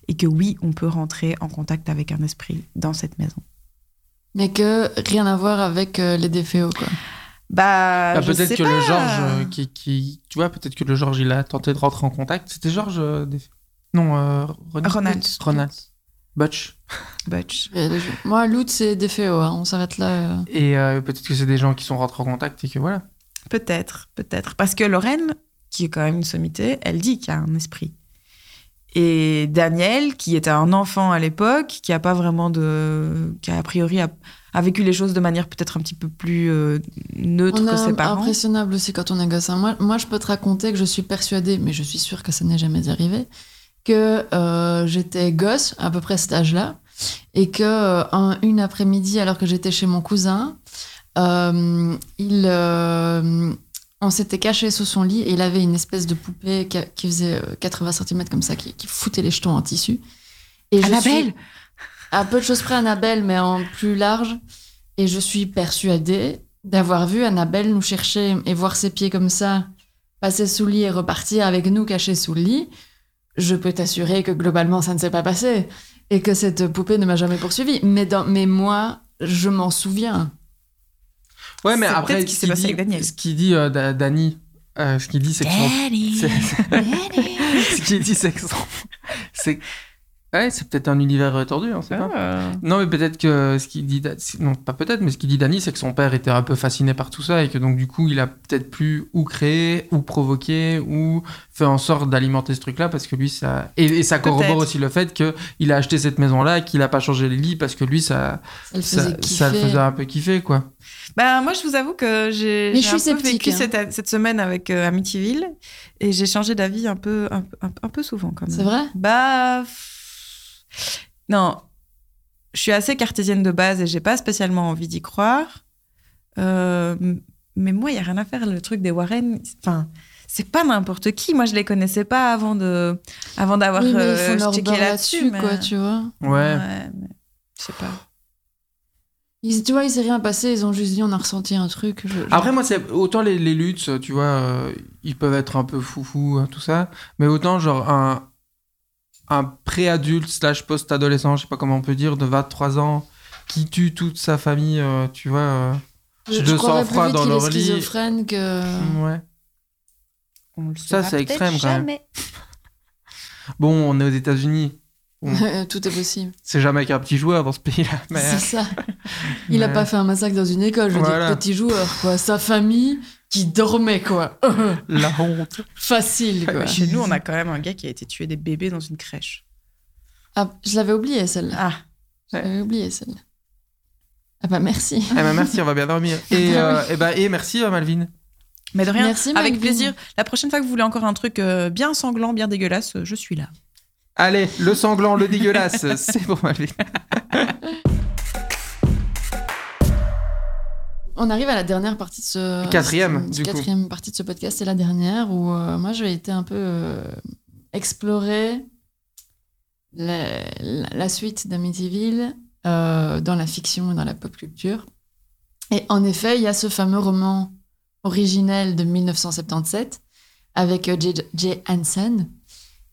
Speaker 3: et que oui, on peut rentrer en contact avec un esprit dans cette maison.
Speaker 4: Mais que rien à voir avec euh, les déféos, quoi.
Speaker 3: Bah,
Speaker 2: Ah,
Speaker 3: je
Speaker 2: peut-être
Speaker 3: sais
Speaker 2: que
Speaker 3: pas.
Speaker 2: le Georges euh, qui, qui- Tu vois, peut-être que le Georges, il a tenté de rentrer en contact. C'était Georges euh, des- Non, euh, Ronald.
Speaker 3: Ronald.
Speaker 2: Ronald. Butch.
Speaker 3: Butch.
Speaker 4: Et les- Euh, Moi, Loot, c'est déféo. hein. On s'arrête là. euh.
Speaker 2: Et euh, peut-être que c'est des gens qui sont rentrés en contact et que voilà.
Speaker 3: Peut-être, peut-être. Parce que Lorraine, qui est quand même une sommité, elle dit qu'il y a un esprit. Et Daniel, qui était un enfant à l'époque, qui a pas vraiment de. qui a, a priori a, a vécu les choses de manière peut-être un petit peu plus euh, neutre
Speaker 4: On
Speaker 3: que
Speaker 4: est
Speaker 3: ses
Speaker 4: im-
Speaker 3: parents.
Speaker 4: impressionnable aussi quand on est gosse. hein. Moi, moi, je peux te raconter que je suis persuadée, mais je suis sûre que ça n'est jamais arrivé, que euh, j'étais gosse, à peu près à cet âge-là, et que euh, un- une après-midi, alors que j'étais chez mon cousin, euh, il, euh, on s'était caché sous son lit et il avait une espèce de poupée qui, a- qui faisait euh, 80 cm comme ça, qui, qui foutait les jetons en tissu. Et je suis-
Speaker 3: Annabelle
Speaker 4: à peu de choses près Annabelle, mais en plus large. Et je suis persuadée d'avoir vu Annabelle nous chercher et voir ses pieds comme ça, passer sous le lit et repartir avec nous cachés sous le lit, je peux t'assurer que globalement ça ne s'est pas passé et que cette poupée ne m'a jamais poursuivi. Mais, dans, mais moi, je m'en souviens.
Speaker 2: Ouais, mais
Speaker 3: C'est
Speaker 2: après,
Speaker 3: peut-être ce qui s'est passé
Speaker 2: dit,
Speaker 3: avec Daniel.
Speaker 2: ce qu'il dit euh, Da- Dani, euh, ce qu'il dit, c'est que son- c'est- <laughs> ce qu'il dit, c'est que son- c'est ouais, c'est peut-être un univers euh, tordu, on sait
Speaker 3: Ah
Speaker 2: pas. Non, mais peut-être que ce qu'il dit, Da- c'est- non, pas peut-être, mais ce qu'il dit Dani, c'est que son père était un peu fasciné par tout ça et que donc du coup, il a peut-être plus ou créé ou provoqué ou fait en sorte d'alimenter ce truc-là parce que lui, ça et, et ça corrobore
Speaker 3: Peut-être.
Speaker 2: aussi le fait que il a acheté cette maison-là, qu'il a pas changé les lits parce que lui, ça,
Speaker 4: Elle
Speaker 2: ça,
Speaker 4: faisait kiffer.
Speaker 2: ça le faisait un peu kiffer, quoi.
Speaker 3: Bah, moi, je vous avoue que j'ai j'ai
Speaker 4: Mais je
Speaker 3: un
Speaker 4: suis
Speaker 3: peu
Speaker 4: sceptique,
Speaker 3: vécu
Speaker 4: hein.
Speaker 3: cette, cette semaine avec euh, Amityville et j'ai changé d'avis un peu, un, un- un peu souvent quand même.
Speaker 4: C'est vrai
Speaker 3: Bah. pff, Non. Je suis assez cartésienne de base et j'ai pas spécialement envie d'y croire. Euh, m- mais moi, il y a rien à faire. Le truc des Warren, enfin, c'est pas n'importe qui. Moi, je les connaissais pas avant de, avant d'avoir
Speaker 4: Oui, mais il
Speaker 3: euh,
Speaker 4: faut leur
Speaker 3: checké
Speaker 4: beurre
Speaker 3: là-dessus.
Speaker 4: là-dessus,
Speaker 3: mais-
Speaker 4: quoi, tu vois.
Speaker 2: Ouais.
Speaker 3: mais je sais pas.
Speaker 4: Ils, tu vois, il s'est rien passé, ils ont juste dit on a ressenti un truc. je- je-
Speaker 2: Après, moi, c'est autant les, les luttes, tu vois, euh, ils peuvent être un peu foufou, hein, tout ça, mais autant, genre, un, un pré-adulte slash post-adolescent, je sais pas comment on peut dire, de 23 ans, qui tue toute sa famille, euh, tu vois. euh,
Speaker 4: je,
Speaker 2: de
Speaker 4: je croirais plus
Speaker 2: sang-froid
Speaker 4: vite
Speaker 2: dans
Speaker 4: qu'il est
Speaker 2: leur lit.
Speaker 4: schizophrène que.
Speaker 3: Mm.
Speaker 2: ouais.
Speaker 3: On le
Speaker 2: Ça,
Speaker 3: saura
Speaker 2: c'est
Speaker 3: peut-être
Speaker 2: extrême, quand même.
Speaker 3: jamais.
Speaker 2: Bon, on est aux États-Unis.
Speaker 4: <laughs> Tout est possible.
Speaker 2: C'est jamais qu'un petit joueur dans ce
Speaker 3: <laughs>
Speaker 2: pays-là. Mm. <laughs> Mais, <laughs>
Speaker 4: C'est ça. Il a
Speaker 2: mais-
Speaker 4: pas fait un massacre dans une école, je veux
Speaker 2: Voilà.
Speaker 4: dire, petit joueur, quoi. Sa famille qui dormait, quoi. <laughs>
Speaker 2: euh, La honte.
Speaker 4: Facile, quoi.
Speaker 3: Bah, Chez nous, on a quand même un gars qui a été tué des bébés dans une crèche.
Speaker 4: Ah, je l'avais oublié, celle-là.
Speaker 3: Ah.
Speaker 4: Je l'avais oublié, celle-là. Ah bah merci.
Speaker 2: Eh ben, merci, on va bien
Speaker 3: <laughs>
Speaker 2: dormir. Et,
Speaker 4: Ah
Speaker 2: euh, eh ben, et merci, euh, Malvin.
Speaker 3: Mais de rien.
Speaker 4: Merci,
Speaker 3: Avec
Speaker 4: Malvin.
Speaker 3: plaisir. La prochaine fois que vous voulez encore un truc euh, bien sanglant, bien dégueulasse, euh, je suis là.
Speaker 2: Allez, le sanglant, le dégueulasse, <laughs> c'est pour Malvin.
Speaker 4: On arrive à la dernière partie de ce
Speaker 2: Quatrième,
Speaker 4: ce-
Speaker 2: du coup.
Speaker 4: quatrième partie de ce podcast, c'est la dernière où euh, moi j'ai été un peu euh, explorer la, la- la suite d'Amityville euh, dans la fiction et dans la pop culture. Et en effet, il y a ce fameux roman originel de 1977 avec euh, J. J. Hansen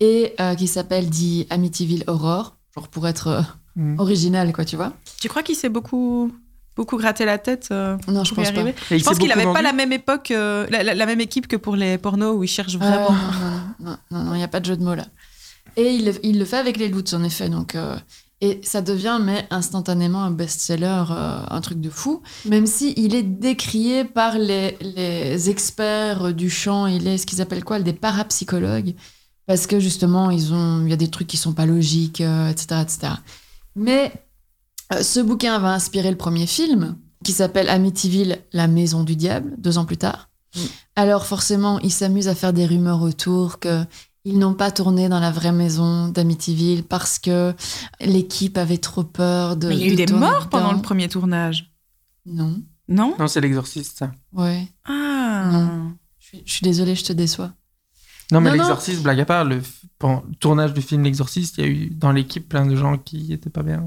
Speaker 4: et euh, qui s'appelle dit Amityville Horror, genre pour être euh,
Speaker 2: Mm.
Speaker 4: original quoi, tu vois.
Speaker 3: Tu crois qu'il s'est beaucoup, beaucoup gratté la tête euh,
Speaker 4: Non, je
Speaker 3: pour y
Speaker 4: pense pas.
Speaker 3: arriver
Speaker 2: Et il
Speaker 3: Je pense
Speaker 2: s'est
Speaker 3: qu'il
Speaker 2: beaucoup
Speaker 3: n'avait pas
Speaker 2: vendu.
Speaker 3: la même époque, euh, la, la- la même équipe que pour les pornos où ils cherchent
Speaker 4: Ah,
Speaker 3: vraiment.
Speaker 4: non, non, non, non, il n'y a pas de jeu de mots là. Et il, le- il le fait avec les loots, en effet. Donc, euh, et ça devient, mais instantanément, un best-seller, euh, un truc de fou. Même si il est décrié par les, les experts du champ, il est ce qu'ils appellent quoi Des parapsychologues. Parce que justement, ils ont, il y a des trucs qui sont pas logiques, euh, etc., etc. Mais euh, ce bouquin va inspirer le premier film, qui s'appelle Amityville, la maison du diable, deux ans plus tard.
Speaker 3: Mm.
Speaker 4: Alors forcément, ils s'amusent à faire des rumeurs autour que ils n'ont pas tourné dans la vraie maison d'Amityville parce que l'équipe avait trop peur de.
Speaker 3: Mais il y a
Speaker 4: de
Speaker 3: eu des
Speaker 4: tourner
Speaker 3: morts pendant
Speaker 4: dedans.
Speaker 3: le premier tournage,
Speaker 4: Non,
Speaker 3: non
Speaker 2: Non, c'est l'exorciste, ça.
Speaker 4: ouais.
Speaker 3: Ah.
Speaker 4: Non. Je suis- je suis désolée, je te déçois.
Speaker 2: Non, mais
Speaker 4: Non, non.
Speaker 2: l'exorciste, blague à part, le, f- pendant le tournage du film L'exorciste, il y a eu dans l'équipe plein de gens qui étaient pas bien.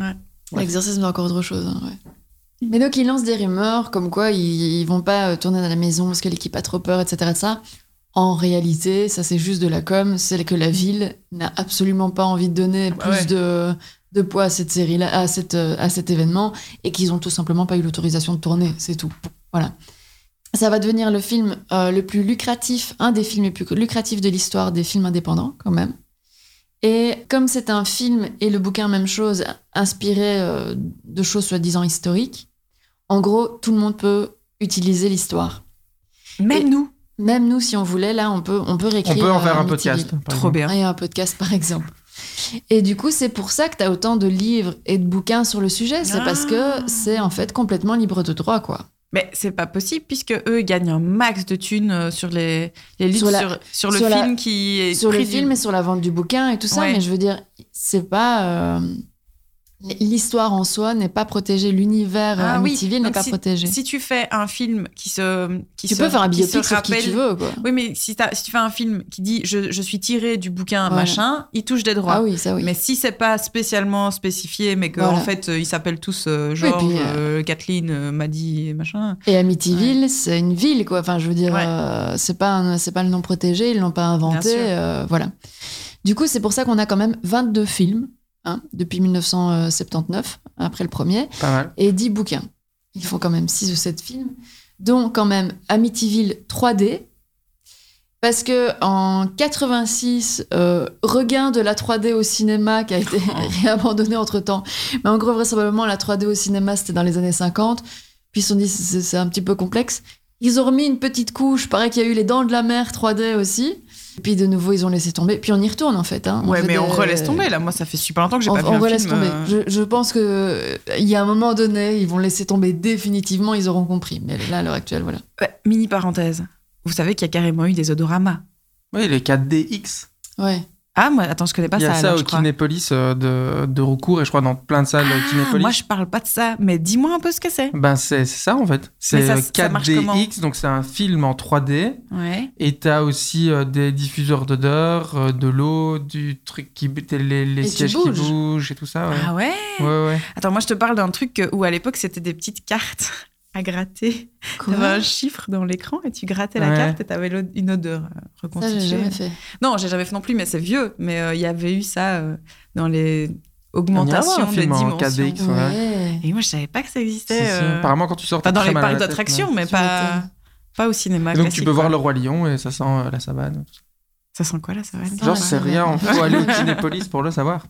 Speaker 2: Ouais.
Speaker 4: L'exercice, mais encore autre chose. hein, ouais. Mais donc, ils lancent des rumeurs comme quoi ils, ils vont pas euh, tourner dans la maison parce que l'équipe a trop peur, etc. etc. En réalité, ça, c'est juste de la com. C'est que la ville n'a absolument pas envie de donner plus
Speaker 3: ouais.
Speaker 4: de, de poids à cette série-là, à, cette, euh, à cet événement, et qu'ils ont tout simplement pas eu l'autorisation de tourner. C'est tout. Voilà. Ça va devenir le film euh, le plus lucratif, un des films les plus lucratifs de l'histoire des films indépendants, quand même. Et comme c'est un film et le bouquin, même chose, inspiré euh, de choses soi-disant historiques, en gros, tout le monde peut utiliser l'histoire.
Speaker 3: Même
Speaker 4: Et-
Speaker 3: nous.
Speaker 4: Même nous, si on voulait, là, on peut, on peut
Speaker 2: On
Speaker 4: réécrire.
Speaker 2: peut en
Speaker 4: euh,
Speaker 2: faire un
Speaker 4: Amityville.
Speaker 2: podcast. par
Speaker 3: Trop
Speaker 2: exemple.
Speaker 3: bien.
Speaker 4: Et un podcast, par exemple. Et du coup, c'est pour ça que tu as autant de livres et de bouquins sur le sujet. C'est
Speaker 3: Ah.
Speaker 4: parce que c'est en fait complètement libre de droit, quoi.
Speaker 3: Mais c'est pas possible puisque eux ils gagnent un max de thunes euh, sur les, les luttes,
Speaker 4: Sur
Speaker 3: sur,
Speaker 4: la-
Speaker 3: sur le
Speaker 4: sur la-
Speaker 3: film qui est
Speaker 4: sur le
Speaker 3: pris du-
Speaker 4: film et sur la vente du bouquin et tout ça
Speaker 3: Ouais.
Speaker 4: mais je veux dire c'est pas euh, L'histoire en soi n'est pas protégée, l'univers
Speaker 3: Ah
Speaker 4: euh,
Speaker 3: oui,
Speaker 4: Amityville n'est
Speaker 3: donc
Speaker 4: pas
Speaker 3: si-
Speaker 4: protégé.
Speaker 3: Si tu fais un film qui se. Qui
Speaker 4: Mm.
Speaker 3: se-
Speaker 4: tu peux faire un
Speaker 3: qui se
Speaker 4: biopic sur qui
Speaker 3: rappelle-
Speaker 4: tu veux, quoi.
Speaker 3: Oui, mais si, t'as- si tu fais un film qui dit je, je suis tiré du bouquin
Speaker 4: Voilà.
Speaker 3: machin, il touche des droits.
Speaker 4: Ah oui, ça oui.
Speaker 3: Mais si c'est pas spécialement spécifié, mais qu'en
Speaker 4: Voilà.
Speaker 3: fait euh, ils s'appellent tous euh, Georges,
Speaker 4: puis,
Speaker 3: euh, Kathleen, euh, Maddy, machin.
Speaker 4: Et Amityville, c'est une ville, quoi. Enfin, je veux dire,
Speaker 3: Ouais.
Speaker 4: euh, c'est pas un- c'est pas le nom protégé, ils l'ont pas inventé,
Speaker 3: sûr.
Speaker 4: euh, voilà. Du coup, c'est pour ça qu'on a quand même 22 films hein, depuis 1979, euh, après le premier,
Speaker 2: Pas mal.
Speaker 4: et 10 bouquins. Ils font quand même 6 ou 7 films, dont quand même Amityville 3D. Parce que en 86, euh, regain de la 3D au cinéma qui a été
Speaker 3: Oh.
Speaker 4: <laughs> réabandonnée entre temps. Mais en gros, vraisemblablement, la 3D au cinéma, c'était dans les années 50. Puis ils se sont dit, c'est c'est un petit peu complexe. Ils ont remis une petite couche. Pareil qu'il y a eu les dents de la mer 3D aussi. Et puis de nouveau, ils ont laissé tomber. Puis on y retourne en fait. hein.
Speaker 3: ouais,
Speaker 4: fait
Speaker 3: mais on
Speaker 4: des-
Speaker 3: relaisse tomber là. Moi, ça fait super longtemps que j'ai
Speaker 4: on,
Speaker 3: pas vu
Speaker 4: on
Speaker 3: un
Speaker 4: relaisse
Speaker 3: film.
Speaker 4: tomber.
Speaker 3: euh,
Speaker 4: Je, je pense que euh, il y a un moment donné, ils vont laisser tomber définitivement, ils auront compris. Mais là, à l'heure actuelle, voilà.
Speaker 3: Ouais, mini parenthèse. Vous savez qu'il y a carrément eu des odoramas.
Speaker 2: Oui, les 4DX.
Speaker 4: Ouais.
Speaker 3: Ah, moi, attends, je connais pas
Speaker 2: Il y a
Speaker 3: ça.
Speaker 2: ça,
Speaker 3: alors,
Speaker 2: au
Speaker 3: je crois.
Speaker 2: Kinépolis euh, de, de Roucourt et je crois dans plein de salles
Speaker 3: Ah,
Speaker 2: Kinépolis.
Speaker 3: moi, je parle pas de ça, mais dis-moi un peu ce que c'est.
Speaker 2: Ben c'est c'est ça en fait. C'est
Speaker 3: ça-
Speaker 2: euh,
Speaker 3: ça marche
Speaker 2: 4DX, donc c'est un film en 3D.
Speaker 3: Ouais.
Speaker 2: Et t'as aussi euh, des diffuseurs d'odeur, euh, de l'eau, du truc qui t'es- les, les
Speaker 4: Et qui
Speaker 2: sièges
Speaker 4: bouge.
Speaker 2: qui bougent et tout ça. Ouais,
Speaker 3: Ah ouais
Speaker 2: ouais, ouais.
Speaker 3: Attends, moi, je te parle d'un truc où à l'époque, c'était des petites cartes à gratter.
Speaker 4: Quoi
Speaker 3: T'avais un chiffre dans l'écran et tu grattais la
Speaker 2: Ouais.
Speaker 3: carte et t'avais l'ode- une odeur euh,
Speaker 4: Ça, j'ai
Speaker 3: reconstituée.
Speaker 4: jamais fait.
Speaker 3: Non, j'ai jamais fait non plus, mais c'est vieux. Mais euh, il y avait eu ça euh, dans les
Speaker 2: Il y en
Speaker 3: augmentations
Speaker 2: a un
Speaker 3: des
Speaker 2: film en
Speaker 3: dimensions.
Speaker 2: 4DX. Ouais.
Speaker 4: Ouais.
Speaker 3: Et moi, je savais pas que ça
Speaker 2: Si,
Speaker 3: existait.
Speaker 2: si.
Speaker 3: euh,
Speaker 2: Apparemment quand tu sors,
Speaker 3: pas
Speaker 2: t'as
Speaker 3: dans les
Speaker 2: très mal à la
Speaker 3: parcs
Speaker 2: tête,
Speaker 3: d'attractions,
Speaker 2: ouais.
Speaker 3: mais
Speaker 4: Tu
Speaker 3: pas,
Speaker 4: m'étonnes.
Speaker 3: pas au cinéma.
Speaker 2: Et donc tu
Speaker 3: classique,
Speaker 2: peux voir
Speaker 3: quoi.
Speaker 2: le roi lion et ça sent euh, la savane.
Speaker 3: Ça sent quoi là, ça va
Speaker 4: Ça sent
Speaker 2: Genre
Speaker 4: la
Speaker 2: c'est rien, on
Speaker 4: savane.
Speaker 2: faut aller au Kinépolis pour le savoir.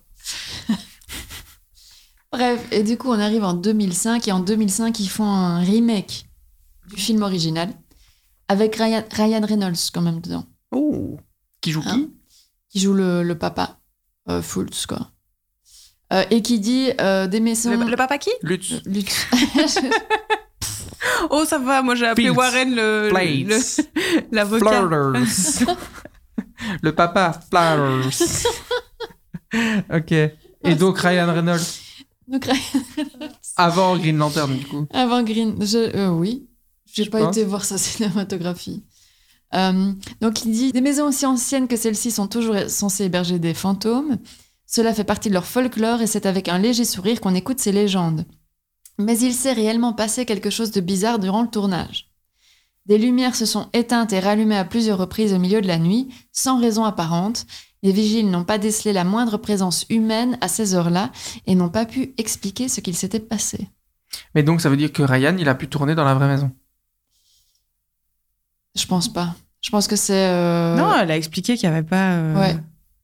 Speaker 4: Bref, et du coup, on arrive en 2005, et en 2005, ils font un remake du film original, avec Ryan, Ryan Reynolds quand même dedans,
Speaker 2: Oh, qui joue
Speaker 4: Hein
Speaker 2: qui
Speaker 4: qui joue le, le papa, euh, Fultz, quoi. Euh, et qui dit euh, des maisons.
Speaker 3: Le, le papa qui
Speaker 2: Lutz.
Speaker 4: <laughs> Lutz.
Speaker 3: Oh, ça va, moi j'ai appelé
Speaker 2: Fields.
Speaker 3: Warren le- le-
Speaker 2: Plates.
Speaker 3: le- <laughs> l'avocat.
Speaker 2: Flowers. le papa Flowers. ok. Et donc Ryan Reynolds
Speaker 4: Donc, Ryan Reynolds.
Speaker 2: avant Green Lantern du coup.
Speaker 4: Avant Green, je- euh, oui. J'ai
Speaker 2: Je
Speaker 4: pas
Speaker 2: pense.
Speaker 4: été voir sa <laughs> cinématographie. Euh, donc il dit des maisons aussi anciennes que celles-ci sont toujours censées héberger des fantômes. Cela fait partie de leur folklore et c'est avec un léger sourire qu'on écoute ces légendes. Mais il s'est réellement passé quelque chose de bizarre durant le tournage. Des lumières se sont éteintes et rallumées à plusieurs reprises au milieu de la nuit, sans raison apparente. Les vigiles n'ont pas décelé la moindre présence humaine à ces heures-là et n'ont pas pu expliquer ce qu'il s'était passé.
Speaker 2: Mais donc ça veut dire que Ryan il a pu tourner dans la vraie maison.
Speaker 4: Je pense pas. Je pense que c'est. euh,
Speaker 3: Non, elle a expliqué qu'il n'y avait pas. euh,
Speaker 4: Ouais.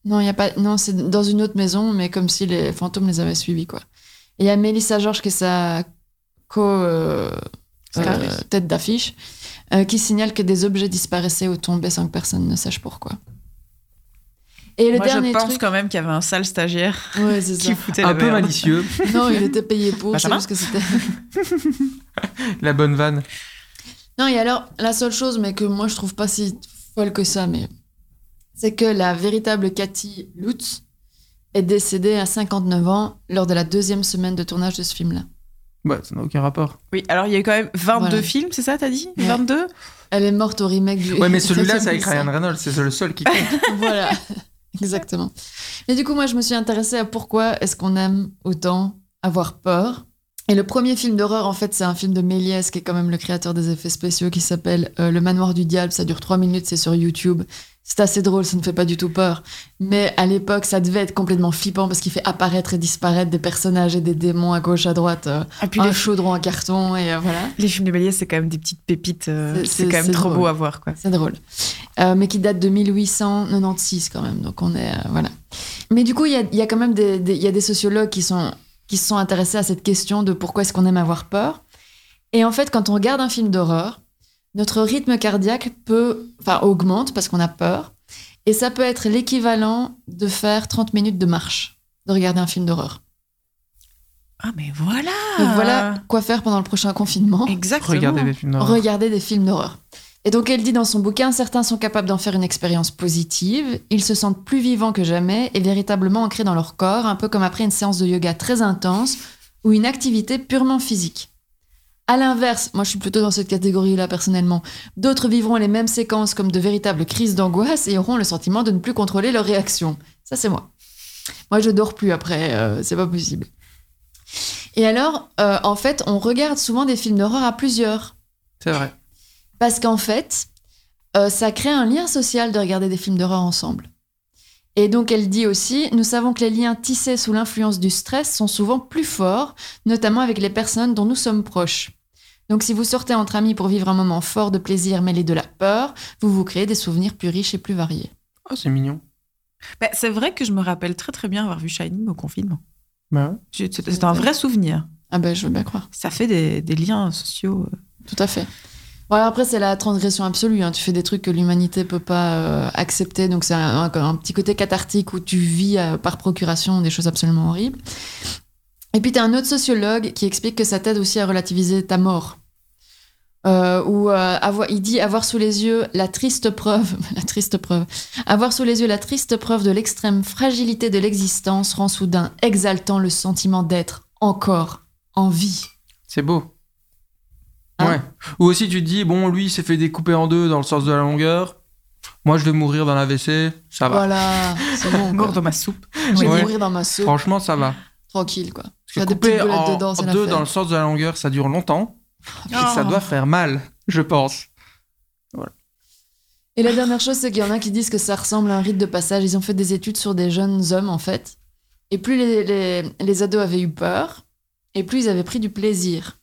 Speaker 4: Non, il y a pas. Non, c'est dans une autre maison, mais comme si les fantômes les avaient suivis, quoi. Et il y a Mélissa Georges, qui est sa co euh,
Speaker 3: Scénariste.
Speaker 4: euh, tête d'affiche, euh, qui signale que des objets disparaissaient ou tombaient sans que personne ne sache pourquoi. Et le
Speaker 3: Moi,
Speaker 4: dernier
Speaker 3: je pense
Speaker 4: truc.
Speaker 3: quand même qu'il y avait un sale stagiaire
Speaker 4: Ouais,
Speaker 3: <laughs>
Speaker 4: c'est ça.
Speaker 3: qui foutait la
Speaker 2: Un peu
Speaker 3: merde.
Speaker 2: malicieux,
Speaker 4: Non, il était payé pour. C'est
Speaker 3: Benjamin
Speaker 4: juste que c'était.
Speaker 2: la bonne vanne.
Speaker 4: Non, et alors, la seule chose, mais que moi je trouve pas si folle que ça, mais c'est que la véritable Cathy Lutz est décédée à 59 ans lors de la deuxième semaine de tournage de ce film-là.
Speaker 2: Ouais, Bah, ça n'a aucun rapport.
Speaker 3: Oui, alors il y a eu quand même 22
Speaker 4: Voilà.
Speaker 3: films, c'est ça, t'as dit
Speaker 4: Ouais.
Speaker 3: 22
Speaker 4: Elle est morte au remake du. <laughs>
Speaker 2: Ouais, mais celui-là, c'est
Speaker 4: ça
Speaker 2: avec Ryan Reynolds, c'est le seul qui compte.
Speaker 3: <laughs>
Speaker 4: voilà, exactement. Mais du coup, moi, je me suis intéressée à pourquoi est-ce qu'on aime autant avoir peur. Et le premier film d'horreur, en fait, c'est un film de Méliès, qui est quand même le créateur des effets spéciaux, qui s'appelle euh, Le Manoir du Diable. Ça dure trois minutes, c'est sur YouTube. C'est assez drôle, ça ne fait pas du tout peur. Mais à l'époque, ça devait être complètement flippant parce qu'il fait apparaître et disparaître des personnages et des démons à gauche, à droite. euh,
Speaker 3: Et Ah, puis
Speaker 4: un
Speaker 3: les,
Speaker 4: chaudron en carton, et euh, voilà.
Speaker 3: les films de Bélier, c'est quand même des petites pépites. euh,
Speaker 4: C'est-
Speaker 3: c'est
Speaker 4: c'est-
Speaker 3: quand même
Speaker 4: c'est
Speaker 3: trop
Speaker 4: drôle.
Speaker 3: beau à voir, quoi.
Speaker 4: C'est drôle. Euh, mais qui date de 1896 quand même. Donc on est. euh, voilà. Mais du coup, il y a, il y a quand même des, des- il y a des sociologues qui, sont, qui se sont intéressés à cette question de pourquoi est-ce qu'on aime avoir peur. Et en fait, quand on regarde un film d'horreur, notre rythme cardiaque peut, enfin, augmente parce qu'on a peur. Et ça peut être l'équivalent de faire 30 minutes de marche, de regarder un film d'horreur.
Speaker 3: Ah, mais voilà Ah.
Speaker 4: Donc voilà quoi faire pendant le prochain confinement.
Speaker 2: Oh,
Speaker 3: Exactement.
Speaker 2: Regardez les films d'horreur.
Speaker 4: Regarder des films d'horreur. Et donc elle dit dans son bouquin, certains sont capables d'en faire une expérience positive, ils se sentent plus vivants que jamais et véritablement ancrés dans leur corps, un peu comme après une séance de yoga très intense ou une activité purement physique. À l'inverse, moi je suis plutôt dans cette catégorie-là personnellement, d'autres vivront les mêmes séquences comme de véritables crises d'angoisse et auront le sentiment de ne plus contrôler leur réaction. Ça c'est moi. Moi je dors plus après, euh, c'est pas possible. Et alors, euh, en fait, on regarde souvent des films d'horreur à plusieurs.
Speaker 2: C'est vrai.
Speaker 4: Parce qu'en fait, euh, ça crée un lien social de regarder des films d'horreur ensemble. Et donc elle dit aussi, nous savons que les liens tissés sous l'influence du stress sont souvent plus forts, notamment avec les personnes dont nous sommes proches. Donc si vous sortez entre amis pour vivre un moment fort de plaisir mêlé de la peur, vous vous créez des souvenirs plus riches et plus variés.
Speaker 2: Oh, c'est mignon.
Speaker 3: Bah, c'est vrai que je me rappelle très très bien avoir vu Shining au confinement.
Speaker 2: Bah ouais.
Speaker 3: Je- C'est c'est un vrai souvenir.
Speaker 4: Ah ben je veux bien croire.
Speaker 3: Ça fait des, des liens sociaux. euh.
Speaker 4: Tout à fait. Bon, alors après, c'est la transgression absolue. hein. Tu fais des trucs que l'humanité peut pas euh, accepter. Donc, c'est un, un- un petit côté cathartique où tu vis euh, par procuration des choses absolument horribles. Et puis, tu as un autre sociologue qui explique que ça t'aide aussi à relativiser ta mort. Euh, ou euh, avoir, il dit avoir sous les yeux la triste preuve, <laughs> la triste preuve, avoir sous les yeux la triste preuve de l'extrême fragilité de l'existence rend soudain exaltant le sentiment d'être encore en vie.
Speaker 2: C'est beau.
Speaker 4: Hein
Speaker 2: ouais. Ou aussi tu te dis, bon, lui, il s'est fait découper en deux dans le sens de la longueur. Moi, je vais mourir dans l'AVC. Ça va.
Speaker 4: Voilà, c'est bon.
Speaker 3: <laughs>
Speaker 4: quoi.
Speaker 3: Mort dans ma soupe.
Speaker 4: Je vais
Speaker 2: Ouais.
Speaker 4: mourir dans ma soupe,
Speaker 2: Franchement, ça va.
Speaker 4: tranquille quoi.
Speaker 2: Parce
Speaker 4: Il y a
Speaker 2: que
Speaker 4: des petites
Speaker 2: couper
Speaker 4: boulettes
Speaker 2: en,
Speaker 4: dedans, c'est
Speaker 2: en
Speaker 4: la
Speaker 2: deux
Speaker 4: fête.
Speaker 2: dans le sens de la longueur, ça dure longtemps. Et
Speaker 3: Oh.
Speaker 2: ça doit faire mal, je pense.
Speaker 4: Et la dernière chose, c'est qu'il y en a qui disent que ça ressemble à un rite de passage. Ils ont fait des études sur des jeunes hommes en fait. Et plus les, les- les ados avaient eu peur, et plus ils avaient pris du plaisir.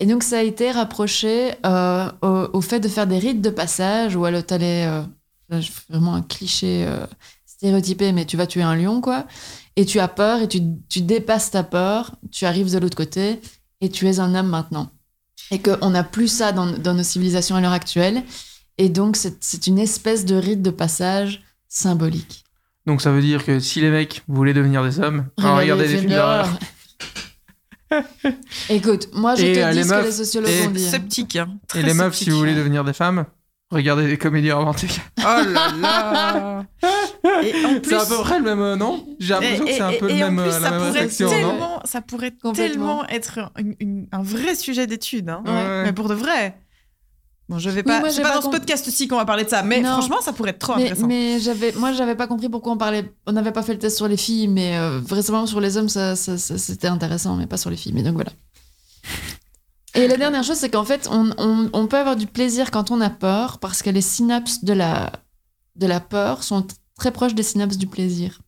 Speaker 4: Et donc ça a été rapproché euh, au, au fait de faire des rites de passage où alors t'allais. euh, là, je fais vraiment un cliché euh, stéréotypé, mais tu vas tuer un lion quoi. Et tu as peur et tu, tu dépasses ta peur, tu arrives de l'autre côté et tu es un homme maintenant. Et qu'on n'a plus ça dans, dans nos civilisations à l'heure actuelle. Et donc, c'est c'est une espèce de rite de passage symbolique.
Speaker 2: Donc ça veut dire que si les mecs voulaient devenir des hommes,
Speaker 3: Oh,
Speaker 2: alors regardez des films d'horreur.
Speaker 4: <laughs> Écoute, moi, je
Speaker 2: Et,
Speaker 4: te
Speaker 2: euh,
Speaker 4: dis
Speaker 2: les
Speaker 4: ce
Speaker 2: meufs,
Speaker 4: que les sociologues
Speaker 2: et-
Speaker 4: ont dit. hein.
Speaker 3: Sceptique. Hein. Très
Speaker 2: Et
Speaker 3: <laughs>
Speaker 2: les meufs, si
Speaker 3: sceptique.
Speaker 2: vous voulez devenir des femmes, regardez des comédies romantiques.
Speaker 3: <laughs> Oh là là Ah. Et en plus,
Speaker 2: C'est à peu près le même euh, nom J'ai l'impression que
Speaker 3: et-
Speaker 2: c'est un
Speaker 3: et-
Speaker 2: peu le
Speaker 3: et en
Speaker 2: même,
Speaker 3: plus,
Speaker 2: euh, la
Speaker 3: ça
Speaker 2: même
Speaker 3: pourrait
Speaker 2: réflexion, non
Speaker 3: tellement, ça pourrait
Speaker 4: Complètement.
Speaker 3: tellement être une- une- un vrai sujet d'étude. hein.
Speaker 2: Ouais. Ouais.
Speaker 3: Mais pour de vrai. Bon, je vais pas.
Speaker 4: moi, j'ai
Speaker 3: c'est pas,
Speaker 4: pas
Speaker 3: dans ce
Speaker 4: compris.
Speaker 3: podcast-ci qu'on va parler de ça, mais
Speaker 4: Non.
Speaker 3: franchement, ça pourrait être trop
Speaker 4: Mais,
Speaker 3: intéressant.
Speaker 4: mais j'avais, moi, j'avais pas compris pourquoi on parlait. On n'avait pas fait le test sur les filles, mais euh, vraisemblablement sur les hommes, ça, ça- ça- c'était intéressant, mais pas sur les filles. Mais donc voilà. Et la dernière chose, c'est qu'en fait, on, on- on peut avoir du plaisir quand on a peur, parce que les synapses de la, de la peur sont très proches des synapses du plaisir.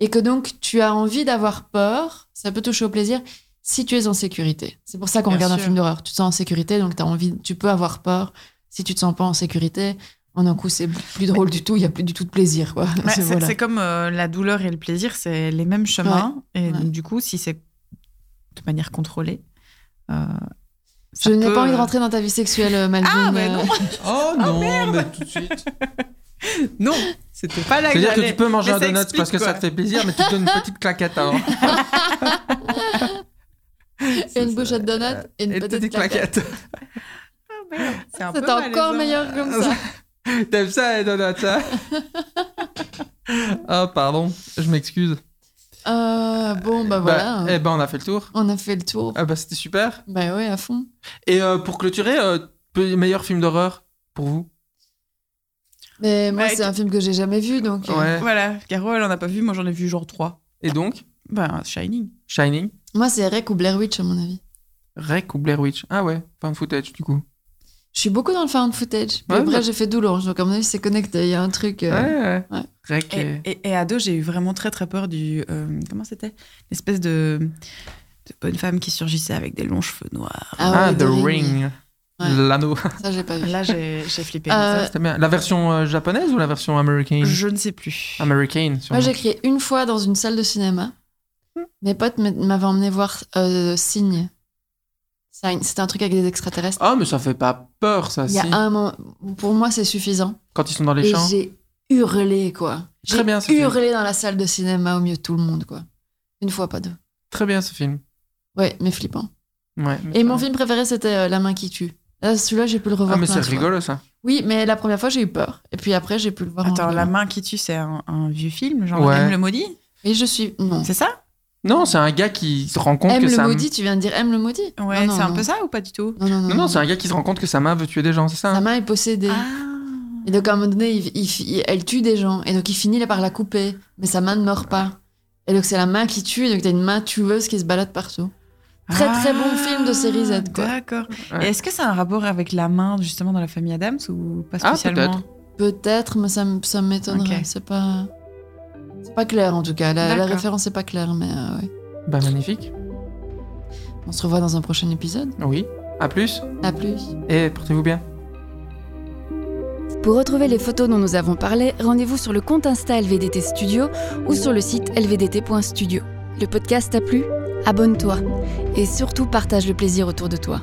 Speaker 4: Et que donc, tu as envie d'avoir peur, ça peut toucher au plaisir, si tu es en sécurité. C'est pour ça qu'on
Speaker 3: Bien
Speaker 4: regarde un
Speaker 3: sûr.
Speaker 4: film d'horreur. Tu te sens en sécurité, donc as envie, tu peux avoir peur. Si tu te sens pas en sécurité, en un coup, c'est plus drôle du tout, il y a plus du tout de plaisir, quoi.
Speaker 3: Ouais,
Speaker 4: C'est-
Speaker 3: c'est
Speaker 4: voilà.
Speaker 3: c'est comme euh, la douleur et le plaisir, c'est les mêmes chemins. Et
Speaker 4: Ouais.
Speaker 3: donc, du coup, si c'est de manière contrôlée. euh, ça
Speaker 4: Je n'ai
Speaker 3: peut,
Speaker 4: pas envie de
Speaker 3: euh,
Speaker 4: rentrer dans ta vie sexuelle, euh, Malvin.
Speaker 3: Ah, mais non,
Speaker 2: Oh non, mais tout de suite.
Speaker 3: non, c'était pas la
Speaker 2: C'est-à-dire que
Speaker 3: j'allais-
Speaker 2: tu peux manger
Speaker 3: mais
Speaker 2: un
Speaker 3: ça
Speaker 2: donut
Speaker 3: explique,
Speaker 2: parce que
Speaker 3: quoi.
Speaker 2: ça te fait plaisir, mais tu te donnes une petite claquette hein. avant.
Speaker 4: Et <laughs> une bouchette de donuts et une
Speaker 2: Et
Speaker 4: petite
Speaker 2: petite
Speaker 4: claquette.
Speaker 2: claquette.
Speaker 3: C'est un
Speaker 4: C'est
Speaker 3: peu malaisant.
Speaker 4: encore meilleur comme ça.
Speaker 2: T'aimes ça, les donuts, hein Oh, pardon, je m'excuse.
Speaker 4: Euh, bon,
Speaker 2: Bah,
Speaker 4: bah, voilà.
Speaker 2: Eh ben, on a fait le tour.
Speaker 4: On a fait le tour.
Speaker 2: Ah bah, c'était super.
Speaker 4: Bah ouais, à fond.
Speaker 2: Et euh, pour clôturer, euh, pe- meilleur film d'horreur pour vous
Speaker 4: Mais moi,
Speaker 3: Ouais,
Speaker 4: c'est
Speaker 3: tu-
Speaker 4: un film que j'ai jamais vu, donc. euh,
Speaker 2: Ouais.
Speaker 3: Voilà, Caro, elle en a pas vu, moi j'en ai vu genre 3.
Speaker 2: Et donc,
Speaker 3: Ben, Shining.
Speaker 2: Shining,
Speaker 4: Moi, c'est Rec ou Blair Witch, à mon avis.
Speaker 2: Rec ou Blair Witch Ah ouais, fin de footage, du coup.
Speaker 4: Je suis beaucoup dans le found footage. Puis
Speaker 2: Ouais,
Speaker 4: après,
Speaker 2: bah-
Speaker 4: j'ai fait Doulange, donc à mon avis, c'est connecté. Il y a un truc. euh,
Speaker 2: ouais,
Speaker 4: ouais.
Speaker 2: Rec
Speaker 3: Et,
Speaker 2: et...
Speaker 3: et- et à deux, j'ai eu vraiment très très peur du. euh, comment c'était L'espèce de, de bonne femme qui surgissait avec des longs cheveux noirs.
Speaker 2: Ah,
Speaker 4: ouais,
Speaker 2: The Ring.
Speaker 4: Ouais.
Speaker 2: <laughs> L'anneau.
Speaker 4: Ça, j'ai pas vu.
Speaker 3: Là, j'ai j'ai flippé.
Speaker 4: Euh,
Speaker 2: C'était bien. La version euh, japonaise ou la version américaine
Speaker 3: Je ne sais
Speaker 4: Ah,
Speaker 3: plus.
Speaker 2: Américaine,
Speaker 4: Moi,
Speaker 2: sûrement.
Speaker 4: j'ai crié une fois dans une salle de cinéma.
Speaker 2: Hmm.
Speaker 4: Mes potes m'a- m'avaient emmené voir euh, Signe. Sign, C'était un truc avec des extraterrestres.
Speaker 2: Ah, mais ça fait pas peur, ça,
Speaker 4: Il
Speaker 2: Ah, si.
Speaker 4: y a un moment, pour moi, c'est suffisant.
Speaker 2: Quand ils sont dans les
Speaker 4: Et
Speaker 2: champs.
Speaker 4: j'ai hurlé, quoi.
Speaker 2: Très
Speaker 4: J'ai
Speaker 2: bien, ce film.
Speaker 4: hurlé dans la salle de cinéma au milieu de tout le monde, quoi. Une fois, pas deux.
Speaker 2: Très bien, ce film.
Speaker 4: Ouais, mais flippant.
Speaker 2: Ouais,
Speaker 4: Et mon film préféré, c'était euh, La main qui tue. Là, celui-là, j'ai pu le revoir.
Speaker 2: Ah, mais
Speaker 4: plein
Speaker 2: c'est
Speaker 4: de fois.
Speaker 2: rigolo ça.
Speaker 4: Oui, mais la première fois, j'ai eu peur. Et puis après, j'ai pu le voir. en
Speaker 3: Attends,
Speaker 4: vrai.
Speaker 3: La main qui tue, c'est un, un vieux film, genre
Speaker 2: Ouais.
Speaker 3: Aime le maudit
Speaker 4: Et je suis. Non.
Speaker 3: C'est ça
Speaker 2: Non, c'est un gars qui se rend compte
Speaker 4: Aime
Speaker 2: que
Speaker 4: le
Speaker 2: sa
Speaker 4: maudit, tu viens de dire aime le maudit.
Speaker 3: Ouais,
Speaker 4: Non, non,
Speaker 3: c'est un
Speaker 4: non.
Speaker 3: peu ça ou pas du tout
Speaker 4: Non, non, non.
Speaker 2: Non, non, c'est un gars qui se rend compte que sa main veut tuer des gens, c'est ça
Speaker 4: Sa
Speaker 2: hein
Speaker 4: main est possédée.
Speaker 3: Ah
Speaker 4: Et donc, à un moment donné, il- il- il- elle tue des gens. Et donc, il finit par la couper. Mais sa main ne meurt pas. Et donc, c'est la main qui tue. Et donc, t'as une main tueuse qui se balade partout. Très, très bon film de série Z, quoi.
Speaker 3: D'accord.
Speaker 2: Ouais.
Speaker 3: Et Est-ce que ça a un rapport avec la main, justement, dans la famille Adams ou pas
Speaker 2: Ah,
Speaker 3: spécialement
Speaker 4: Peut-être, mais ça, m- ça m'étonnerait.
Speaker 3: Ok.
Speaker 4: C'est pas. C'est pas clair, en tout cas. La, la
Speaker 3: D'accord.
Speaker 4: référence est pas claire, mais euh, ouais.
Speaker 2: Bah, magnifique.
Speaker 4: On se revoit dans un prochain épisode.
Speaker 2: Oui. À plus.
Speaker 4: À plus.
Speaker 2: Et portez-vous bien.
Speaker 1: Pour retrouver les photos dont nous avons parlé, rendez-vous sur le compte Insta LVDT Studio ou sur le site lvdt.studio. Le podcast t'a plu Abonne-toi et surtout partage le plaisir autour de toi.